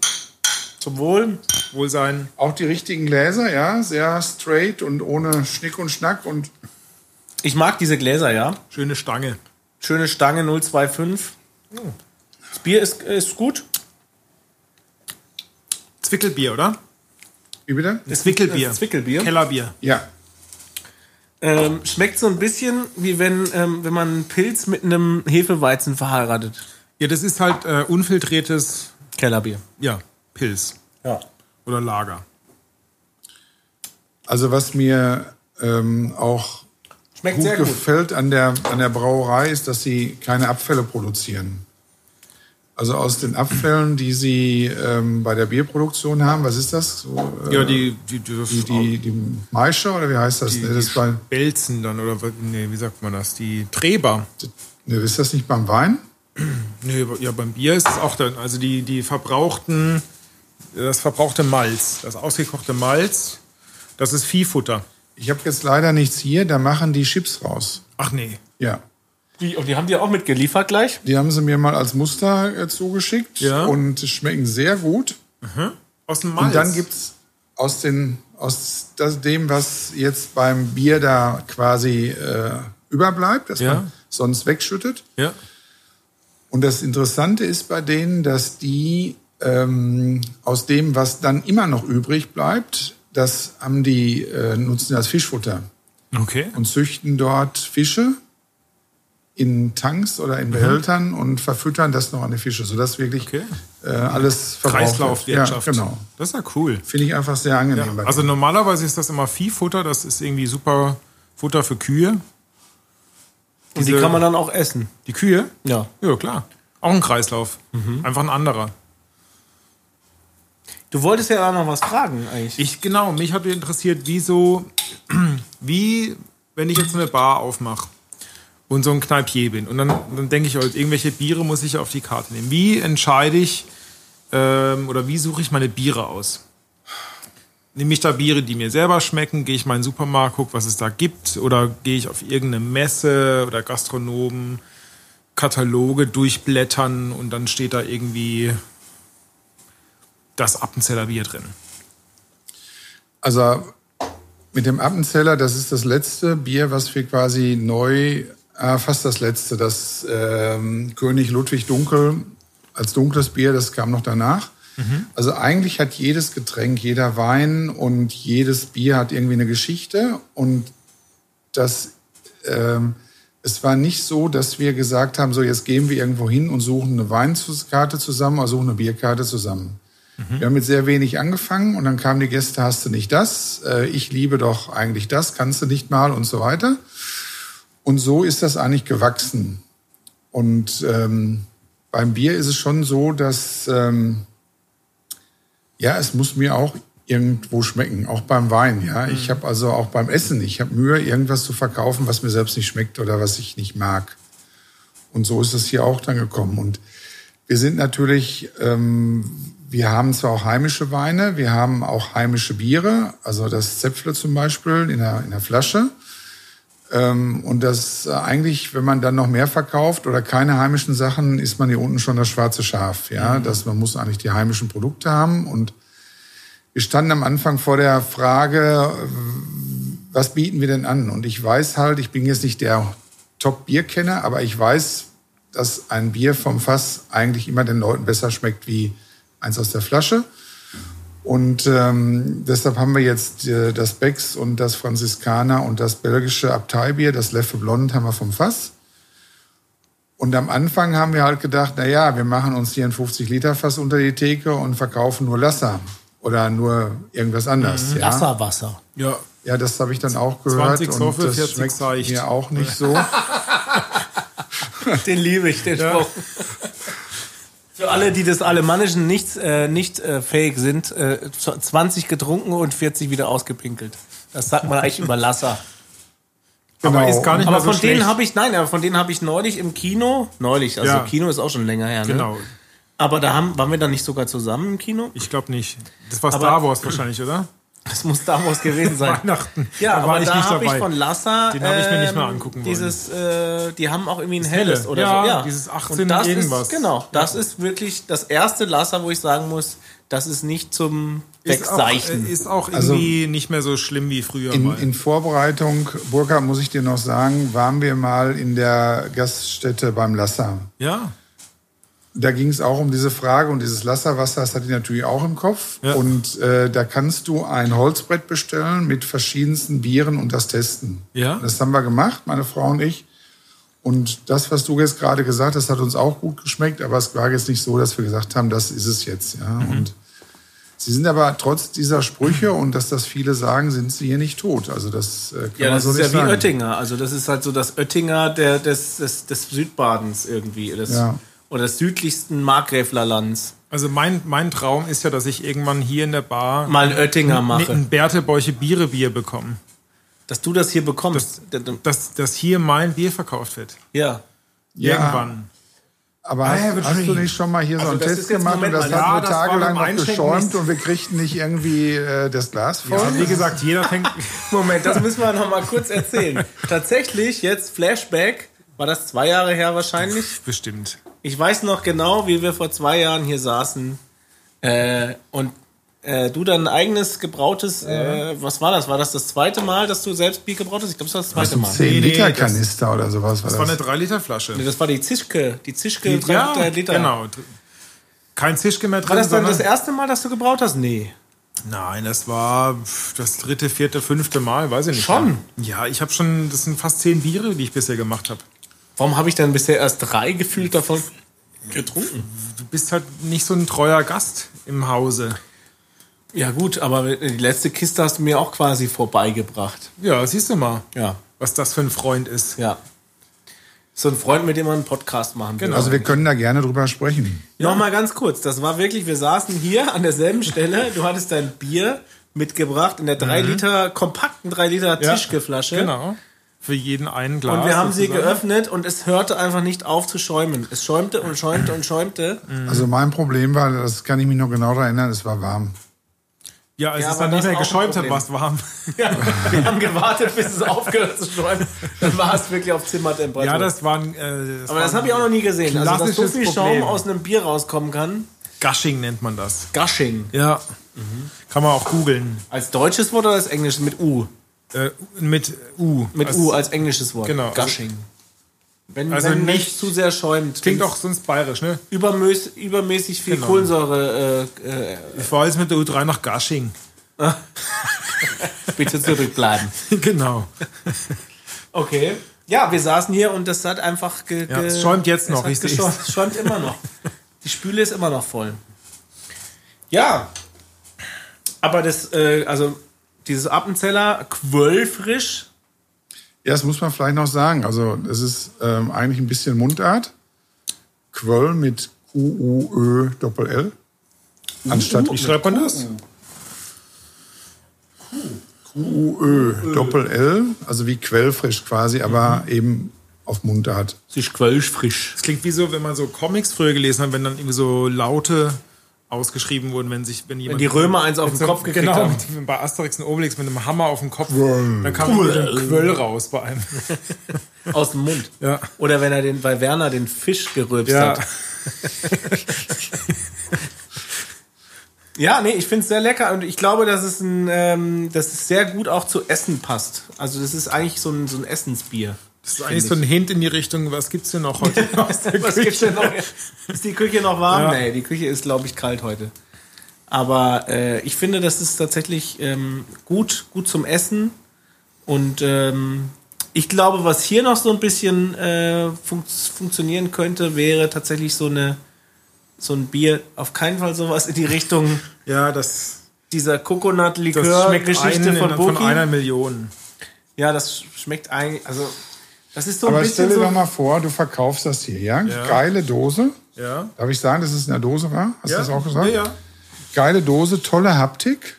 [SPEAKER 2] Zum Wohl.
[SPEAKER 1] wohl sein.
[SPEAKER 5] Auch die richtigen Gläser, ja, sehr straight und ohne Schnick und Schnack und
[SPEAKER 2] Ich mag diese Gläser, ja.
[SPEAKER 1] Schöne Stange.
[SPEAKER 2] Schöne Stange 025. Das Bier ist, ist gut.
[SPEAKER 1] Zwickelbier, oder?
[SPEAKER 5] wie bitte?
[SPEAKER 1] Zwickelbier.
[SPEAKER 2] Das Zwickelbier.
[SPEAKER 1] Kellerbier.
[SPEAKER 5] Ja.
[SPEAKER 2] Ähm, schmeckt so ein bisschen wie wenn, ähm, wenn man einen Pilz mit einem Hefeweizen verheiratet.
[SPEAKER 1] Ja, das ist halt äh, unfiltriertes
[SPEAKER 2] Kellerbier.
[SPEAKER 1] ja, Pilz
[SPEAKER 2] Ja.
[SPEAKER 1] oder Lager.
[SPEAKER 5] Also was mir ähm, auch
[SPEAKER 2] Schmeckt
[SPEAKER 5] gut
[SPEAKER 2] sehr gut.
[SPEAKER 5] gefällt an der, an der Brauerei ist, dass sie keine Abfälle produzieren. Also aus den Abfällen, die Sie ähm, bei der Bierproduktion haben, was ist das? So, äh,
[SPEAKER 1] Ja, die, die, die,
[SPEAKER 5] die, die, die Maische oder wie heißt das?
[SPEAKER 1] die,
[SPEAKER 5] ne? das ist, bei,
[SPEAKER 1] Belzen dann, oder was- nee, wie sagt man das? Die Treber.
[SPEAKER 5] ne, ist das nicht beim Wein?
[SPEAKER 1] Nee, ja, beim Bier ist es auch dann, also die, die verbrauchten, das verbrauchte Malz, das ausgekochte Malz, das ist Viehfutter.
[SPEAKER 5] Ich habe jetzt leider nichts hier, da machen die Chips raus.
[SPEAKER 1] Ach nee.
[SPEAKER 5] Ja.
[SPEAKER 2] Die, und die haben die auch mitgeliefert gleich?
[SPEAKER 5] Die haben sie mir mal als Muster äh, zugeschickt
[SPEAKER 1] Ja.
[SPEAKER 5] und schmecken sehr gut.
[SPEAKER 1] Aus dem Malz.
[SPEAKER 5] Und dann gibt's aus, den, aus das, dem, was jetzt beim Bier da quasi äh, überbleibt, das
[SPEAKER 1] Ja.
[SPEAKER 5] man sonst wegschüttet.
[SPEAKER 1] Ja.
[SPEAKER 5] Und das Interessante ist bei denen, dass die ähm, aus dem, was dann immer noch übrig bleibt, das haben die, äh, nutzen als Fischfutter
[SPEAKER 1] Okay.
[SPEAKER 5] und züchten dort Fische in Tanks oder in Behältern und verfüttern das noch an die Fische, sodass wirklich
[SPEAKER 1] Mhm. Okay.
[SPEAKER 5] äh, alles verbraucht
[SPEAKER 1] Kreislaufwirtschaft.
[SPEAKER 5] wird. Ja, genau.
[SPEAKER 1] Das ist ja cool.
[SPEAKER 5] Finde ich einfach sehr angenehm. bei
[SPEAKER 1] Also
[SPEAKER 5] denen.
[SPEAKER 1] normalerweise ist das immer Viehfutter, das ist irgendwie super Futter für Kühe.
[SPEAKER 2] Und die
[SPEAKER 1] Diese-
[SPEAKER 2] kann man dann auch essen.
[SPEAKER 1] Die Kühe?
[SPEAKER 2] Ja.
[SPEAKER 1] Ja, klar. Auch ein Kreislauf.
[SPEAKER 5] Mhm.
[SPEAKER 1] Einfach ein anderer.
[SPEAKER 2] Du wolltest ja auch noch was fragen eigentlich.
[SPEAKER 1] Ich, genau, mich hat interessiert, wieso, wie, wenn ich jetzt eine Bar aufmache und so ein Kneipier bin und dann, dann denke ich, oh, irgendwelche Biere muss ich auf die Karte nehmen. Wie entscheide ich ähm, oder wie suche ich meine Biere aus? Nehme ich da Biere, die mir selber schmecken? Gehe ich mal in den Supermarkt, gucke, was es da gibt? Oder gehe ich auf irgendeine Messe oder Gastronomen, Kataloge durchblättern und dann steht da irgendwie das Appenzeller Bier drin?
[SPEAKER 5] Also mit dem Appenzeller, das ist das letzte Bier, was wir quasi neu, äh, fast das letzte, das ähm, König Ludwig Dunkel als dunkles Bier, das kam noch danach. Also eigentlich hat jedes Getränk, jeder Wein und jedes Bier hat irgendwie eine Geschichte und das, ähm, es war nicht so, dass wir gesagt haben, so jetzt gehen wir irgendwo hin und suchen eine Weinkarte zusammen oder suchen eine Bierkarte zusammen. Wir haben mit sehr wenig angefangen und dann kamen die Gäste, hast du nicht das? Äh, Ich liebe doch eigentlich das, kannst du nicht mal und so weiter. Und so ist das eigentlich gewachsen. Und ähm, beim Bier ist es schon so, dass ähm, ja, es muss mir auch irgendwo schmecken, auch beim Wein. Ja, ich habe also auch beim Essen, ich habe Mühe, irgendwas zu verkaufen, was mir selbst nicht schmeckt oder was ich nicht mag. Und so ist es hier auch dann gekommen. Und wir sind natürlich, ähm, wir haben zwar auch heimische Weine, wir haben auch heimische Biere, also das Zäpfle zum Beispiel in der, in der Flasche. Ähm, und das äh, eigentlich, wenn man dann noch mehr verkauft oder keine heimischen Sachen, ist man hier unten schon das schwarze Schaf. Ja, dass man muss eigentlich die heimischen Produkte haben. Und wir standen am Anfang vor der Frage, was bieten wir denn an? Und ich weiß halt, ich bin jetzt nicht der Top-Bierkenner, aber ich weiß, dass ein Bier vom Fass eigentlich immer den Leuten besser schmeckt wie eins aus der Flasche. Und ähm, deshalb haben wir jetzt äh, das Becks und das Franziskaner und das belgische Abteibier, das Leffe Blond haben wir vom Fass. Und am Anfang haben wir halt gedacht, na ja, wir machen uns hier ein 50-Liter-Fass unter die Theke und verkaufen nur Lasser oder nur irgendwas anderes. ja.
[SPEAKER 2] Wasserwasser.
[SPEAKER 1] Ja,
[SPEAKER 5] Ja, das habe ich dann auch gehört.
[SPEAKER 1] 20 Soffe,
[SPEAKER 5] und das
[SPEAKER 1] 40
[SPEAKER 5] schmeckt
[SPEAKER 1] seicht.
[SPEAKER 5] mir auch nicht so.
[SPEAKER 2] Den liebe ich, den Spruch. Für alle, die des Alemannischen nicht, äh, nicht äh, fähig sind, äh, 20 getrunken und 40 wieder ausgepinkelt. Das sagt man eigentlich über Lasser.
[SPEAKER 1] aber
[SPEAKER 5] Genau.
[SPEAKER 1] ist gar nicht
[SPEAKER 2] Aber
[SPEAKER 1] mal so
[SPEAKER 2] von denen
[SPEAKER 1] schlecht.
[SPEAKER 2] habe ich, nein, aber von denen habe ich neulich im Kino, neulich, also
[SPEAKER 1] Ja.
[SPEAKER 2] Kino ist auch schon länger her, ne?
[SPEAKER 1] Genau,
[SPEAKER 2] Aber da haben, waren wir dann nicht sogar zusammen im Kino?
[SPEAKER 1] ich glaube nicht. Das war Star Wars wahrscheinlich, oder?
[SPEAKER 2] Das muss damals gewesen sein.
[SPEAKER 1] Weihnachten. Da
[SPEAKER 2] Ja, aber
[SPEAKER 1] war ich
[SPEAKER 2] da
[SPEAKER 1] nicht
[SPEAKER 2] habe ich
[SPEAKER 1] dabei.
[SPEAKER 2] von Lassa.
[SPEAKER 1] Den habe ich mir nicht mehr
[SPEAKER 2] ähm,
[SPEAKER 1] angucken wollen.
[SPEAKER 2] dieses, Äh, die haben auch irgendwie ein
[SPEAKER 1] Helle.
[SPEAKER 2] helles oder
[SPEAKER 1] Ja,
[SPEAKER 2] so. Ja,
[SPEAKER 1] dieses 18
[SPEAKER 2] Und das
[SPEAKER 1] irgendwas.
[SPEAKER 2] Ist, genau, das ist wirklich das erste Lassa, wo ich sagen muss, das ist nicht zum
[SPEAKER 1] Ist auch,
[SPEAKER 2] Wegseichen.
[SPEAKER 1] äh, ist auch irgendwie nicht mehr so schlimm wie früher
[SPEAKER 5] In,
[SPEAKER 1] mal.
[SPEAKER 5] in Vorbereitung, Burka, muss ich dir noch sagen, waren wir mal in der Gaststätte beim Lasser.
[SPEAKER 1] ja,
[SPEAKER 5] Da ging es auch um diese Frage und dieses Lasserwasser, das hatte ich natürlich auch im Kopf.
[SPEAKER 1] Ja.
[SPEAKER 5] Und äh, da kannst du ein Holzbrett bestellen mit verschiedensten Bieren und das testen.
[SPEAKER 1] Ja.
[SPEAKER 5] Das haben wir gemacht, meine Frau und ich. Und das, was du jetzt gerade gesagt hast, hat uns auch gut geschmeckt, aber es war jetzt nicht so, dass wir gesagt haben, das ist es jetzt. Ja?
[SPEAKER 2] Mhm.
[SPEAKER 5] Und sie sind aber trotz dieser Sprüche und dass das viele sagen, sind sie hier nicht tot. Also das äh, kann
[SPEAKER 2] ja,
[SPEAKER 5] man
[SPEAKER 2] das
[SPEAKER 5] so
[SPEAKER 2] ist
[SPEAKER 5] nicht
[SPEAKER 2] ja wie
[SPEAKER 5] sagen.
[SPEAKER 2] Oettinger. Also das ist halt so das Oettinger der, des, des, des Südbadens irgendwie. Das,
[SPEAKER 5] Ja.
[SPEAKER 2] oder südlichsten Markgräflerlands.
[SPEAKER 1] Also mein, mein Traum ist ja, dass ich irgendwann hier in der Bar
[SPEAKER 2] Mal einen Oettinger mache.
[SPEAKER 1] ein Bertebäuche Biere Bier bekomme.
[SPEAKER 2] Dass du das hier bekommst.
[SPEAKER 1] Dass, dass hier mein Bier verkauft wird.
[SPEAKER 2] ja.
[SPEAKER 5] Ja.
[SPEAKER 1] Irgendwann.
[SPEAKER 5] Aber
[SPEAKER 1] I have a
[SPEAKER 5] hast, hast du
[SPEAKER 1] dream.
[SPEAKER 5] nicht schon mal hier so
[SPEAKER 2] Also
[SPEAKER 5] einen
[SPEAKER 2] das ist
[SPEAKER 5] Test
[SPEAKER 2] jetzt-
[SPEAKER 5] gemacht und
[SPEAKER 2] Moment
[SPEAKER 5] das
[SPEAKER 2] mal,
[SPEAKER 1] ja,
[SPEAKER 5] hat
[SPEAKER 1] das
[SPEAKER 5] nur
[SPEAKER 1] war
[SPEAKER 5] tagelang
[SPEAKER 1] beim
[SPEAKER 5] noch
[SPEAKER 1] Einschenken
[SPEAKER 5] geschäumt
[SPEAKER 1] nichts.
[SPEAKER 5] und wir kriegten nicht irgendwie äh, das Glas voll?
[SPEAKER 1] Aber Also wie gesagt, jeder fängt.
[SPEAKER 2] Moment, das müssen wir noch mal kurz erzählen. Tatsächlich, jetzt Flashback, war das zwei Jahre her wahrscheinlich.
[SPEAKER 1] Bestimmt.
[SPEAKER 2] Ich weiß noch genau, wie wir vor zwei Jahren hier saßen äh, und äh, du dein eigenes gebrautes, äh, was war das? War das das zweite Mal, dass du selbst Bier gebraut hast? Ich glaube, das war das zweite Mal.
[SPEAKER 5] 10
[SPEAKER 1] nee,
[SPEAKER 5] Liter
[SPEAKER 1] das-
[SPEAKER 5] Kanister oder sowas war
[SPEAKER 1] Das
[SPEAKER 5] das.
[SPEAKER 1] war eine 3-Liter-Flasche.
[SPEAKER 2] Das war die Zischke, die Zischke drei Liter.
[SPEAKER 1] genau. Kein Zischke mehr
[SPEAKER 2] War
[SPEAKER 1] drin,
[SPEAKER 2] das dann
[SPEAKER 1] sondern...
[SPEAKER 2] das erste Mal, dass du gebraut hast? Nee.
[SPEAKER 1] Nein, das war pf, das dritte, vierte, fünfte Mal, weiß ich nicht.
[SPEAKER 2] Schon?
[SPEAKER 1] Ja, ich habe schon, das sind fast zehn Biere, die ich bisher gemacht habe.
[SPEAKER 2] Warum habe ich dann bisher erst drei gefühlt davon getrunken?
[SPEAKER 1] Du bist halt nicht so ein treuer Gast im Hause.
[SPEAKER 2] Ja gut, aber die letzte Kiste hast du mir auch quasi vorbeigebracht.
[SPEAKER 1] Ja, siehst du mal,
[SPEAKER 2] Ja,
[SPEAKER 1] was das für ein Freund ist.
[SPEAKER 2] ja. So ein Freund, mit dem man einen Podcast machen
[SPEAKER 1] Genau.
[SPEAKER 2] will.
[SPEAKER 5] also wir können da gerne drüber sprechen.
[SPEAKER 2] Nochmal ganz kurz, das war wirklich, wir saßen hier an derselben Stelle, du hattest dein Bier mitgebracht in der 3 Liter, kompakten 3 Liter
[SPEAKER 1] Mhm. Ja,
[SPEAKER 2] Tischgeflasche.
[SPEAKER 1] Genau. Für jeden einen Glas.
[SPEAKER 2] Und wir haben sie
[SPEAKER 1] sozusagen.
[SPEAKER 2] geöffnet und es hörte einfach nicht auf zu schäumen. Es schäumte und schäumte und schäumte.
[SPEAKER 1] Mhm.
[SPEAKER 5] Also mein Problem war, das kann ich mich noch genau daran erinnern, es war warm.
[SPEAKER 1] Ja, als
[SPEAKER 2] Ja,
[SPEAKER 1] es
[SPEAKER 2] aber
[SPEAKER 1] dann nicht mehr
[SPEAKER 2] das ist auch ein
[SPEAKER 1] geschäumt hat,
[SPEAKER 2] Problem. Also
[SPEAKER 1] war es warm.
[SPEAKER 2] Ja, wir haben gewartet, bis es aufgehört hat zu schäumen. Dann war es wirklich auf Zimmertemperatur.
[SPEAKER 1] Ja, das war ein. Äh, das
[SPEAKER 2] Aber das
[SPEAKER 1] war
[SPEAKER 2] habe ich auch noch nie gesehen. Also, dass so
[SPEAKER 1] Klassisches
[SPEAKER 2] viel Schaum
[SPEAKER 1] Problem.
[SPEAKER 2] aus einem Bier rauskommen kann.
[SPEAKER 1] Gushing nennt man das.
[SPEAKER 2] Gushing.
[SPEAKER 1] Ja. Kann man auch googeln.
[SPEAKER 2] Als deutsches Wort oder als englisches? Mit U.
[SPEAKER 1] Äh, mit U.
[SPEAKER 2] Mit
[SPEAKER 1] Das
[SPEAKER 2] U also als englisches Wort.
[SPEAKER 1] Also Genau.
[SPEAKER 2] Gushing. Wenn,
[SPEAKER 1] Also
[SPEAKER 2] wenn
[SPEAKER 1] nicht-
[SPEAKER 2] nicht zu sehr schäumt.
[SPEAKER 1] Klingt
[SPEAKER 2] wenn's
[SPEAKER 1] doch sonst bayerisch, ne?
[SPEAKER 2] Übermäß, übermäßig viel
[SPEAKER 1] Genau.
[SPEAKER 2] Kohlensäure. Äh, äh,
[SPEAKER 1] Ich war jetzt mit der U3 nach Gushing.
[SPEAKER 2] bitte zurückbleiben.
[SPEAKER 1] genau.
[SPEAKER 2] Okay. Ja, wir saßen hier und das hat einfach. Ge,
[SPEAKER 1] Ja,
[SPEAKER 2] ge-
[SPEAKER 1] es schäumt jetzt noch,
[SPEAKER 2] hat
[SPEAKER 1] ich seh's.
[SPEAKER 2] geschäumt, es schäumt immer noch. Die Spüle ist immer noch voll. Ja. Aber das, äh, also dieses Appenzeller quöllfrisch.
[SPEAKER 5] Ja, das muss man vielleicht noch sagen. Also es ist ähm, eigentlich ein bisschen Mundart. Quöll mit Q-U-Ö-Doppel-L. Anstatt
[SPEAKER 1] Wie schreibt man das?
[SPEAKER 5] Q-U-Ö-Doppel-L. Also wie quellfrisch quasi, aber
[SPEAKER 1] Mhm.
[SPEAKER 5] eben auf Mundart.
[SPEAKER 2] Es ist quöllfrisch.
[SPEAKER 1] Das klingt wie so, wenn man so Comics früher gelesen hat, wenn dann irgendwie so Laute ausgeschrieben wurden, wenn sich, wenn jemand.
[SPEAKER 2] Die Römer eins auf den
[SPEAKER 1] so,
[SPEAKER 2] Kopf gekriegt
[SPEAKER 1] genau,
[SPEAKER 2] haben.
[SPEAKER 1] mit- bei Asterix und Obelix mit einem Hammer auf den Kopf. Dann kam ein Quöll raus bei einem.
[SPEAKER 2] Aus dem Mund.
[SPEAKER 1] Ja.
[SPEAKER 2] Oder wenn er den, bei Werner den Fisch gerülpst
[SPEAKER 1] Ja.
[SPEAKER 2] hat. Ja, nee, ich find's sehr lecker und ich glaube, dass es, ein, ähm, dass es sehr gut auch zu Essen passt. Also das ist eigentlich so ein, so ein Essensbier.
[SPEAKER 1] Das ist eigentlich so ein Hint in die Richtung, was gibt's denn noch heute aus der
[SPEAKER 2] Was
[SPEAKER 1] Küche?
[SPEAKER 2] gibt's denn noch? Ist die Küche noch warm?
[SPEAKER 1] Ja.
[SPEAKER 2] Nee, die Küche ist, glaube ich, kalt heute. Aber äh, ich finde, das ist tatsächlich ähm, gut, gut zum Essen. Und ähm, ich glaube, was hier noch so ein bisschen äh, fun funktionieren könnte, wäre tatsächlich so eine so ein Bier. Auf keinen Fall sowas in die Richtung
[SPEAKER 1] Ja, das, das
[SPEAKER 2] dieser
[SPEAKER 1] schmeckt
[SPEAKER 2] Coconut-Likör-Geschichte
[SPEAKER 1] einen
[SPEAKER 2] von
[SPEAKER 1] von,
[SPEAKER 2] Boki.
[SPEAKER 1] von einer Million.
[SPEAKER 2] Ja, das schmeckt eigentlich. Also, das ist so ein
[SPEAKER 5] Aber stell
[SPEAKER 2] bisschen
[SPEAKER 5] dir
[SPEAKER 2] so.
[SPEAKER 5] doch mal vor, du verkaufst das hier, ja? Geile Dose.
[SPEAKER 1] Ja.
[SPEAKER 5] Darf ich sagen, dass es in der Dose war? Hast
[SPEAKER 1] ja?
[SPEAKER 5] du das auch gesagt?
[SPEAKER 1] Ja, ja.
[SPEAKER 5] Geile Dose, tolle Haptik.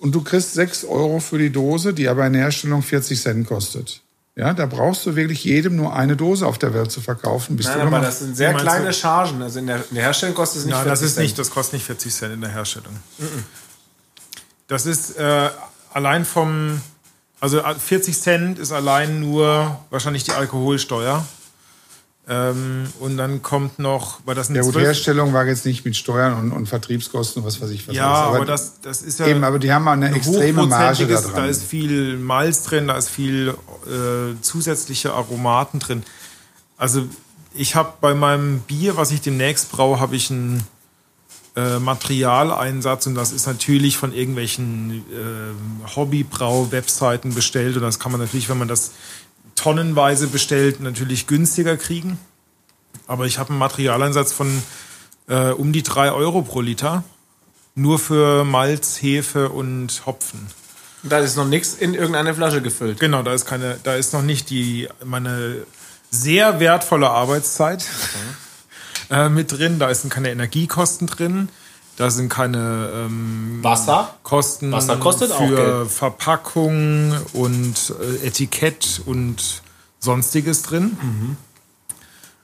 [SPEAKER 5] Und du kriegst 6 Euro für die Dose, die aber in der Herstellung 40 Cent kostet. Ja, da brauchst du wirklich jedem nur eine Dose auf der Welt zu verkaufen. Bist
[SPEAKER 2] Nein,
[SPEAKER 5] du
[SPEAKER 2] aber
[SPEAKER 5] nochmal-
[SPEAKER 2] das sind sehr
[SPEAKER 1] Wie meinst
[SPEAKER 2] kleine
[SPEAKER 1] du?
[SPEAKER 2] Chargen. Also in der, in der Herstellung kostet es nicht.
[SPEAKER 1] Ja, das
[SPEAKER 2] 40
[SPEAKER 1] ist
[SPEAKER 2] Cent.
[SPEAKER 1] nicht, das kostet nicht 40 Cent in der Herstellung. Das ist äh, allein vom, also 40 Cent ist allein nur wahrscheinlich die Alkoholsteuer. Ähm, und dann kommt noch, weil das sind
[SPEAKER 5] ja, gut,
[SPEAKER 1] 12
[SPEAKER 5] Herstellung war jetzt nicht mit Steuern und, und Vertriebskosten und was weiß ich was.
[SPEAKER 1] ja,
[SPEAKER 5] alles.
[SPEAKER 1] aber das, das ist ja
[SPEAKER 5] eben, aber die haben eine extreme Marge da
[SPEAKER 1] hochprozentiges,
[SPEAKER 5] dran.
[SPEAKER 1] da ist viel Malz drin, da ist viel äh, zusätzliche Aromaten drin. Also ich habe bei meinem Bier, was ich demnächst braue, habe ich einen äh, Materialeinsatz und das ist natürlich von irgendwelchen äh, Hobbybrau-Webseiten bestellt und das kann man natürlich, wenn man das tonnenweise bestellt, natürlich günstiger kriegen. Aber ich habe einen Materialeinsatz von äh, um die 3 Euro pro Liter. Nur für Malz, Hefe und Hopfen.
[SPEAKER 2] Da ist noch nichts in irgendeine Flasche gefüllt.
[SPEAKER 1] Genau, da ist keine, da ist noch nicht die meine sehr wertvolle Arbeitszeit äh, mit drin, da sind keine Energiekosten drin, da sind keine ähm,
[SPEAKER 2] Wasser?
[SPEAKER 1] Kosten
[SPEAKER 2] Wasser kostet auch
[SPEAKER 1] für
[SPEAKER 2] Geld.
[SPEAKER 1] Verpackung und äh, Etikett und sonstiges drin.
[SPEAKER 2] Mhm.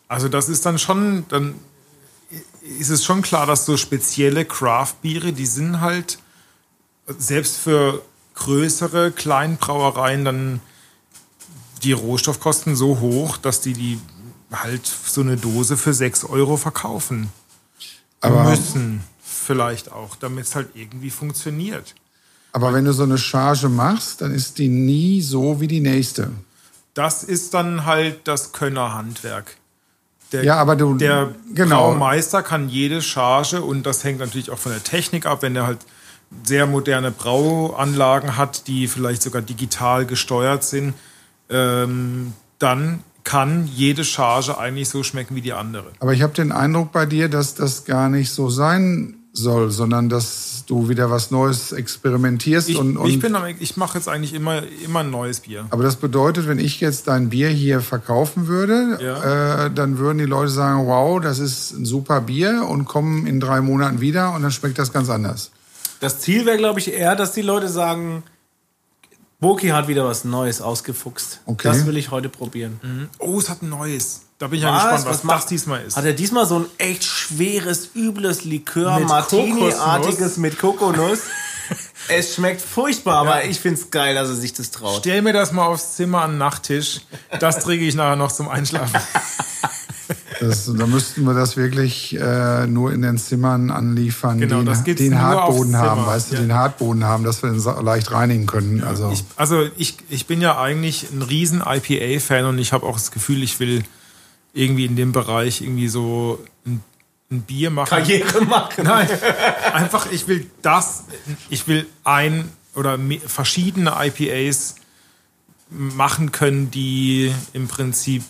[SPEAKER 1] Also das ist dann schon, dann ist es schon klar, dass so spezielle Craft-Biere, die sind halt selbst für größere Kleinbrauereien dann die Rohstoffkosten so hoch, dass die die halt so eine Dose für 6 Euro verkaufen
[SPEAKER 5] Aber,
[SPEAKER 1] müssen. Vielleicht auch, damit es halt irgendwie funktioniert.
[SPEAKER 5] aber wenn du so eine Charge machst, dann ist die nie so wie die nächste.
[SPEAKER 1] Das ist dann halt das Könnerhandwerk. Der,
[SPEAKER 5] Ja, aber du-
[SPEAKER 1] der
[SPEAKER 5] genau.
[SPEAKER 1] Braumeister kann jede Charge und das hängt natürlich auch von der Technik ab, wenn er halt sehr moderne Brauanlagen hat, die vielleicht sogar digital gesteuert sind, ähm, dann kann jede Charge eigentlich so schmecken wie die andere.
[SPEAKER 5] Aber ich habe den Eindruck bei dir, dass das gar nicht so sein soll, sondern dass du wieder was Neues experimentierst
[SPEAKER 1] Ich,
[SPEAKER 5] und, und
[SPEAKER 1] ich, bin am- ich mache jetzt eigentlich immer, immer ein neues Bier.
[SPEAKER 5] Aber das bedeutet, wenn ich jetzt dein Bier hier verkaufen würde,
[SPEAKER 1] Ja.
[SPEAKER 5] äh, dann würden die Leute sagen, wow, das ist ein super Bier und kommen in drei Monaten wieder und dann schmeckt das ganz anders.
[SPEAKER 2] Das Ziel wäre, glaube ich, eher, dass die Leute sagen, Boki hat wieder was Neues ausgefuchst.
[SPEAKER 5] Okay.
[SPEAKER 2] Das will ich heute probieren.
[SPEAKER 1] Oh, es hat ein neues. Da bin ich ja gespannt, was,
[SPEAKER 2] macht-
[SPEAKER 1] das diesmal ist.
[SPEAKER 2] Hat er diesmal so ein echt schweres, übles Likör,
[SPEAKER 1] Mit Kokosnuss.
[SPEAKER 2] Martini-artiges mit Kokonuss? es schmeckt furchtbar, aber ich find's geil, dass er sich das traut.
[SPEAKER 1] Stell mir das mal aufs Zimmer an den Nachttisch. Das trinke ich nachher noch zum Einschlafen.
[SPEAKER 5] Das, da müssten wir das wirklich äh, nur in den Zimmern anliefern,
[SPEAKER 1] Genau,
[SPEAKER 5] die,
[SPEAKER 1] das
[SPEAKER 5] einen-
[SPEAKER 1] gibt's
[SPEAKER 5] die einen
[SPEAKER 1] nur aufs
[SPEAKER 5] Hartboden haben,
[SPEAKER 1] Zimmer.
[SPEAKER 5] weißt du,
[SPEAKER 1] Ja.
[SPEAKER 5] den Hartboden haben, dass wir den sa- leicht reinigen können. Also
[SPEAKER 1] Ich, also ich, ich bin ja eigentlich ein riesen IPA-Fan und ich habe auch das Gefühl, ich will irgendwie in dem Bereich irgendwie so ein, ein Bier machen.
[SPEAKER 2] Karriere machen.
[SPEAKER 1] Nein, einfach ich will das, ich will ein oder me- verschiedene IPAs machen können, die im Prinzip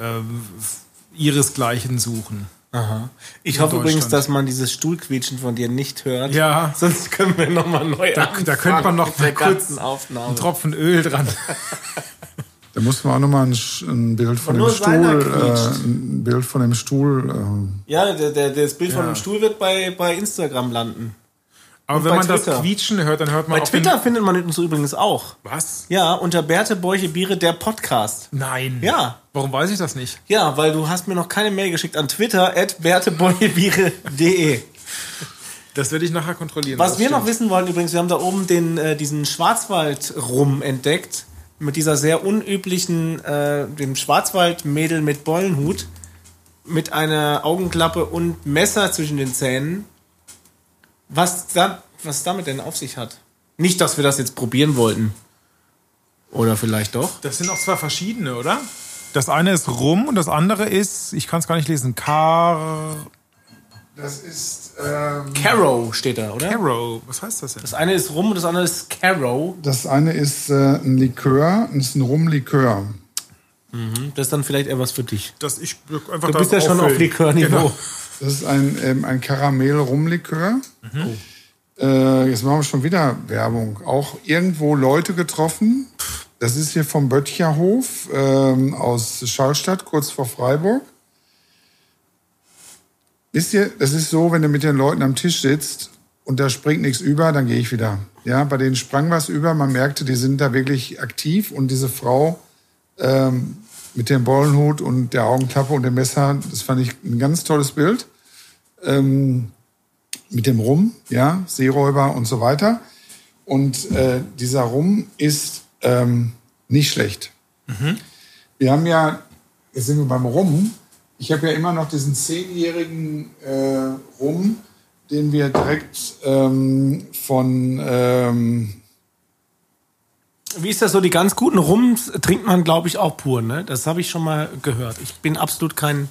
[SPEAKER 1] ähm, f- ihresgleichen suchen.
[SPEAKER 2] Ich hoffe
[SPEAKER 1] Deutschland.
[SPEAKER 2] übrigens, dass man dieses Stuhlquietschen von dir nicht hört.
[SPEAKER 1] Ja.
[SPEAKER 2] Sonst können wir nochmal neu
[SPEAKER 1] Da, da könnte man noch
[SPEAKER 2] mit der
[SPEAKER 1] mal kurz
[SPEAKER 2] ganzen Aufnahme.
[SPEAKER 1] einen Tropfen Öl dran.
[SPEAKER 5] da mussten wir auch nochmal ein, Sch- ein Bild von dem
[SPEAKER 2] nur
[SPEAKER 5] Stuhl,
[SPEAKER 2] seiner
[SPEAKER 5] äh,
[SPEAKER 2] quietscht.
[SPEAKER 5] ein Bild von dem Stuhl. Äh,
[SPEAKER 2] Ja, der, der, das Bild von
[SPEAKER 1] Ja.
[SPEAKER 2] dem Stuhl wird bei, bei Instagram landen.
[SPEAKER 1] Aber wenn
[SPEAKER 2] bei
[SPEAKER 1] man das
[SPEAKER 2] Twitter.
[SPEAKER 1] Quietschen hört, dann hört man
[SPEAKER 2] Bei
[SPEAKER 1] auch
[SPEAKER 2] Twitter findet man uns übrigens auch.
[SPEAKER 1] Den, was?
[SPEAKER 2] Ja, unter Berthe Bäuche Biere, der Podcast.
[SPEAKER 1] Nein.
[SPEAKER 2] Ja.
[SPEAKER 1] Warum weiß ich das nicht?
[SPEAKER 2] Ja, weil du hast mir noch keine Mail geschickt an Twitter at bertebeuebiere.de.
[SPEAKER 1] Das werde ich nachher kontrollieren.
[SPEAKER 2] Was
[SPEAKER 1] das
[SPEAKER 2] wir
[SPEAKER 1] stimmt.
[SPEAKER 2] noch wissen wollen übrigens, wir haben da oben den, äh, diesen Schwarzwald rum entdeckt. Mit dieser sehr unüblichen, äh, dem Schwarzwaldmädel mit Bollenhut. Mit einer Augenklappe und Messer zwischen den Zähnen. Was, da, was damit denn auf sich hat? Nicht, dass wir das jetzt probieren wollten. Oder vielleicht doch.
[SPEAKER 1] Das sind auch zwei verschiedene, oder? Das eine ist rum und das andere ist, ich kann es gar nicht lesen, Car
[SPEAKER 5] das ist ähm,
[SPEAKER 2] Caro steht da, oder?
[SPEAKER 1] Arrow. Was heißt das denn?
[SPEAKER 2] Das eine ist rum und das andere ist Caro.
[SPEAKER 5] Das eine ist äh, ein Likör, das ist ein Rumlikör.
[SPEAKER 2] Das ist dann vielleicht eher was für dich.
[SPEAKER 1] Das ich einfach
[SPEAKER 2] Du bist ja schon auf Likörniveau.
[SPEAKER 1] Genau.
[SPEAKER 5] Das ist ein, ähm, ein Karamell-Rumlikör. Äh, jetzt machen wir schon wieder Werbung. Auch irgendwo Leute getroffen. Das ist hier vom Böttcherhof ähm, aus Schallstadt, kurz vor Freiburg. Wisst ihr, das ist so, wenn du mit den Leuten am Tisch sitzt und da springt nichts über, dann gehe ich wieder. Ja, bei denen sprang was über. Man merkte, die sind da wirklich aktiv und diese Frau ähm, mit dem Bollenhut und der Augenklappe und dem Messer, das fand ich ein ganz tolles Bild. Ähm, mit dem Rum, ja, Seeräuber und so weiter. Und äh, dieser Rum ist ähm, nicht schlecht. Wir haben ja, jetzt sind wir beim Rum. Ich habe ja immer noch diesen zehnjährigen äh, Rum, den wir direkt ähm, von ähm,
[SPEAKER 2] Wie ist das so? Die ganz guten Rums trinkt man, glaube ich, auch pur, ne? Das habe ich schon mal gehört. Ich bin absolut kein.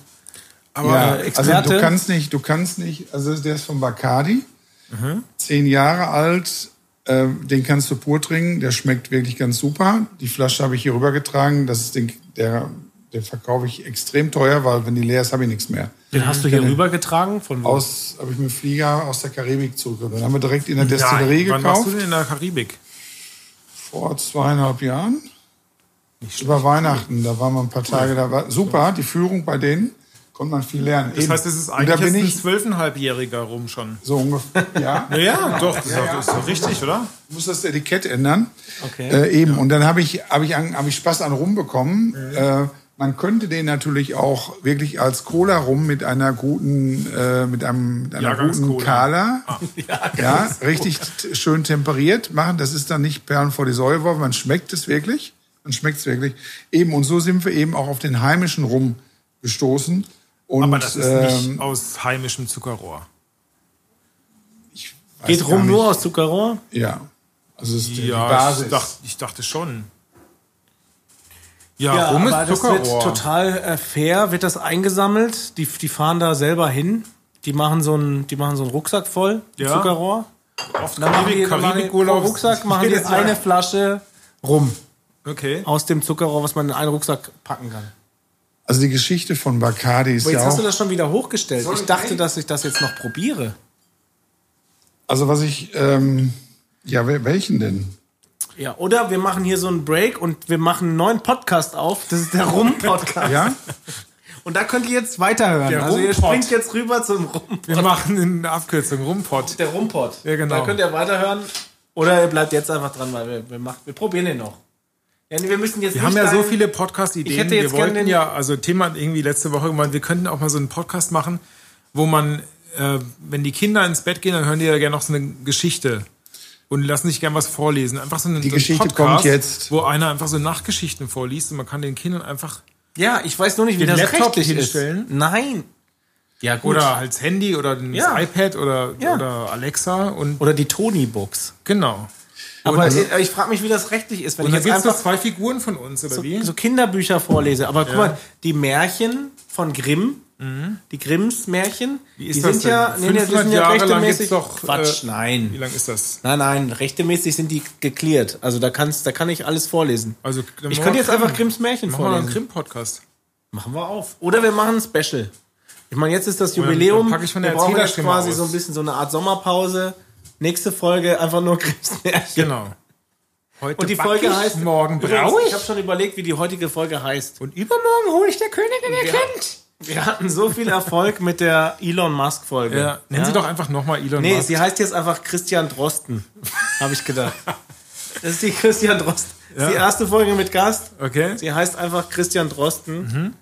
[SPEAKER 1] Aber
[SPEAKER 5] ja,
[SPEAKER 2] äh,
[SPEAKER 5] Also du
[SPEAKER 2] Experte.
[SPEAKER 5] kannst nicht, du kannst nicht, also der ist von Bacardi,
[SPEAKER 1] Mhm.
[SPEAKER 5] zehn Jahre alt, äh, den kannst du pur trinken, der schmeckt wirklich ganz super. Die Flasche habe ich hier rübergetragen, das ist den, der, den verkaufe ich extrem teuer, weil wenn die leer ist, habe ich nichts mehr.
[SPEAKER 2] Den hast du hier rübergetragen von wo?
[SPEAKER 5] Äh, Aus, habe ich mit dem Flieger aus der Karibik zurückgebracht. Dann haben wir direkt in der Destillerie
[SPEAKER 1] Nein, wann warst du
[SPEAKER 5] gekauft,
[SPEAKER 1] denn in der Karibik?
[SPEAKER 5] vor zweieinhalb Jahren. Über Weihnachten, da waren wir ein paar Tage da. War super, die Führung bei denen. konnte man viel lernen.
[SPEAKER 1] Das
[SPEAKER 5] Eben.
[SPEAKER 1] heißt, es ist
[SPEAKER 5] Und da
[SPEAKER 1] eigentlich
[SPEAKER 5] bin
[SPEAKER 1] jetzt ein
[SPEAKER 5] ich
[SPEAKER 1] zwölfeinhalbjähriger rum schon.
[SPEAKER 5] so ungefähr. Ja,
[SPEAKER 1] Ja, doch, das
[SPEAKER 5] Ja, ja.
[SPEAKER 1] ist doch richtig, oder?
[SPEAKER 5] ich muss das Etikett ändern.
[SPEAKER 2] Okay.
[SPEAKER 5] Äh, eben. Und dann habe ich, hab ich, an- hab ich Spaß an rumbekommen.
[SPEAKER 2] Mhm.
[SPEAKER 5] Äh, man könnte den natürlich auch wirklich als Cola rum mit einer guten, äh, mit einem mit einer guten
[SPEAKER 1] Jahrgangscola.
[SPEAKER 5] Kala.
[SPEAKER 1] Ah.
[SPEAKER 5] Ja, richtig t- schön temperiert machen. Das ist dann nicht Perlen vor die Säule, geworfen. man schmeckt es wirklich. Man schmeckt es wirklich. Eben, und so sind wir eben auch auf den heimischen Rum gestoßen. Und,
[SPEAKER 1] Aber das ist
[SPEAKER 5] ähm,
[SPEAKER 1] nicht aus heimischem Zuckerrohr.
[SPEAKER 5] ich weiß
[SPEAKER 2] Geht
[SPEAKER 5] gar
[SPEAKER 2] rum
[SPEAKER 5] nicht.
[SPEAKER 2] nur aus Zuckerrohr?
[SPEAKER 5] Ja. Also es ist
[SPEAKER 1] Äh,
[SPEAKER 5] die
[SPEAKER 1] Ja,
[SPEAKER 5] Basis.
[SPEAKER 1] ich dachte, ich dachte schon. Ja,
[SPEAKER 2] Ja,
[SPEAKER 1] rum
[SPEAKER 2] aber
[SPEAKER 1] ist
[SPEAKER 2] das wird
[SPEAKER 1] Zuckerrohr.
[SPEAKER 2] total äh, fair, wird das eingesammelt. Die, die fahren da selber hin. Die machen so einen, die machen so einen Rucksack voll mit
[SPEAKER 1] Ja.
[SPEAKER 2] Zuckerrohr.
[SPEAKER 1] Oft
[SPEAKER 2] Und dann machen die, dann machen die pro
[SPEAKER 1] Karibikurlaub.
[SPEAKER 2] Rucksack machen die
[SPEAKER 1] Jedes Jahr.
[SPEAKER 2] eine Flasche rum
[SPEAKER 1] Okay.
[SPEAKER 2] aus dem Zuckerrohr, was man in einen Rucksack packen kann.
[SPEAKER 5] Also die Geschichte von Bacardi ist
[SPEAKER 2] Aber jetzt
[SPEAKER 5] ja
[SPEAKER 2] hast du
[SPEAKER 5] auch.
[SPEAKER 2] das schon wieder hochgestellt.
[SPEAKER 5] Soll
[SPEAKER 2] Ich
[SPEAKER 5] ich
[SPEAKER 2] dachte,
[SPEAKER 5] rein?
[SPEAKER 2] dass ich das jetzt noch probiere.
[SPEAKER 5] Also was ich, ähm, ja wel- welchen denn?
[SPEAKER 2] Ja, oder wir machen hier so einen Break und wir machen einen neuen Podcast auf. Das ist der Rum-Podcast.
[SPEAKER 5] Ja,
[SPEAKER 2] Und da könnt ihr jetzt weiterhören.
[SPEAKER 1] Der
[SPEAKER 2] also ihr
[SPEAKER 1] Rumpod.
[SPEAKER 2] springt jetzt rüber zum Rum.
[SPEAKER 1] Wir machen eine Abkürzung, Rumpott.
[SPEAKER 2] Der Rumpot.
[SPEAKER 1] Ja, genau.
[SPEAKER 2] Da könnt ihr weiterhören. Oder ihr bleibt jetzt einfach dran, weil wir, wir, macht, wir probieren den noch. Ja, nee, wir müssen jetzt
[SPEAKER 1] Wir
[SPEAKER 2] nicht
[SPEAKER 1] haben ja so
[SPEAKER 2] deinen-
[SPEAKER 1] viele Podcast-Ideen.
[SPEAKER 2] Ich hätte jetzt
[SPEAKER 1] wir wollten
[SPEAKER 2] gerne den-
[SPEAKER 1] ja, also Thema hat irgendwie letzte Woche gemeint, wir könnten auch mal so einen Podcast machen, wo man, äh, wenn die Kinder ins Bett gehen, dann hören die ja gerne noch so eine Geschichte und lassen sich gern was vorlesen. Einfach so einen, so einen
[SPEAKER 5] Geschichte
[SPEAKER 1] Podcast,
[SPEAKER 5] kommt jetzt.
[SPEAKER 1] wo einer einfach so Nachgeschichten vorliest und man kann den Kindern einfach
[SPEAKER 2] Ja, ich weiß nur nicht, wie
[SPEAKER 1] Den
[SPEAKER 2] das
[SPEAKER 1] Laptop
[SPEAKER 2] rechtlich ist.
[SPEAKER 1] hinstellen?
[SPEAKER 2] Nein. Ja, gut.
[SPEAKER 1] oder
[SPEAKER 2] Oder,
[SPEAKER 1] als Handy oder das
[SPEAKER 2] Ja.
[SPEAKER 1] iPad oder,
[SPEAKER 2] Ja.
[SPEAKER 1] oder Alexa und
[SPEAKER 2] oder die Tony-Box.
[SPEAKER 1] genau.
[SPEAKER 2] Aber ich, ich frage mich, wie das rechtlich ist, wenn
[SPEAKER 1] Und
[SPEAKER 2] ich
[SPEAKER 1] dann
[SPEAKER 2] jetzt
[SPEAKER 1] gibt es noch
[SPEAKER 2] einfach
[SPEAKER 1] zwei Figuren von uns, oder wie?
[SPEAKER 2] so, so Kinderbücher vorlese. Aber guck mal, die Märchen von Grimm, die Grimms Märchen,
[SPEAKER 1] ist
[SPEAKER 2] die
[SPEAKER 1] das
[SPEAKER 2] sind
[SPEAKER 1] denn?
[SPEAKER 2] ja, nee, nee, die
[SPEAKER 1] 500
[SPEAKER 2] sind ja
[SPEAKER 1] Jahre lang gibt's
[SPEAKER 2] rechtemäßig.
[SPEAKER 1] doch, äh,
[SPEAKER 2] Quatsch, nein.
[SPEAKER 1] Wie lang ist das?
[SPEAKER 2] Nein, nein, rechtemäßig sind die geklärt. Also da kannst, da kann ich alles vorlesen.
[SPEAKER 1] Also, dann
[SPEAKER 2] ich
[SPEAKER 1] machen
[SPEAKER 2] könnte
[SPEAKER 1] wir
[SPEAKER 2] jetzt
[SPEAKER 1] Grimm.
[SPEAKER 2] einfach Grimms Märchen
[SPEAKER 1] Machen wir mal
[SPEAKER 2] vorlesen.
[SPEAKER 1] einen Krim-Podcast.
[SPEAKER 2] Machen wir auf. Oder wir machen ein Special. Ich meine, jetzt ist das
[SPEAKER 1] Oh dann-
[SPEAKER 2] Jubiläum.
[SPEAKER 1] dann packe ich von der
[SPEAKER 2] wir brauchen jetzt
[SPEAKER 1] Erzählerstimme
[SPEAKER 2] quasi
[SPEAKER 1] aus.
[SPEAKER 2] so ein bisschen so eine Art Sommerpause. Nächste Folge einfach nur Grimms Märchen.
[SPEAKER 1] Genau. Heute
[SPEAKER 2] Und die
[SPEAKER 1] back
[SPEAKER 2] Folge
[SPEAKER 1] ich,
[SPEAKER 2] heißt
[SPEAKER 1] morgen
[SPEAKER 2] Übrigens,
[SPEAKER 1] brauche
[SPEAKER 2] Ich habe schon überlegt, wie die heutige Folge heißt.
[SPEAKER 1] und übermorgen hole ich der König in
[SPEAKER 2] Ja.
[SPEAKER 1] der Kind.
[SPEAKER 2] Wir hatten so viel Erfolg mit der Elon Musk Folge.
[SPEAKER 1] Ja, nennen Sie doch einfach nochmal Elon
[SPEAKER 2] Nee,
[SPEAKER 1] Musk.
[SPEAKER 2] sie heißt jetzt einfach Christian Drosten, habe ich gedacht. Das ist die Christian Drosten. Das ist die erste Folge mit Gast.
[SPEAKER 1] okay.
[SPEAKER 2] Sie heißt einfach Christian Drosten.
[SPEAKER 1] Mhm.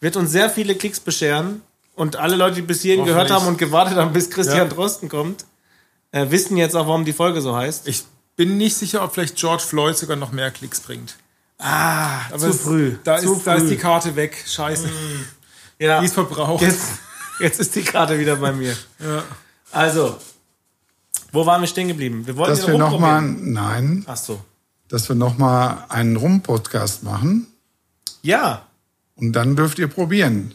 [SPEAKER 2] Wird uns sehr viele Klicks bescheren. Und alle Leute, die bis hierhin gehört haben und gewartet haben, bis Christian
[SPEAKER 1] Ja.
[SPEAKER 2] Drosten kommt, äh, wissen jetzt auch, warum die Folge so heißt.
[SPEAKER 1] Ich bin nicht sicher, ob vielleicht George Floyd sogar noch mehr Klicks bringt. Ah, Aber
[SPEAKER 2] zu
[SPEAKER 1] es-
[SPEAKER 2] früh,
[SPEAKER 1] Da,
[SPEAKER 2] zu
[SPEAKER 1] ist, da ist
[SPEAKER 2] früh.
[SPEAKER 1] die Karte weg. Scheiße.
[SPEAKER 2] ja.
[SPEAKER 1] Die ist verbraucht.
[SPEAKER 2] Jetzt, jetzt ist die Karte wieder bei mir. Also, wo waren wir stehen geblieben? Wir wollten
[SPEAKER 5] dass
[SPEAKER 2] den
[SPEAKER 5] wir nochmal,
[SPEAKER 2] rumprobieren.
[SPEAKER 5] nein,
[SPEAKER 2] Ach so.
[SPEAKER 5] dass wir nochmal einen Rum-Podcast machen
[SPEAKER 2] Ja,
[SPEAKER 5] und dann dürft ihr probieren.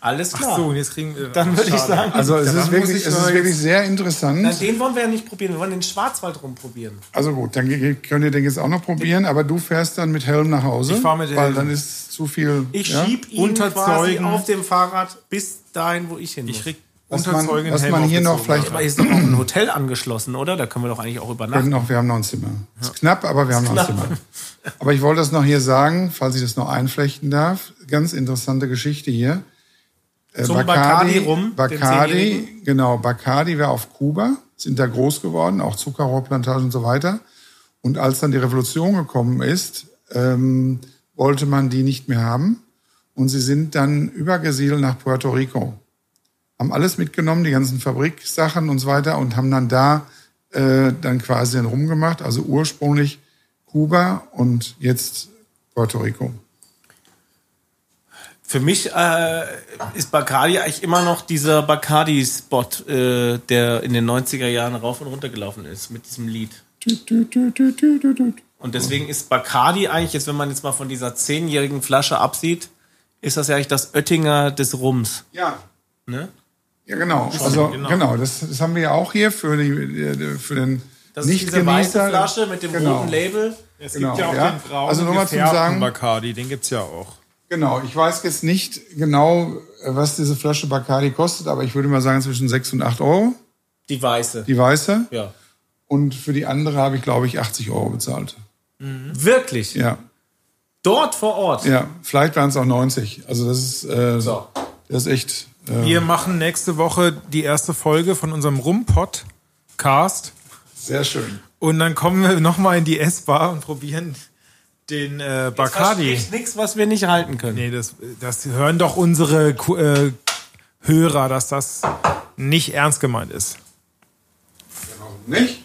[SPEAKER 2] alles klar.
[SPEAKER 1] So, und jetzt kriegen wir.
[SPEAKER 2] Dann würde ich sagen,
[SPEAKER 5] Also es
[SPEAKER 1] Daran
[SPEAKER 5] ist
[SPEAKER 1] muss
[SPEAKER 5] wirklich,
[SPEAKER 1] ich
[SPEAKER 5] es
[SPEAKER 1] noch
[SPEAKER 5] ist wirklich sehr interessant.
[SPEAKER 2] Na, den wollen wir ja nicht probieren. Wir wollen den Schwarzwald rumprobieren.
[SPEAKER 5] Also gut, dann ge- könnt ihr den jetzt auch noch probieren, aber du fährst dann mit Helm nach Hause.
[SPEAKER 1] Ich fahr mit
[SPEAKER 5] Weil
[SPEAKER 1] Helm.
[SPEAKER 5] dann ist zu viel.
[SPEAKER 2] Ich
[SPEAKER 5] ja,
[SPEAKER 2] schieb ihn quasi
[SPEAKER 1] Unterzeugen.
[SPEAKER 2] auf dem Fahrrad bis dahin, wo ich hin muss.
[SPEAKER 1] Ich krieg
[SPEAKER 5] was man,
[SPEAKER 1] Unterzeugen
[SPEAKER 5] was
[SPEAKER 1] Helm
[SPEAKER 5] man hier noch
[SPEAKER 1] aufgezogen.
[SPEAKER 5] vielleicht.
[SPEAKER 2] Aber hier ist doch auch ein Hotel angeschlossen, oder? Da können wir doch eigentlich auch
[SPEAKER 5] Wir haben
[SPEAKER 2] übernachten.
[SPEAKER 5] noch, wir haben noch ein Zimmer. Ist knapp, aber wir haben noch ein
[SPEAKER 2] knapp.
[SPEAKER 5] Zimmer. Aber ich wollte das noch hier sagen, falls ich das noch einflechten darf. Ganz interessante Geschichte hier. Äh,
[SPEAKER 2] Zum Bacardi rum, dem
[SPEAKER 5] Bacardi,
[SPEAKER 2] Zehnjährigen.
[SPEAKER 5] genau. Bacardi war auf Kuba, sind da groß geworden, auch Zuckerrohrplantagen und so weiter. Und als dann die Revolution gekommen ist, ähm, wollte man die nicht mehr haben. Und sie sind dann übergesiedelt nach Puerto Rico haben alles mitgenommen, die ganzen Fabriksachen und so weiter und haben dann da äh, dann quasi den Rum gemacht. Also ursprünglich Kuba und jetzt Puerto Rico.
[SPEAKER 2] Für mich äh, ist Bacardi eigentlich immer noch dieser Bacardi-Spot, äh, der in den 90er Jahren rauf und runter gelaufen ist mit diesem Lied.
[SPEAKER 5] Tüt, tüt, tüt, tüt, tüt, tüt, tüt.
[SPEAKER 2] Und deswegen ist Bacardi eigentlich, jetzt wenn man jetzt mal von dieser zehnjährigen Flasche absieht, ist das ja eigentlich das Oettinger des Rums.
[SPEAKER 5] Ja.
[SPEAKER 2] Ne?
[SPEAKER 5] Ja, genau. Also genau,
[SPEAKER 1] genau.
[SPEAKER 5] das, das haben wir ja auch hier für, die, für den
[SPEAKER 2] Das ist diese weiße
[SPEAKER 5] Nicht-Genießer.
[SPEAKER 2] Flasche mit dem
[SPEAKER 5] Genau.
[SPEAKER 2] roten Label.
[SPEAKER 1] Es
[SPEAKER 5] Genau,
[SPEAKER 1] gibt ja auch
[SPEAKER 5] ja.
[SPEAKER 1] den braunen
[SPEAKER 5] Also nur mal zum
[SPEAKER 1] gefärbten
[SPEAKER 5] Sagen.
[SPEAKER 1] Bacardi, den gibt's ja auch.
[SPEAKER 5] Genau, ich weiß jetzt nicht genau, äh, was diese Flasche Bacardi kostet, aber ich würde mal sagen zwischen 6 und 8 Euro,
[SPEAKER 2] Die weiße.
[SPEAKER 5] die weiße.
[SPEAKER 2] Ja.
[SPEAKER 5] Und für die andere habe ich, glaube ich, 80 Euro bezahlt.
[SPEAKER 2] Wirklich?
[SPEAKER 5] Ja.
[SPEAKER 2] Dort vor Ort?
[SPEAKER 5] Ja, vielleicht waren es auch 90. Also das ist äh,
[SPEAKER 2] So.
[SPEAKER 5] Das ist echt. Äh,
[SPEAKER 1] Wir machen nächste Woche die erste Folge von unserem Rumpod-Cast.
[SPEAKER 5] sehr schön.
[SPEAKER 1] Und dann kommen wir nochmal in die S-Bar und probieren den äh, Bacardi.
[SPEAKER 2] nichts, was wir nicht halten können.
[SPEAKER 1] Nee, das, das hören doch unsere Ku- äh, Hörer, dass das nicht ernst gemeint ist.
[SPEAKER 5] Nicht?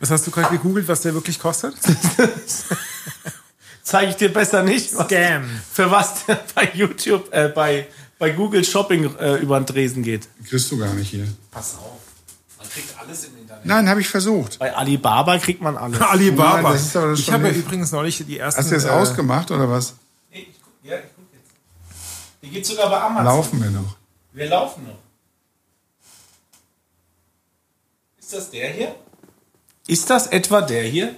[SPEAKER 1] Was hast du gerade gegoogelt, was der wirklich kostet?
[SPEAKER 2] Zeige ich dir besser nicht. was-
[SPEAKER 1] Scam.
[SPEAKER 2] Für was der bei YouTube, äh, bei, bei Google Shopping äh, über den Tresen geht.
[SPEAKER 5] Kriegst du gar nicht hier.
[SPEAKER 2] Pass auf. Man kriegt alles im Internet.
[SPEAKER 5] Nein, habe ich versucht.
[SPEAKER 2] Bei Alibaba kriegt man alles.
[SPEAKER 1] Alibaba.
[SPEAKER 5] Nein, das ist aber
[SPEAKER 1] ich
[SPEAKER 5] schon
[SPEAKER 1] habe ja
[SPEAKER 5] nicht-
[SPEAKER 1] übrigens neulich die ersten.
[SPEAKER 5] Hast du jetzt
[SPEAKER 1] äh,
[SPEAKER 5] ausgemacht oder was?
[SPEAKER 2] Nee, ich guck, ja, ich guck jetzt. Die geht sogar bei Amazon.
[SPEAKER 5] Laufen wir noch.
[SPEAKER 2] Wir laufen noch. Ist das der hier? Ist das etwa der hier?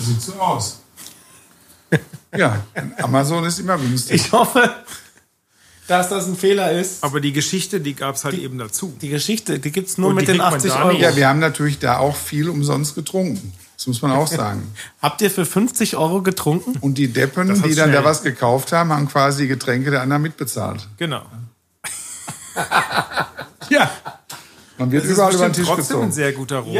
[SPEAKER 5] Sieht so aus. Ja, Amazon ist immer günstig.
[SPEAKER 2] Ich hoffe, dass das ein Fehler ist.
[SPEAKER 1] Aber die Geschichte, die gab es halt eben dazu.
[SPEAKER 2] Die Geschichte, die gibt's nur
[SPEAKER 1] Und
[SPEAKER 2] mit
[SPEAKER 1] die
[SPEAKER 2] den
[SPEAKER 1] kriegt man
[SPEAKER 2] 80
[SPEAKER 1] da
[SPEAKER 2] Euro.
[SPEAKER 1] nicht.
[SPEAKER 5] Ja, wir haben natürlich da auch viel umsonst getrunken. Das muss man auch sagen.
[SPEAKER 2] Habt ihr für 50 Euro getrunken?
[SPEAKER 5] Und die Deppen,
[SPEAKER 1] Das hat's
[SPEAKER 5] die dann
[SPEAKER 1] schnell.
[SPEAKER 5] da was gekauft haben, haben quasi die Getränke der anderen mitbezahlt.
[SPEAKER 1] Genau.
[SPEAKER 5] Ja. Man wird
[SPEAKER 1] Das ist
[SPEAKER 5] überall über den
[SPEAKER 1] bestimmt
[SPEAKER 5] Tisch
[SPEAKER 1] trotzdem ein
[SPEAKER 5] gezogen.
[SPEAKER 1] sehr guter Rum.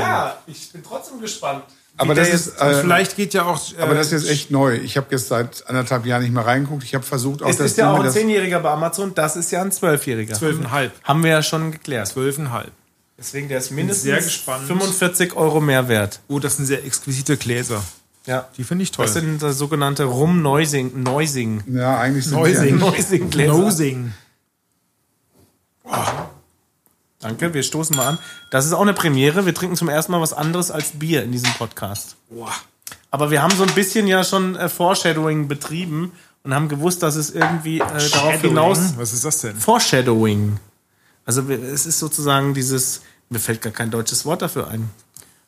[SPEAKER 2] ich bin trotzdem gespannt.
[SPEAKER 5] Aber das
[SPEAKER 1] Der
[SPEAKER 5] ist,
[SPEAKER 1] jetzt,
[SPEAKER 5] äh,
[SPEAKER 1] vielleicht geht ja auch. Äh,
[SPEAKER 5] aber das ist jetzt echt neu. Ich habe jetzt seit anderthalb Jahren nicht mehr reingeguckt. Ich habe versucht, auch
[SPEAKER 2] Es
[SPEAKER 5] das
[SPEAKER 2] ist ja
[SPEAKER 5] Ding
[SPEAKER 2] auch
[SPEAKER 5] mit
[SPEAKER 2] ein
[SPEAKER 5] das-
[SPEAKER 2] Zehnjähriger bei Amazon, das ist ja ein Zwölfjähriger.
[SPEAKER 1] zwölfeinhalb.
[SPEAKER 2] Haben wir ja schon geklärt.
[SPEAKER 1] Zwölfeinhalb.
[SPEAKER 2] Deswegen, der ist
[SPEAKER 1] sehr
[SPEAKER 2] mindestens
[SPEAKER 1] gespannt.
[SPEAKER 2] 45 Euro mehr wert.
[SPEAKER 1] Oh, das sind sehr exquisite Gläser.
[SPEAKER 2] Ja.
[SPEAKER 1] Die finde ich toll.
[SPEAKER 2] Das sind äh, sogenannte Rum-Neusing. Neusing.
[SPEAKER 5] Ja, eigentlich
[SPEAKER 2] Oh
[SPEAKER 5] sind wir
[SPEAKER 1] Neusing.
[SPEAKER 5] ja-
[SPEAKER 2] Neusing-Gläser.
[SPEAKER 1] Nosing.
[SPEAKER 2] Danke, wir stoßen mal an. Das ist auch eine Premiere. Wir trinken zum ersten Mal was anderes als Bier in diesem Podcast. Aber wir haben so ein bisschen ja schon äh, Foreshadowing betrieben und haben gewusst, dass es irgendwie äh, darauf hinaus.
[SPEAKER 1] Was ist das denn?
[SPEAKER 2] Foreshadowing. Also wir- es ist sozusagen dieses, mir fällt gar kein deutsches Wort dafür ein.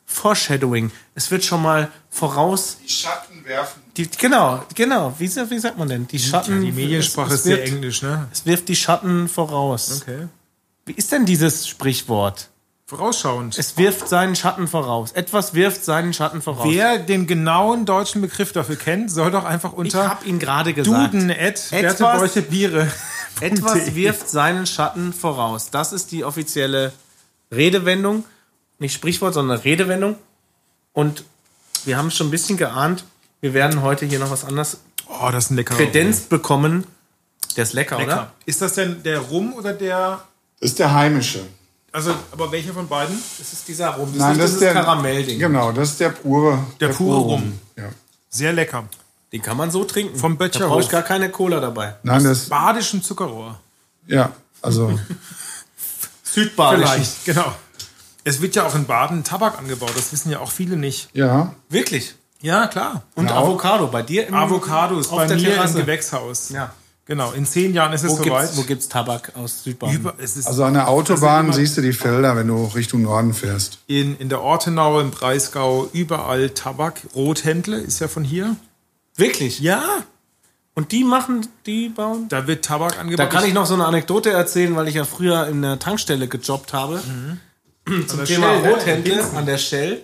[SPEAKER 2] Foreshadowing. Es wird schon mal voraus.
[SPEAKER 5] Die Schatten werfen.
[SPEAKER 2] Die, genau, genau. Wie, sa- wie sagt man denn? Die Schatten.
[SPEAKER 1] Die Mediensprache
[SPEAKER 2] es,
[SPEAKER 1] ist
[SPEAKER 2] es
[SPEAKER 1] sehr
[SPEAKER 2] wirft,
[SPEAKER 1] englisch, ne?
[SPEAKER 2] Es wirft die Schatten voraus.
[SPEAKER 1] Okay.
[SPEAKER 2] Wie ist denn dieses Sprichwort?
[SPEAKER 1] Vorausschauend.
[SPEAKER 2] Es wirft seinen Schatten voraus. Etwas wirft seinen Schatten voraus.
[SPEAKER 1] Wer den genauen deutschen Begriff dafür kennt, soll doch einfach
[SPEAKER 2] Ich
[SPEAKER 1] unter
[SPEAKER 2] habe ihn gerade gesagt.
[SPEAKER 1] Duden at
[SPEAKER 2] Etwas-
[SPEAKER 1] Bertebäuche Biere.
[SPEAKER 2] Etwas wirft seinen Schatten voraus. Das ist die offizielle Redewendung. Nicht Sprichwort, sondern Redewendung. Und wir haben es schon ein bisschen geahnt. Wir werden heute hier noch was anderes
[SPEAKER 1] Oh, das ist ein leckerer
[SPEAKER 2] Kredenz bekommen. Der ist lecker,
[SPEAKER 1] Rum.
[SPEAKER 2] oder?
[SPEAKER 1] Lecker. Ist das denn der Rum oder der.
[SPEAKER 5] Das ist der heimische.
[SPEAKER 1] Also, aber welcher von beiden?
[SPEAKER 2] Das ist dieser Rum. Das
[SPEAKER 5] Nein, das ist der
[SPEAKER 2] Karamellding.
[SPEAKER 5] Genau, das ist der pure.
[SPEAKER 1] Der pure Rum.
[SPEAKER 5] Ja.
[SPEAKER 1] Sehr lecker.
[SPEAKER 2] Den kann man so trinken.
[SPEAKER 1] Vom
[SPEAKER 2] Da
[SPEAKER 1] Böttcherhof.
[SPEAKER 2] brauche ich gar keine Cola dabei.
[SPEAKER 5] Nein, das.
[SPEAKER 1] Badischen Zuckerrohr.
[SPEAKER 5] Ja, also
[SPEAKER 2] Südbadisch.
[SPEAKER 1] Vielleicht, genau. Es wird ja auch in Baden Tabak angebaut, das wissen ja auch viele nicht.
[SPEAKER 5] ja.
[SPEAKER 2] Wirklich.
[SPEAKER 1] Ja, klar.
[SPEAKER 2] Und
[SPEAKER 5] Genau.
[SPEAKER 2] Avocado bei dir im
[SPEAKER 1] Avocados
[SPEAKER 2] auf
[SPEAKER 1] bei
[SPEAKER 2] der
[SPEAKER 1] mir
[SPEAKER 2] Terrasse.
[SPEAKER 1] im Gewächshaus.
[SPEAKER 2] Ja.
[SPEAKER 1] Genau, in zehn Jahren ist es
[SPEAKER 2] Wo
[SPEAKER 1] soweit.
[SPEAKER 2] gibt's, wo gibt's Tabak aus Südbaden?
[SPEAKER 1] Über, es ist
[SPEAKER 5] Also an der Autobahn siehst du die Felder, wenn du Richtung Norden fährst.
[SPEAKER 1] in, in der Ortenau, im Breisgau, überall Tabak. Rothändle ist ja von hier.
[SPEAKER 2] Wirklich?
[SPEAKER 1] Ja,
[SPEAKER 2] Und die machen, die bauen
[SPEAKER 1] da wird Tabak angebaut.
[SPEAKER 2] Da kann ich noch so eine Anekdote erzählen, weil ich ja früher in der Tankstelle gejobbt habe. Zum Thema
[SPEAKER 1] Shell, ne?
[SPEAKER 2] Rothändler an der Shell.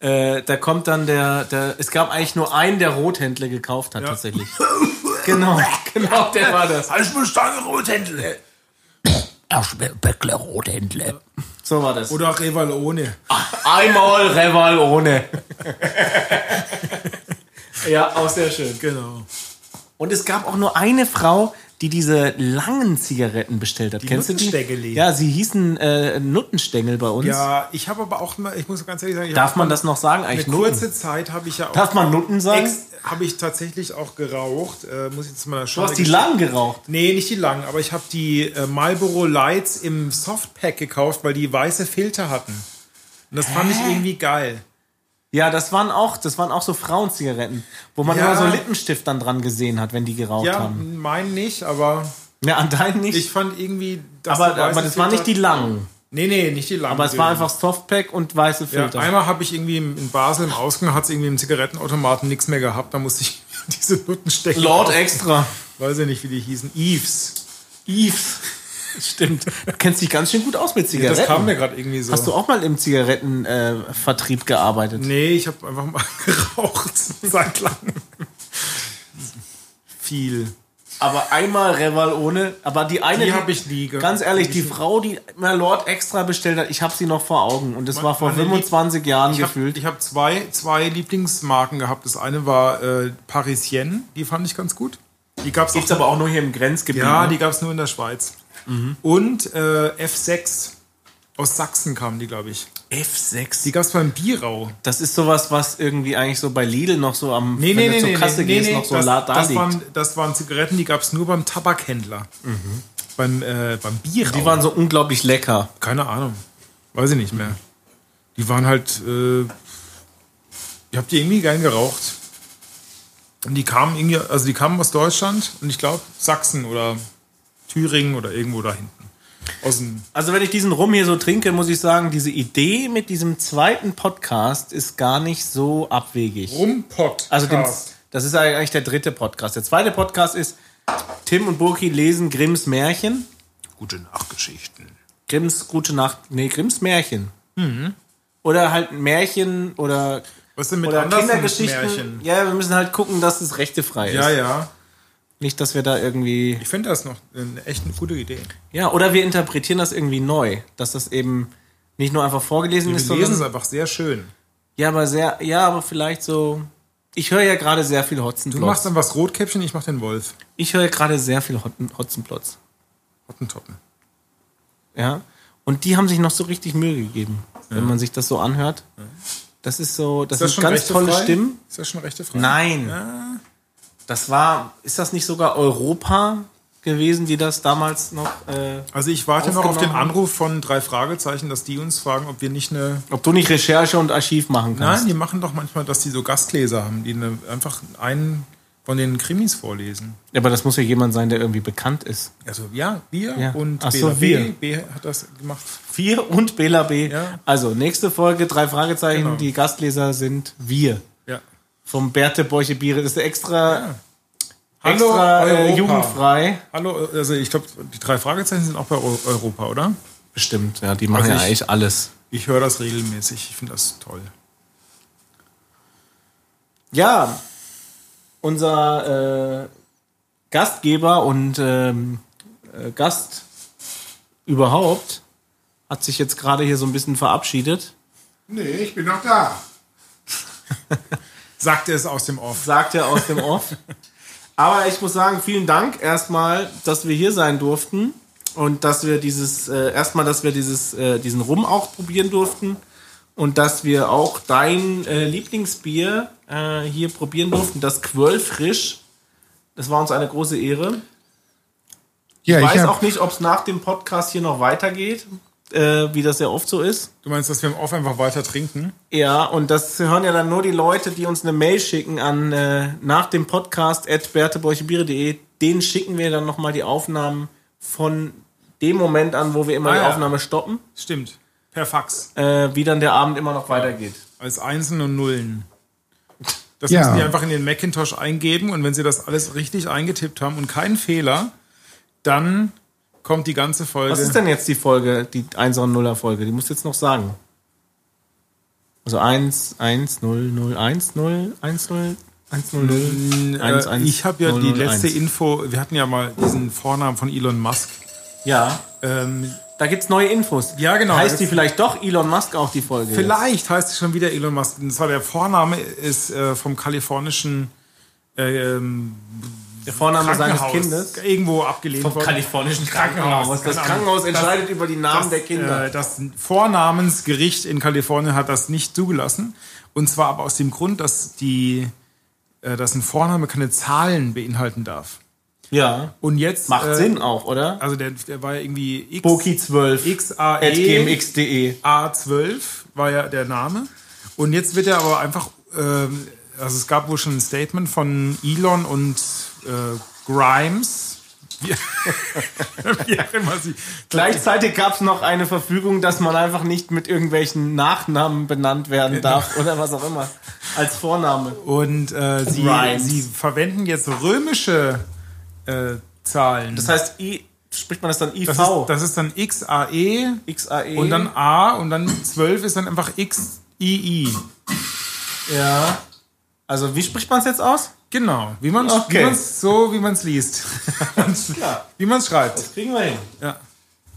[SPEAKER 2] Äh, da kommt dann der, der, es gab eigentlich nur einen, der Rothändler gekauft hat, tatsächlich. genau, genau, der war das.
[SPEAKER 1] Alles nur Stange Rothändle.
[SPEAKER 6] Ach, Böckler Rothändler.
[SPEAKER 2] So war das.
[SPEAKER 1] Oder Revalone.
[SPEAKER 2] Einmal Reval ohne. ja, auch sehr schön.
[SPEAKER 1] Genau.
[SPEAKER 2] Und es gab auch nur eine Frau, die diese langen Zigaretten bestellt hat. Kennst du die?
[SPEAKER 1] Nuttenstängeli.
[SPEAKER 2] Ja, sie hießen äh, Nuttenstängel bei uns.
[SPEAKER 1] Ja, ich habe aber auch mal, ich muss ganz ehrlich sagen, ich
[SPEAKER 2] Darf
[SPEAKER 1] habe
[SPEAKER 2] man das noch sagen
[SPEAKER 1] eine
[SPEAKER 2] eigentlich? Nutten?
[SPEAKER 1] kurze Zeit habe ich ja auch.
[SPEAKER 2] Darf man Nutten sagen?
[SPEAKER 1] Ex- Habe ich tatsächlich auch geraucht. Äh, muss ich jetzt mal
[SPEAKER 2] Du hast die lang geraucht.
[SPEAKER 1] Nee, nicht die langen, aber ich habe die äh, Marlboro Lights im Softpack gekauft, weil die weiße Filter hatten. Und das fand ich irgendwie geil.
[SPEAKER 2] Ja, das waren auch, das waren auch so Frauenzigaretten, wo man
[SPEAKER 1] Ja.
[SPEAKER 2] immer so Lippenstift dann dran gesehen hat, wenn die geraucht
[SPEAKER 1] Ja,
[SPEAKER 2] haben.
[SPEAKER 1] mein nicht, aber
[SPEAKER 2] Ja, an deinen nicht.
[SPEAKER 1] ich fand irgendwie. dass
[SPEAKER 2] aber
[SPEAKER 1] die weiße
[SPEAKER 2] aber das waren nicht die
[SPEAKER 1] Filter-
[SPEAKER 2] langen.
[SPEAKER 1] Nee, nee, nicht die langen.
[SPEAKER 2] Aber es war einfach Softpack und weiße
[SPEAKER 1] Ja,
[SPEAKER 2] Filter.
[SPEAKER 1] einmal habe ich irgendwie im- in Basel im Ausgang hat es irgendwie im Zigarettenautomaten nichts mehr gehabt. Da musste ich diese Nutten stecken.
[SPEAKER 2] Lord Extra.
[SPEAKER 1] Weiß ja nicht, wie die hießen. Eves.
[SPEAKER 2] Eves. Stimmt. Du kennst dich ganz schön gut aus mit Zigaretten.
[SPEAKER 1] Das kam mir gerade irgendwie so.
[SPEAKER 2] Hast du auch mal im Zigarettenvertrieb äh, Vertrieb gearbeitet?
[SPEAKER 1] Nee, ich habe einfach mal geraucht seit langem. Viel.
[SPEAKER 2] Aber einmal Reval ohne. Aber die eine.
[SPEAKER 1] Die hab ich nie gehabt.
[SPEAKER 2] Ganz ehrlich, die Frau, die Merlord extra bestellt hat, ich habe sie noch vor Augen. Und das war vor
[SPEAKER 1] meine
[SPEAKER 2] 25 Jahren
[SPEAKER 1] Ich habe
[SPEAKER 2] gefühlt.
[SPEAKER 1] hab zwei, zwei Lieblingsmarken gehabt. Das eine war äh, Parisienne, die fand ich ganz gut. Die gab es
[SPEAKER 2] Gibt's aber auch nur hier im Grenzgebiet.
[SPEAKER 1] Ja,
[SPEAKER 2] ne?
[SPEAKER 1] die gab es nur in der Schweiz.
[SPEAKER 2] Mhm.
[SPEAKER 1] Und äh, F6 aus Sachsen kamen die, glaube ich.
[SPEAKER 2] F6.
[SPEAKER 1] Die gab es beim Bierau.
[SPEAKER 2] Das ist sowas, was irgendwie eigentlich so bei Lidl noch so am wenn du zur Kasse gehst, noch so
[SPEAKER 1] das,
[SPEAKER 2] la- da
[SPEAKER 1] das,
[SPEAKER 2] liegt.
[SPEAKER 1] waren, das waren Zigaretten, die gab es nur beim Tabakhändler. Beim, äh, beim Bierau.
[SPEAKER 2] Mhm. die waren so unglaublich lecker.
[SPEAKER 1] Keine Ahnung. Weiß ich nicht mehr. Die waren halt. Äh, ich habe die irgendwie gern geraucht. Und die kamen irgendwie, also die kamen aus Deutschland und ich glaube Sachsen oder Thüringen oder irgendwo da hinten. Aus dem,
[SPEAKER 2] Also wenn ich diesen Rum hier so trinke, muss ich sagen, diese Idee mit diesem zweiten Podcast ist gar nicht so abwegig.
[SPEAKER 1] Rumpott.
[SPEAKER 2] Also den, das ist eigentlich der dritte Podcast. Der zweite Podcast ist Tim und Burki lesen Grimms Märchen.
[SPEAKER 1] gute Nachgeschichten.
[SPEAKER 2] Grimms Gute Nacht, nee, Grimms Märchen. Oder halt Märchen oder,
[SPEAKER 1] Was denn Mhm. mit
[SPEAKER 2] oder
[SPEAKER 1] Andersen
[SPEAKER 2] Kindergeschichten.
[SPEAKER 1] Märchen?
[SPEAKER 2] Ja, wir müssen halt gucken, dass es rechtefrei ist.
[SPEAKER 1] Ja, ja.
[SPEAKER 2] Nicht, dass wir da irgendwie.
[SPEAKER 1] Ich finde das noch eine echt eine gute Idee.
[SPEAKER 2] Ja, oder wir interpretieren das irgendwie neu, dass das eben nicht nur einfach vorgelesen
[SPEAKER 1] Wir
[SPEAKER 2] ist,
[SPEAKER 1] lesen es
[SPEAKER 2] sondern
[SPEAKER 1] einfach sehr schön.
[SPEAKER 2] ja, aber sehr, ja, aber vielleicht so. Ich höre ja gerade sehr viel
[SPEAKER 1] Du
[SPEAKER 2] Hotzenplotz.
[SPEAKER 1] machst dann was Rotkäppchen, ich mach den Wolf.
[SPEAKER 2] Ich höre gerade sehr viel Hotten, Hotzenplotz.
[SPEAKER 1] Hottentoppen.
[SPEAKER 2] Ja. Und die haben sich noch so richtig Mühe gegeben, wenn man sich das so anhört. Das ist so, das, sind ganz tolle
[SPEAKER 1] rechtefrei?
[SPEAKER 2] Stimmen.
[SPEAKER 1] Ist das schon rechte Frage?
[SPEAKER 2] Nein. Das war, ist das nicht sogar Europa gewesen, die das damals noch, äh,
[SPEAKER 1] Also ich warte noch auf den
[SPEAKER 2] Aufgenommen.
[SPEAKER 1] Anruf von drei Fragezeichen, dass die uns fragen, ob wir nicht eine.
[SPEAKER 2] ob du nicht Recherche und Archiv machen kannst?
[SPEAKER 1] Nein, die machen doch manchmal, dass die so Gastleser haben, die eine, einfach einen von den Krimis vorlesen.
[SPEAKER 2] Ja, Aber das muss ja jemand sein, der irgendwie bekannt ist.
[SPEAKER 1] Also ja, wir
[SPEAKER 2] Ja.
[SPEAKER 1] und
[SPEAKER 2] Ach so,
[SPEAKER 1] BLAB.
[SPEAKER 2] wir.
[SPEAKER 1] B hat das gemacht.
[SPEAKER 2] Wir und Bela B.
[SPEAKER 1] Ja.
[SPEAKER 2] Also, nächste Folge, drei Fragezeichen.
[SPEAKER 1] Genau.
[SPEAKER 2] Die Gastleser sind wir.
[SPEAKER 1] Ja.
[SPEAKER 2] Vom Berthe Beuche Biere. Das ist extra,
[SPEAKER 1] Hallo
[SPEAKER 2] extra äh,
[SPEAKER 1] Europa.
[SPEAKER 2] jugendfrei.
[SPEAKER 1] Hallo, also ich glaube, die drei Fragezeichen sind auch bei Eu- Europa, oder?
[SPEAKER 2] Bestimmt, ja, die machen
[SPEAKER 1] Also
[SPEAKER 2] ja
[SPEAKER 1] ich-
[SPEAKER 2] eigentlich alles.
[SPEAKER 1] Ich höre das regelmäßig. Ich finde das toll.
[SPEAKER 2] Ja, unser äh, Gastgeber und ähm, äh, Gast überhaupt hat sich jetzt gerade hier so ein bisschen verabschiedet.
[SPEAKER 5] Nee, ich bin noch da.
[SPEAKER 1] Sagt er es aus dem Off.
[SPEAKER 2] sagt er aus dem Off. Aber ich muss sagen, vielen Dank erstmal, dass wir hier sein durften und dass wir dieses äh, erstmal, dass wir dieses äh, diesen Rum auch probieren durften und dass wir auch dein äh, Lieblingsbier äh, hier probieren durften, das Quirl frisch. Das war uns eine große Ehre.
[SPEAKER 5] Ja,
[SPEAKER 2] Ich
[SPEAKER 5] ich,
[SPEAKER 2] weiß
[SPEAKER 5] hab,
[SPEAKER 2] auch nicht, ob es nach dem Podcast hier noch weitergeht, äh, wie das ja oft so ist.
[SPEAKER 1] Du meinst, dass wir im Off einfach weiter trinken?
[SPEAKER 2] Ja, und das hören ja dann nur die Leute, die uns eine Mail schicken an äh, nach dem Podcast at bertebeuchebiere.de. Denen schicken wir dann nochmal die Aufnahmen von dem Moment an, wo wir immer
[SPEAKER 1] Ah,
[SPEAKER 2] die
[SPEAKER 1] ja.
[SPEAKER 2] Aufnahme stoppen,
[SPEAKER 1] Stimmt. Per Fax.
[SPEAKER 2] äh, wie dann der Abend immer noch weitergeht.
[SPEAKER 1] Als Einsen und Nullen. Das
[SPEAKER 5] Ja.
[SPEAKER 1] müssen die einfach in den Macintosh eingeben und wenn sie das alles richtig eingetippt haben und keinen Fehler, dann kommt die ganze Folge.
[SPEAKER 2] Was ist denn jetzt die Folge, die 1 und 0er Folge? Die musst du jetzt noch sagen. Also 1, 1, 0, 0, 1, 0, 1, 0, 1, 0, 0, 1, 1,
[SPEAKER 1] äh, ich habe ja die
[SPEAKER 2] 001.
[SPEAKER 1] letzte Info, wir hatten ja mal diesen Vornamen von Elon Musk.
[SPEAKER 2] Ja,
[SPEAKER 1] Ähm,
[SPEAKER 2] da gibt's neue Infos.
[SPEAKER 1] Ja, genau.
[SPEAKER 2] Heißt die
[SPEAKER 1] Jetzt-
[SPEAKER 2] vielleicht doch Elon Musk auch die Folge? jetzt?
[SPEAKER 1] Vielleicht heißt es schon wieder Elon Musk. Und zwar der Vorname ist äh, vom kalifornischen äh, ähm,
[SPEAKER 2] Der Vorname seines
[SPEAKER 1] Krankenhaus
[SPEAKER 2] Kindes.
[SPEAKER 1] irgendwo abgelehnt worden.
[SPEAKER 2] kalifornischen
[SPEAKER 1] Krankenhaus.
[SPEAKER 2] Das
[SPEAKER 1] Keine
[SPEAKER 2] Krankenhaus
[SPEAKER 1] Ahnung.
[SPEAKER 2] entscheidet über die Namen
[SPEAKER 1] das,
[SPEAKER 2] der Kinder.
[SPEAKER 1] Äh, das Vornamensgericht in Kalifornien hat das nicht zugelassen. Und zwar aber aus dem Grund, dass, die, äh, dass ein Vorname keine Zahlen beinhalten darf.
[SPEAKER 2] ja.
[SPEAKER 1] Und jetzt.
[SPEAKER 2] Macht
[SPEAKER 1] äh,
[SPEAKER 2] Sinn auch, oder?
[SPEAKER 1] Also der, der war ja irgendwie X, E.
[SPEAKER 2] Boki12 at
[SPEAKER 1] XAE
[SPEAKER 2] gmx.de.
[SPEAKER 1] A12 war ja der Name. Und jetzt wird er aber einfach. ähm, also es gab wohl schon ein Statement von Elon und äh, Grimes. Wie, wie auch immer sie.
[SPEAKER 2] Gleichzeitig gab es noch eine Verfügung, dass man einfach nicht mit irgendwelchen Nachnamen benannt werden
[SPEAKER 1] Genau.
[SPEAKER 2] darf oder was auch immer. Als Vorname.
[SPEAKER 1] Und äh, sie,
[SPEAKER 2] Rhymes.
[SPEAKER 1] sie verwenden jetzt römische äh, Zahlen.
[SPEAKER 2] Das heißt, I spricht man das dann IV?
[SPEAKER 1] Das, ist, das ist dann XAE
[SPEAKER 2] XAE.
[SPEAKER 1] und dann A und dann 12 ist dann einfach XII.
[SPEAKER 2] ja. Also wie spricht man es jetzt aus?
[SPEAKER 1] Genau, wie man es
[SPEAKER 2] Okay.
[SPEAKER 1] so, wie man es liest.
[SPEAKER 2] Klar.
[SPEAKER 1] wie man es schreibt.
[SPEAKER 2] Kriegen wir hin.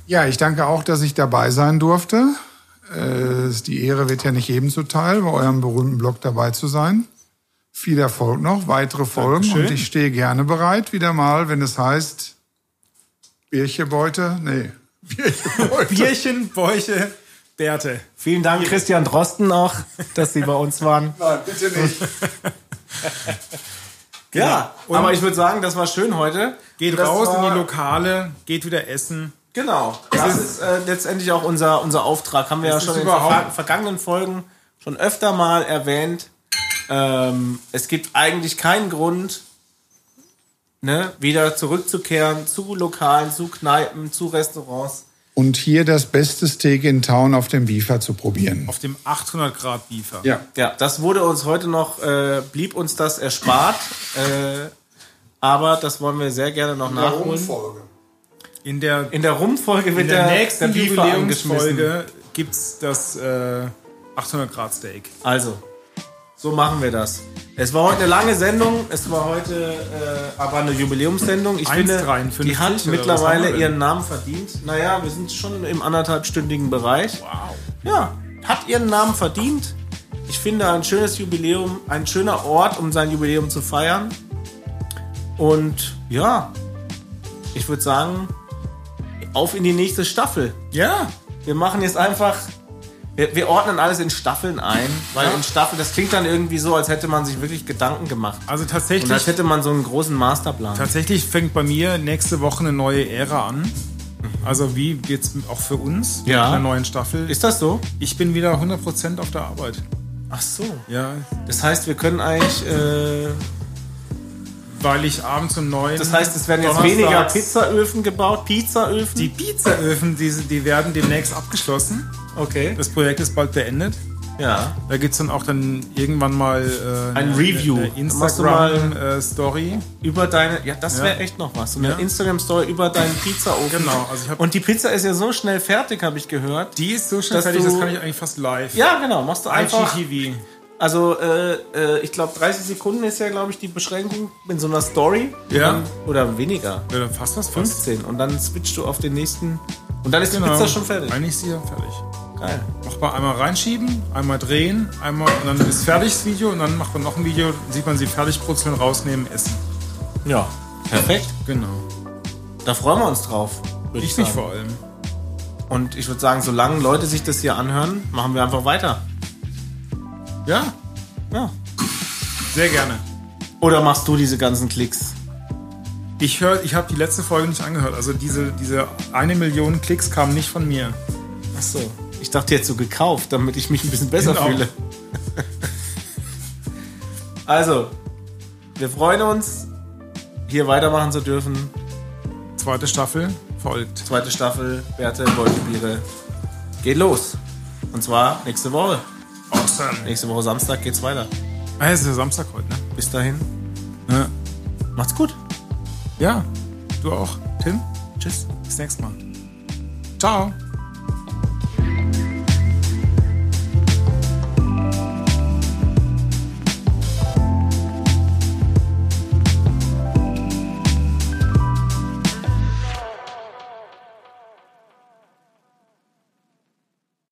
[SPEAKER 5] Ja, ich danke auch, dass ich dabei sein durfte. Äh, die Ehre wird ja nicht jedem zuteil, bei eurem berühmten Blog dabei zu sein. Viel Erfolg noch, weitere Folgen und ich stehe gerne bereit, wieder mal, wenn es heißt Birchebeute. Nee,
[SPEAKER 1] Bierchen, Bäuche, Bärte.
[SPEAKER 2] Vielen Dank, Christian Drosten auch, dass Sie bei uns waren.
[SPEAKER 5] nein, bitte nicht.
[SPEAKER 2] Ja, aber ich würde sagen, das war schön heute.
[SPEAKER 1] Genau. Geht
[SPEAKER 2] das
[SPEAKER 1] raus in
[SPEAKER 2] war-
[SPEAKER 1] die Lokale, geht wieder essen.
[SPEAKER 2] Genau. Das ist äh, letztendlich auch unser, unser Auftrag. Haben wir ja
[SPEAKER 1] Das
[SPEAKER 2] schon
[SPEAKER 1] ist
[SPEAKER 2] in
[SPEAKER 1] überhaupt-
[SPEAKER 2] verfa- vergangenen Folgen schon öfter mal erwähnt. Ähm, es gibt eigentlich keinen Grund, ne, wieder zurückzukehren zu Lokalen, zu Kneipen, zu Restaurants.
[SPEAKER 5] Und hier das beste Steak in Town auf dem Biefer zu probieren.
[SPEAKER 1] Auf dem 800 Grad Biefer.
[SPEAKER 5] Ja.
[SPEAKER 2] Ja, das wurde uns heute noch, äh, blieb uns das erspart. Äh, aber das wollen wir sehr gerne noch nachholen.
[SPEAKER 1] In der,
[SPEAKER 2] In der Rumfolge wird
[SPEAKER 1] in der
[SPEAKER 2] der,
[SPEAKER 1] nächsten
[SPEAKER 2] der Biefer angeschmissen.
[SPEAKER 1] Jubiläumsfolge gibt es das äh, 800 Grad Steak.
[SPEAKER 2] Also, so machen wir das. Es war heute eine lange Sendung, es war heute äh, aber eine Jubiläumssendung. Ich finde,
[SPEAKER 1] 1,53
[SPEAKER 2] die
[SPEAKER 1] oder was
[SPEAKER 2] hat
[SPEAKER 1] haben wir
[SPEAKER 2] mittlerweile
[SPEAKER 1] denn?
[SPEAKER 2] ihren Namen verdient. Naja, wir sind schon im anderthalbstündigen Bereich.
[SPEAKER 1] Wow.
[SPEAKER 2] Ja, hat ihren Namen verdient. Ich finde ein schönes Jubiläum, ein schöner Ort, um sein Jubiläum zu feiern. Und ja, ich würde sagen, auf in die nächste Staffel.
[SPEAKER 1] Ja,
[SPEAKER 2] Wir machen jetzt einfach. Wir, wir ordnen alles in Staffeln ein, weil in Staffeln, das klingt dann irgendwie so, als hätte man sich wirklich Gedanken gemacht.
[SPEAKER 1] also
[SPEAKER 2] Und als
[SPEAKER 1] tatsächlich,
[SPEAKER 2] hätte man so einen großen Masterplan.
[SPEAKER 1] tatsächlich fängt bei mir nächste Woche eine neue Ära an. Also wie jetzt auch für uns mit
[SPEAKER 2] Ja.
[SPEAKER 1] einer neuen Staffel.
[SPEAKER 2] Ist das so?
[SPEAKER 1] Ich bin wieder 100% auf der Arbeit.
[SPEAKER 2] Ach so.
[SPEAKER 1] Ja,
[SPEAKER 2] Das heißt, wir können eigentlich. Äh,
[SPEAKER 1] weil ich abends um 9
[SPEAKER 2] das heißt, es werden jetzt
[SPEAKER 1] Donnerstags-
[SPEAKER 2] weniger Pizzaöfen gebaut. Pizzaöfen.
[SPEAKER 1] Die Pizzaöfen, die, die werden demnächst abgeschlossen.
[SPEAKER 2] okay.
[SPEAKER 1] Das Projekt ist bald beendet.
[SPEAKER 2] Ja.
[SPEAKER 1] Da gibt es dann auch dann irgendwann mal äh,
[SPEAKER 2] Ein Review. Machst du mal-
[SPEAKER 1] Instagram-Story.
[SPEAKER 2] Über deine. Ja, das
[SPEAKER 1] Ja.
[SPEAKER 2] wäre echt noch was. So eine
[SPEAKER 1] Ja.
[SPEAKER 2] Instagram-Story über deinen Pizzaofen.
[SPEAKER 1] Genau, also ich hab-
[SPEAKER 2] Und die Pizza ist ja so schnell fertig, habe ich gehört.
[SPEAKER 1] die ist so schnell
[SPEAKER 2] Dass
[SPEAKER 1] fertig,
[SPEAKER 2] du-
[SPEAKER 1] das kann ich eigentlich fast live.
[SPEAKER 2] Ja, genau. Machst du einfach.
[SPEAKER 1] IGTV.
[SPEAKER 2] Also, äh, äh, ich glaube, 30 Sekunden ist ja, glaube ich, die Beschränkung in so einer Story.
[SPEAKER 1] Ja.
[SPEAKER 2] Und Dann, oder weniger.
[SPEAKER 1] Ja, dann fast was fast.
[SPEAKER 2] 15. Und dann switchst du auf den nächsten. Und dann ist die
[SPEAKER 1] Genau.
[SPEAKER 2] Pizza schon fertig.
[SPEAKER 1] Eigentlich ist sie ja fertig.
[SPEAKER 2] Geil.
[SPEAKER 1] Macht man einmal reinschieben, einmal drehen, einmal und dann ist fertig das Video und dann macht man noch ein Video, sieht man sie fertig brutzeln, rausnehmen, essen.
[SPEAKER 2] Ja. Perfekt.
[SPEAKER 1] Genau.
[SPEAKER 2] Da freuen wir uns drauf. würd
[SPEAKER 1] Ich
[SPEAKER 2] sagen.
[SPEAKER 1] mich vor allem.
[SPEAKER 2] Und ich würde sagen, solange Leute sich das hier anhören, machen wir einfach weiter.
[SPEAKER 1] Ja,
[SPEAKER 2] Ja.
[SPEAKER 1] sehr gerne.
[SPEAKER 2] Oder machst du diese ganzen Klicks?
[SPEAKER 1] Ich höre, ich habe die letzte Folge nicht angehört. Also diese, diese eine Million Klicks kamen nicht von mir.
[SPEAKER 2] Ach so. Ich dachte jetzt so gekauft, damit ich mich ein bisschen besser
[SPEAKER 1] Genau.
[SPEAKER 2] fühle. also, wir freuen uns, hier weitermachen zu dürfen.
[SPEAKER 1] Zweite Staffel folgt.
[SPEAKER 2] Zweite Staffel, Werte, Wolkenbiere. Geht los. Und zwar nächste Woche.
[SPEAKER 1] Awesome.
[SPEAKER 2] Nächste Woche Samstag geht's weiter.
[SPEAKER 1] Ah, es ist ja Samstag heute, ne?
[SPEAKER 2] Bis dahin,
[SPEAKER 1] Ja.
[SPEAKER 2] macht's gut.
[SPEAKER 1] Ja, du auch. Tim,
[SPEAKER 2] Tschüss.
[SPEAKER 1] bis nächstes Mal. Ciao.